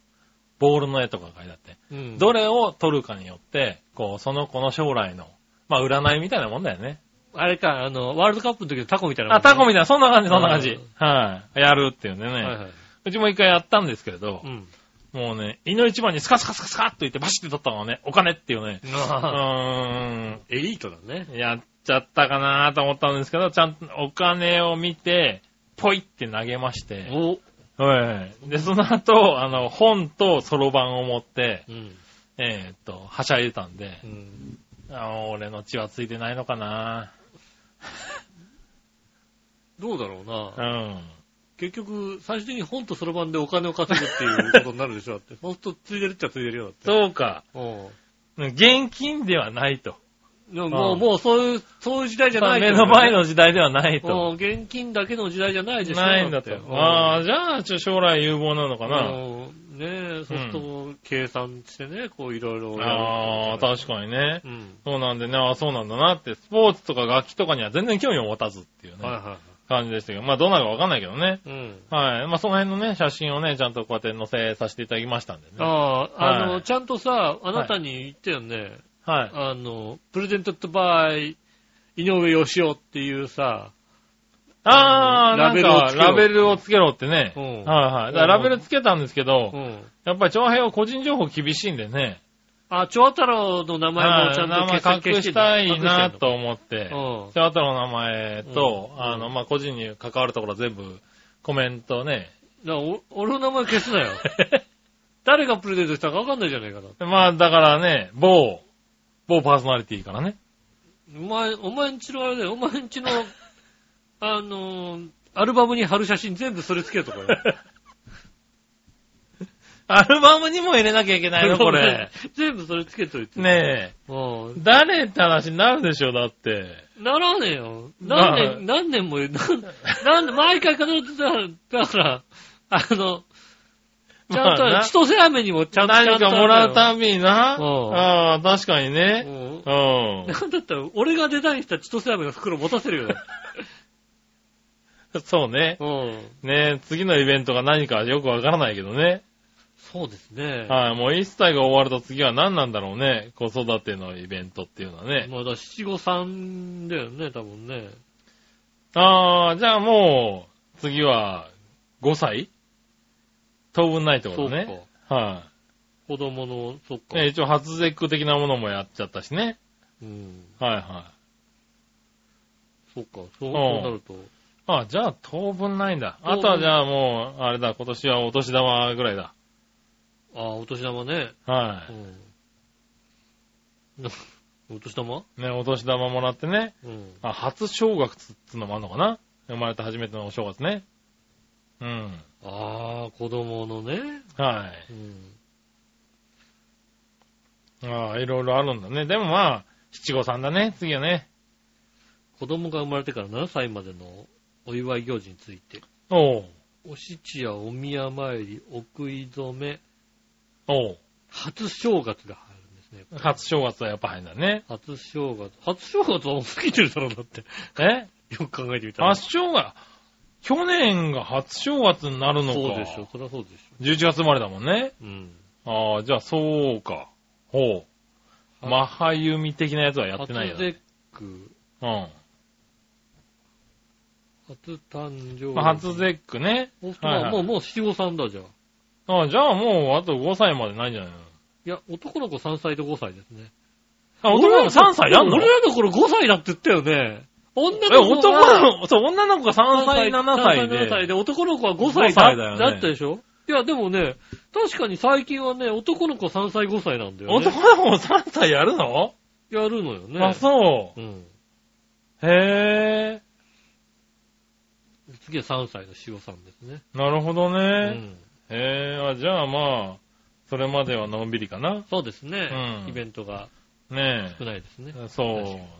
[SPEAKER 3] ボールの絵とか書いてあって、
[SPEAKER 2] うん。
[SPEAKER 3] どれを取るかによって、こう、その子の将来の、まあ、占いみたいなもんだよね。
[SPEAKER 2] あれか、あの、ワールドカップの時のタコみたいなもん
[SPEAKER 3] あ、
[SPEAKER 2] ね
[SPEAKER 3] タコみたいな、そんな感じ、そんな感
[SPEAKER 2] う
[SPEAKER 3] じ
[SPEAKER 2] ん。
[SPEAKER 3] はい。やるっていうね。
[SPEAKER 2] はいはい。
[SPEAKER 3] うちも一回やったんですけれど
[SPEAKER 2] う、
[SPEAKER 3] *laughs*
[SPEAKER 2] ん。
[SPEAKER 3] もうね、胃の一番にスカスカスカスカっと言ってバシッて取ったのはね、お金っていうね。う
[SPEAKER 2] ああ
[SPEAKER 3] ーん、
[SPEAKER 2] エリートだね。
[SPEAKER 3] やっちゃったかなと思ったんですけど、ちゃんとお金を見て、ポイって投げまして、
[SPEAKER 2] お。
[SPEAKER 3] はいで、その後、あの、本とそろばんを持って、
[SPEAKER 2] うん。
[SPEAKER 3] えーっと、はしゃいでたんで
[SPEAKER 2] う、ん。
[SPEAKER 3] あー俺の血はついてないのかな
[SPEAKER 2] どうだろうな。
[SPEAKER 3] うん。
[SPEAKER 2] 結局、最終的に本とそろばんでお金を稼ぐっていうことになるでしょ、だ *laughs* って。ほんと、ついでるっちゃついでるよ、だって。
[SPEAKER 3] そうか。
[SPEAKER 2] う。
[SPEAKER 3] 現金ではないと。
[SPEAKER 2] ん。でももう、
[SPEAKER 3] うん
[SPEAKER 2] もうそういう、そういう時代じゃない
[SPEAKER 3] 目の前
[SPEAKER 2] の。
[SPEAKER 3] の時代ではないと。
[SPEAKER 2] うん現金だけの時代じゃないでしょ。
[SPEAKER 3] ないんだと。ああ、じゃあ、ちょ将来有望なのか
[SPEAKER 2] あ
[SPEAKER 3] な。
[SPEAKER 2] ねえ、そうすると、計算してね、こう、いろいろ。
[SPEAKER 3] ああ、確かにね。
[SPEAKER 2] に。うん。
[SPEAKER 3] そうなんでね、ああ、そうなんだなって、スポーツとか楽器とかには全然興味を持たずっていうね。
[SPEAKER 2] はい
[SPEAKER 3] は
[SPEAKER 2] はいはい。
[SPEAKER 3] い。感じでしたけど、まあどうなるかわかんないけどね。
[SPEAKER 2] うん。
[SPEAKER 3] はい。まあその辺のね、写真をね、ちゃんとこうやって載せさせていただきましたんでね。
[SPEAKER 2] ああ、あの、
[SPEAKER 3] はい
[SPEAKER 2] ちゃんとさ、あなたに言ったよね、
[SPEAKER 3] はい。
[SPEAKER 2] あの、プレゼントバイ、井上義雄っていうさ、
[SPEAKER 3] あー、
[SPEAKER 2] ラ
[SPEAKER 3] な
[SPEAKER 2] ベ
[SPEAKER 3] ん
[SPEAKER 2] ルを
[SPEAKER 3] か
[SPEAKER 2] つけ、ろ
[SPEAKER 3] ラベルをつけろってね。
[SPEAKER 2] うん
[SPEAKER 3] はいはい。だからラベルつけたんですけ
[SPEAKER 2] う
[SPEAKER 3] ど、
[SPEAKER 2] ん。
[SPEAKER 3] やっぱり長編は個人情報厳しいんでね。
[SPEAKER 2] あ、長太郎の名前も
[SPEAKER 3] は
[SPEAKER 2] ちゃ
[SPEAKER 3] い
[SPEAKER 2] ん
[SPEAKER 3] 名
[SPEAKER 2] と
[SPEAKER 3] 前隠したいなと
[SPEAKER 2] 隠
[SPEAKER 3] 思って
[SPEAKER 2] してん。の
[SPEAKER 3] シャワタロの名前と、
[SPEAKER 2] うん
[SPEAKER 3] あの、まあ、個人に関わるところは全部コメントをね。
[SPEAKER 2] うん。だからお俺の名前消すなよ。 *laughs* 誰がプレゼントしたかわかんないじゃないかな。
[SPEAKER 3] まあ、だからね、某、某パーソナリティからね。
[SPEAKER 2] お前、お前んちのあれだよ、お前んちの、あのーアルバムに貼る写真全部それつけとかよ。
[SPEAKER 3] *laughs* アルバムにも入れなきゃいけないの、これ。。
[SPEAKER 2] *laughs* 全部それつけといて。
[SPEAKER 3] ね
[SPEAKER 2] う
[SPEAKER 3] え。
[SPEAKER 2] ん。
[SPEAKER 3] 誰って話になるでしょ、だって。
[SPEAKER 2] ならねえよ。
[SPEAKER 3] まあ
[SPEAKER 2] 何年、何年も、なん、なんで、毎回必ずだから、だから、あの、ちゃんと、
[SPEAKER 3] まあな
[SPEAKER 2] 千歳飴にもちゃんと。
[SPEAKER 3] 何かもら
[SPEAKER 2] ちゃ
[SPEAKER 3] う
[SPEAKER 2] んとあ
[SPEAKER 3] たびにな。
[SPEAKER 2] うん
[SPEAKER 3] ああ、確かに
[SPEAKER 2] る
[SPEAKER 3] ね。
[SPEAKER 2] のよ。うん
[SPEAKER 3] うん。
[SPEAKER 2] なんだったら、俺がデザインした千歳飴の袋持たせるよね。
[SPEAKER 3] *laughs* そうね。
[SPEAKER 2] うん。
[SPEAKER 3] ねえ、次のイベントが何かよくわからないけどね。
[SPEAKER 2] そうですね。
[SPEAKER 3] はい、もう一歳が終わると次は何なんだろうね。子育てのイベントっていうのはね。
[SPEAKER 2] まあ、だから七五三だよね、多分ね。
[SPEAKER 3] あー、じゃあもう、次は5歳当分ないってこ
[SPEAKER 2] そ
[SPEAKER 3] と
[SPEAKER 2] うか。
[SPEAKER 3] ね。は
[SPEAKER 2] 子供の、そっ
[SPEAKER 3] い、
[SPEAKER 2] か。
[SPEAKER 3] ね一応初絶句的なものもやっちゃったしね。
[SPEAKER 2] うん。
[SPEAKER 3] はいはい。
[SPEAKER 2] そっか。そうそうなると。
[SPEAKER 3] あ、じゃあ当分ないんだ。
[SPEAKER 2] 当分
[SPEAKER 3] あとはじゃあもう、あれだ、今年はお年玉ぐらいだ。
[SPEAKER 2] ああ、お年玉ね。
[SPEAKER 3] は
[SPEAKER 2] うん。なお年玉
[SPEAKER 3] い。ね、お年玉もらってね。
[SPEAKER 2] うん。
[SPEAKER 3] あ、初正月っつうのもあるのかな生まれて初めてのお正月ね。うん。
[SPEAKER 2] ああ、子供のね。
[SPEAKER 3] はい。
[SPEAKER 2] うん。
[SPEAKER 3] ああ、いろいろあるんだね。でもまあ、七五三だね、次はね。
[SPEAKER 2] 子供が生まれてから7歳までのお祝い行事について。
[SPEAKER 3] おう、
[SPEAKER 2] お七やお宮参り、お食い初め、
[SPEAKER 3] おう、
[SPEAKER 2] 初正月が入るんですね。
[SPEAKER 3] 初正月はやっぱ入るんだね。
[SPEAKER 2] 初正月。初正月はもう過ぎてるだろうなって。 *laughs*
[SPEAKER 3] え
[SPEAKER 2] よく考えてみたら。
[SPEAKER 3] 初正月、去年が初正月になるのか。
[SPEAKER 2] そうでしょ。そりゃそうでし
[SPEAKER 3] 11月生まれだもんね。
[SPEAKER 2] ょ。うん。
[SPEAKER 3] ああ、じゃあそうか。ほう。
[SPEAKER 2] は
[SPEAKER 3] マハユミ的なやつはやってないよ
[SPEAKER 2] 初
[SPEAKER 3] ね。
[SPEAKER 2] 絶句、
[SPEAKER 3] うん。
[SPEAKER 2] 初誕生日。
[SPEAKER 3] まあ初絶句ね。
[SPEAKER 2] おまあもう、もう七五三だじゃあ。
[SPEAKER 3] ああ、じゃあもうあと5歳までないんじゃないの
[SPEAKER 2] いや、男の子3歳と5歳ですね。
[SPEAKER 3] あ、男の子3歳やんの
[SPEAKER 2] 俺らの頃5歳だって言ったよね。女
[SPEAKER 3] え、
[SPEAKER 2] の子
[SPEAKER 3] 男
[SPEAKER 2] が
[SPEAKER 3] の子、そう、女の子が3歳、7歳
[SPEAKER 2] 3 7歳
[SPEAKER 3] で。
[SPEAKER 2] で、男の子は5歳だ
[SPEAKER 3] 5歳だよね
[SPEAKER 2] ったでしょいや、でもね、確かに最近はね、男の子3歳5歳なんだよね。
[SPEAKER 3] 男の子も3歳やるの
[SPEAKER 2] やるのよね。。
[SPEAKER 3] あ、そう
[SPEAKER 2] ん。
[SPEAKER 3] う。へえ。
[SPEAKER 2] 次は3歳の塩さんですね。
[SPEAKER 3] なるほど
[SPEAKER 2] う
[SPEAKER 3] ね。
[SPEAKER 2] ん。
[SPEAKER 3] へえ、あ、じゃあまあ、それまではのんびりかな。
[SPEAKER 2] そうですね。
[SPEAKER 3] うん
[SPEAKER 2] イベントが
[SPEAKER 3] ね
[SPEAKER 2] 少ないですね。
[SPEAKER 3] え。そ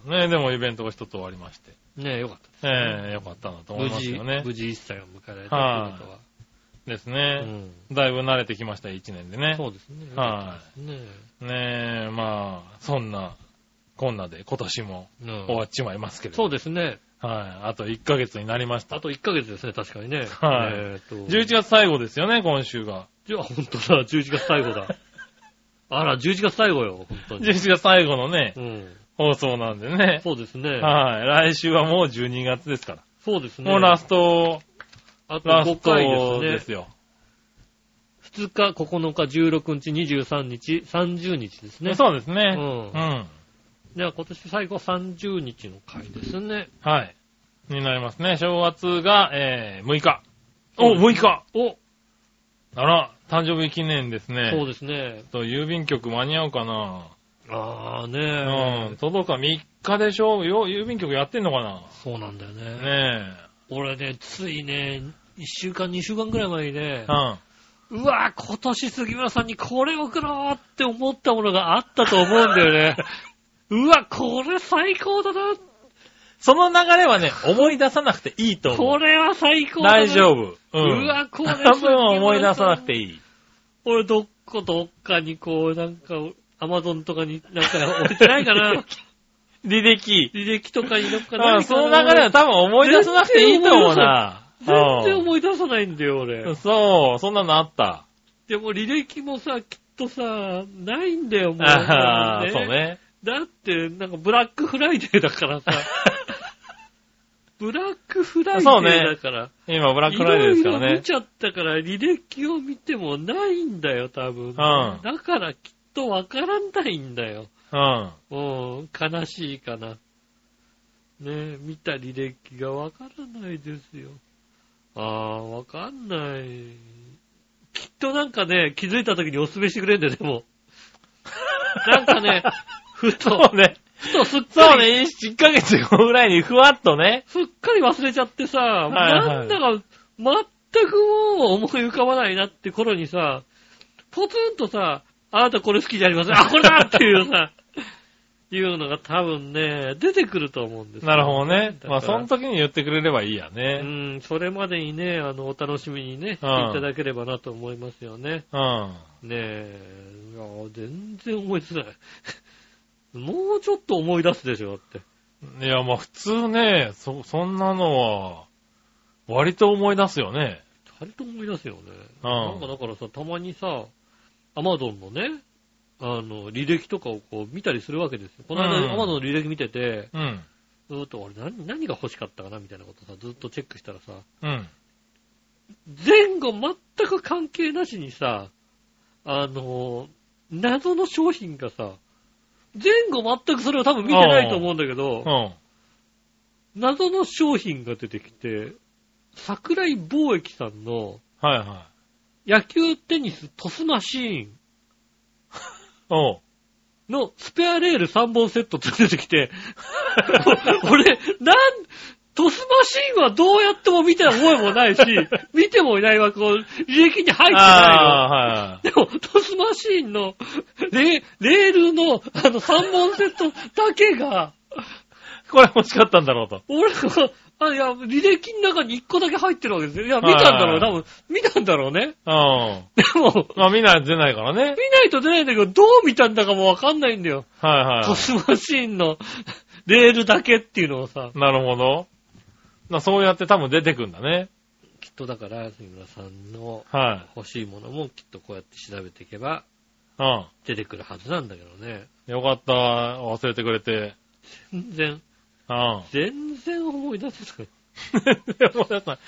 [SPEAKER 3] う。ねえ、でもイベントが一つ終わりまして。
[SPEAKER 2] ねえ、よかったです
[SPEAKER 3] え
[SPEAKER 2] ね。
[SPEAKER 3] え、よかったなと思
[SPEAKER 2] 無
[SPEAKER 3] います
[SPEAKER 2] 事、
[SPEAKER 3] よね
[SPEAKER 2] 無。事1歳を迎えられたというこ
[SPEAKER 3] です
[SPEAKER 2] とは。う
[SPEAKER 3] ね。
[SPEAKER 2] ん。
[SPEAKER 3] だいぶ慣れてきました、1年でね。
[SPEAKER 2] そうですね。よか
[SPEAKER 3] は
[SPEAKER 2] ったですね
[SPEAKER 3] い。ねえ、まあ、そんな、こんなで今年も
[SPEAKER 2] うん
[SPEAKER 3] 終わっちまいますけれど。
[SPEAKER 2] そうですね。
[SPEAKER 3] はい。あと1ヶ月になりました
[SPEAKER 2] あ。と1ヶ月ですね、確かにね。
[SPEAKER 3] はい
[SPEAKER 2] えっと。
[SPEAKER 3] 11月最後ですよね、今週が。
[SPEAKER 2] じゃあ、本当だ、11月最
[SPEAKER 3] *laughs*
[SPEAKER 2] 後だ。あら、11月最後よ、本当に。
[SPEAKER 3] 11月最後のね
[SPEAKER 2] う、ん。
[SPEAKER 3] 放送なんでね。
[SPEAKER 2] そうですね。
[SPEAKER 3] はい。来週はもう12月ですから。
[SPEAKER 2] そうですね。
[SPEAKER 3] もうラスト、
[SPEAKER 2] あと
[SPEAKER 3] ラス
[SPEAKER 2] 5
[SPEAKER 3] ト
[SPEAKER 2] 回
[SPEAKER 3] で
[SPEAKER 2] です
[SPEAKER 3] す
[SPEAKER 2] ね。
[SPEAKER 3] よ。
[SPEAKER 2] 2日、9日、16日、23日、30日ですね。
[SPEAKER 3] そうです
[SPEAKER 2] う。
[SPEAKER 3] ね。うんん。
[SPEAKER 2] では、今年最後30日の回ですね。
[SPEAKER 3] はい。になりますね。正月が、えー、6日。
[SPEAKER 2] そ
[SPEAKER 3] お、
[SPEAKER 2] うです
[SPEAKER 3] 6日
[SPEAKER 2] お、
[SPEAKER 3] あら、誕生日記念ですね。
[SPEAKER 2] そうですね。
[SPEAKER 3] と郵便局間に合うかな、
[SPEAKER 2] あー
[SPEAKER 3] うん。
[SPEAKER 2] ね
[SPEAKER 3] 届くか3日でしょよ郵便局やってんのかな
[SPEAKER 2] そうなんだよね。
[SPEAKER 3] ね
[SPEAKER 2] 俺ね、ついね、1週間、2週間ぐらい前にね
[SPEAKER 3] え。う、ん。
[SPEAKER 2] うわぁ、今年杉村さんにこれ送ろうって思ったものがあったと思うんだよ
[SPEAKER 3] *laughs*
[SPEAKER 2] ね。うわ、これ最高だな。
[SPEAKER 3] その流れはね、 *laughs* 思い出さなくていいと思
[SPEAKER 2] こ
[SPEAKER 3] う。
[SPEAKER 2] れは最高だな。
[SPEAKER 3] 大丈夫。う。
[SPEAKER 2] うんわ、これ
[SPEAKER 3] 多分思い出さなくて
[SPEAKER 2] いい。
[SPEAKER 3] いい。
[SPEAKER 2] 俺、どっ
[SPEAKER 3] *laughs*
[SPEAKER 2] かどっかにこう、なんか、アマゾンとかになんか置いてないかな。
[SPEAKER 3] 履歴。
[SPEAKER 2] 履歴とかに乗っか
[SPEAKER 3] う、
[SPEAKER 2] なんいか
[SPEAKER 3] その流れは多分思い出さなくていいと思うな。
[SPEAKER 2] 全然
[SPEAKER 3] うん
[SPEAKER 2] 思い出さないんだよ、俺。
[SPEAKER 3] そう、そんなのあった。
[SPEAKER 2] でも履歴もさ、きっとさ、ないんだよ、もう。
[SPEAKER 3] ああ、
[SPEAKER 2] 多
[SPEAKER 3] そう
[SPEAKER 2] 分ね
[SPEAKER 3] ね。
[SPEAKER 2] だって、なんかブラックフライデーだから
[SPEAKER 3] *laughs*
[SPEAKER 2] さ。ブラックフライデ
[SPEAKER 3] そう
[SPEAKER 2] ー
[SPEAKER 3] ね
[SPEAKER 2] だから。
[SPEAKER 3] 今、ブラックフライデーですから
[SPEAKER 2] いろいろ見
[SPEAKER 3] ね。
[SPEAKER 2] ちゃったから、履歴を見てもないんだよ、多分。だからきっとわからないんだよ。
[SPEAKER 3] うん。
[SPEAKER 2] うん、悲しいかな。ねえ、見た履歴がわからないですよ。ああ、わかんない。きっとなんかね、気づいた時にお勧めしてくれんだよ、でも。なんかね、ふと
[SPEAKER 3] そ、うね。
[SPEAKER 2] ふとすっ
[SPEAKER 3] そ
[SPEAKER 2] か
[SPEAKER 3] う
[SPEAKER 2] り、
[SPEAKER 3] ね、1ヶ月後ぐらいにふわっとね。
[SPEAKER 2] すっかり忘れちゃってさ、
[SPEAKER 3] いはい
[SPEAKER 2] なんだか、全くもう思い浮かばないなって頃にさ、ポツンとさ、あなたこれ好きじゃありません。あ、これだっていうさ、
[SPEAKER 3] *laughs*
[SPEAKER 2] いうのが多分ね、出てくると思うんですよ
[SPEAKER 3] なるほどね。ま
[SPEAKER 2] だか
[SPEAKER 3] あ、そ
[SPEAKER 2] ら
[SPEAKER 3] の時に言ってくれればいいや
[SPEAKER 2] う
[SPEAKER 3] ね。
[SPEAKER 2] ん、それまでにね、あの、お楽しみにね、してい
[SPEAKER 3] うん
[SPEAKER 2] ただければなと思いますよね。
[SPEAKER 3] うん。
[SPEAKER 2] ねえ、いや全然思い出せない。 *laughs* もうちょっと思い出すでしょ、だって。
[SPEAKER 3] いや、まあ普通ね、そ、そんなのは、割と思い出すよね。
[SPEAKER 2] 割と思い出すよね。
[SPEAKER 3] うん
[SPEAKER 2] なんかだからさ、たまにさ、アマゾンのね、あの、履歴とかをこう見たりするわけですよ。この間、
[SPEAKER 3] うん
[SPEAKER 2] アマゾンの履歴見てて、
[SPEAKER 3] うん。
[SPEAKER 2] ずーっと俺何何が欲しかったかなみたいなことさ、ずっとチェックしたらさ、
[SPEAKER 3] うん。
[SPEAKER 2] 前後全く関係なしにさ、あの、謎の商品がさ、前後全くそれを多分見てないと思うんだけど
[SPEAKER 3] う、ん。
[SPEAKER 2] 謎の商品が出てきて、桜井貿易さんの
[SPEAKER 3] はいはい。
[SPEAKER 2] 野球テニストスマシーン
[SPEAKER 3] おう。
[SPEAKER 2] のスペアレール3本セットって出てきて、 *laughs* 俺、なん、トスマシーンはどうやっても見た覚えもないし、見てもいないわ、こう、履歴に入ってないの。
[SPEAKER 3] ああ
[SPEAKER 2] でも、トスマシーンのレ、レールの、あの、3本セットだけが、
[SPEAKER 3] ー、はいはい。これ欲しかったんだろうと。
[SPEAKER 2] 俺が、あ、いや、履歴の中に1個だけ入ってるわけですよ。いや、見たんだろう、
[SPEAKER 3] は
[SPEAKER 2] 多
[SPEAKER 3] い
[SPEAKER 2] 分、見たんだろうね。
[SPEAKER 3] うん。
[SPEAKER 2] でも、
[SPEAKER 3] まあみんな出ないからね
[SPEAKER 2] 見。ないと出ないんだけど、どう見たんだかもわかんないんだよ。
[SPEAKER 3] はいは
[SPEAKER 2] トスマシーンのレールだけっていうのをさ、
[SPEAKER 3] い。なるほど。まあそうやって多分出てくんだね。
[SPEAKER 2] きっとだから、杉村さんの
[SPEAKER 3] は
[SPEAKER 2] 欲しいものもきっとこうやって調べていけば
[SPEAKER 3] い。うん。
[SPEAKER 2] 出てくるはずなんだけどね。
[SPEAKER 3] よかった。忘れてくれて。
[SPEAKER 2] 全然、 *laughs*
[SPEAKER 3] うん。
[SPEAKER 2] 全然思い出せない。
[SPEAKER 3] 思い出さない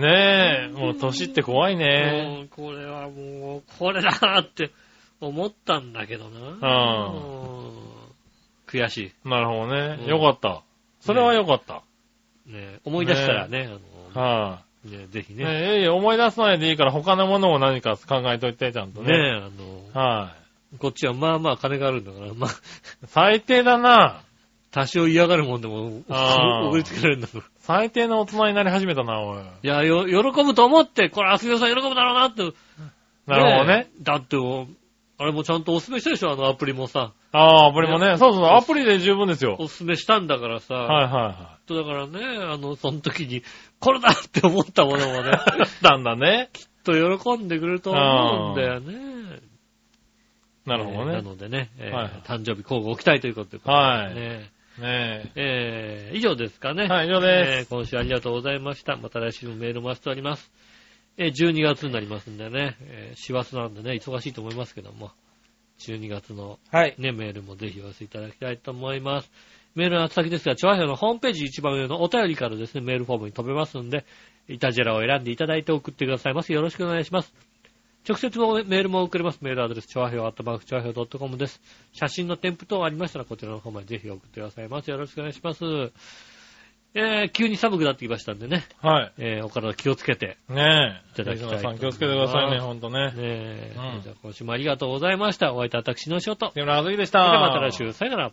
[SPEAKER 3] ねえ、もう年って怖いね。
[SPEAKER 2] うんこれはもう、これだなって思ったんだけどな。うん悔しい。
[SPEAKER 3] なるほど
[SPEAKER 2] う
[SPEAKER 3] ね。
[SPEAKER 2] ん
[SPEAKER 3] よかった。それはよかった。
[SPEAKER 2] ね、思い出したらね、あ
[SPEAKER 3] はい。
[SPEAKER 2] のねぜひね。
[SPEAKER 3] ねえ、いえいえ、思い出さないでいいから他のものを何か考えといて、ちゃんと
[SPEAKER 2] ね
[SPEAKER 3] ね。
[SPEAKER 2] あの、
[SPEAKER 3] は
[SPEAKER 2] こっちはまあまあ金があるんだから、まあ、
[SPEAKER 3] い。最低だな。
[SPEAKER 2] 多少嫌がるもんでも、
[SPEAKER 3] あー
[SPEAKER 2] 送りつけられるんだろう。
[SPEAKER 3] 最低の大人になり始めたな、おい。
[SPEAKER 2] いや、よ、喜ぶと思って、これ、アスヨさん喜ぶだろうなって。
[SPEAKER 3] なるほどね。
[SPEAKER 2] え。だってもう、あれもちゃんとおすすめしたでしょ、あのアプリもさ。
[SPEAKER 3] ああ、アプリもね。そうそう、アプリで十分ですよ。
[SPEAKER 2] おすすめしたんだからさ。
[SPEAKER 3] はいはいは
[SPEAKER 2] きっとだからね、あの、その時に、これだって思ったものも
[SPEAKER 3] *laughs*
[SPEAKER 2] ね、*laughs*
[SPEAKER 3] い。だんだね。
[SPEAKER 2] きっと喜んでくれると思うんだよね。
[SPEAKER 3] なるほど
[SPEAKER 2] えーな
[SPEAKER 3] ね。
[SPEAKER 2] のでね、えー
[SPEAKER 3] はいはい
[SPEAKER 2] 誕生日交互置きたいということで、
[SPEAKER 3] はい
[SPEAKER 2] ね
[SPEAKER 3] ね
[SPEAKER 2] えー以上ですかね。
[SPEAKER 3] え。はい、以上
[SPEAKER 2] え
[SPEAKER 3] で
[SPEAKER 2] ー今週ありがとうございました。また来週もメールもしております。えー12月になりますんでね、えー、師走なんでね、忙しいと思いますけども、12月の
[SPEAKER 3] す。はい。
[SPEAKER 2] ね、メールもぜひお寄せいただきたいと思います。メールの宛先ですが、チョアヘのホームページ一番上のお便りからですね、メールフォームに飛べますんで、イタジェラを選んでいただいて送ってくださいます。よろしくお願いします。直接もメールも送れます。メールアドレス、チョアヘアットマークチョアヘオ .com です。写真の添付等ありましたら、こちらの方までぜひ送ってくださいます。よろしくお願いします。えー、急に寒くなってきましたんでね、
[SPEAKER 3] はい。
[SPEAKER 2] えー、お体気をつけて、
[SPEAKER 3] ねえ。
[SPEAKER 2] いただきたいと思います
[SPEAKER 3] 皆さん気をつけてくださいね、ほんと
[SPEAKER 2] ね
[SPEAKER 3] ね。
[SPEAKER 2] え
[SPEAKER 3] うん
[SPEAKER 2] じゃあ今週もありがとうございました。お会いいた私の仕事。そ
[SPEAKER 3] 杉村和樹でし
[SPEAKER 2] れ
[SPEAKER 3] た。
[SPEAKER 2] ではまた来週、さよなら。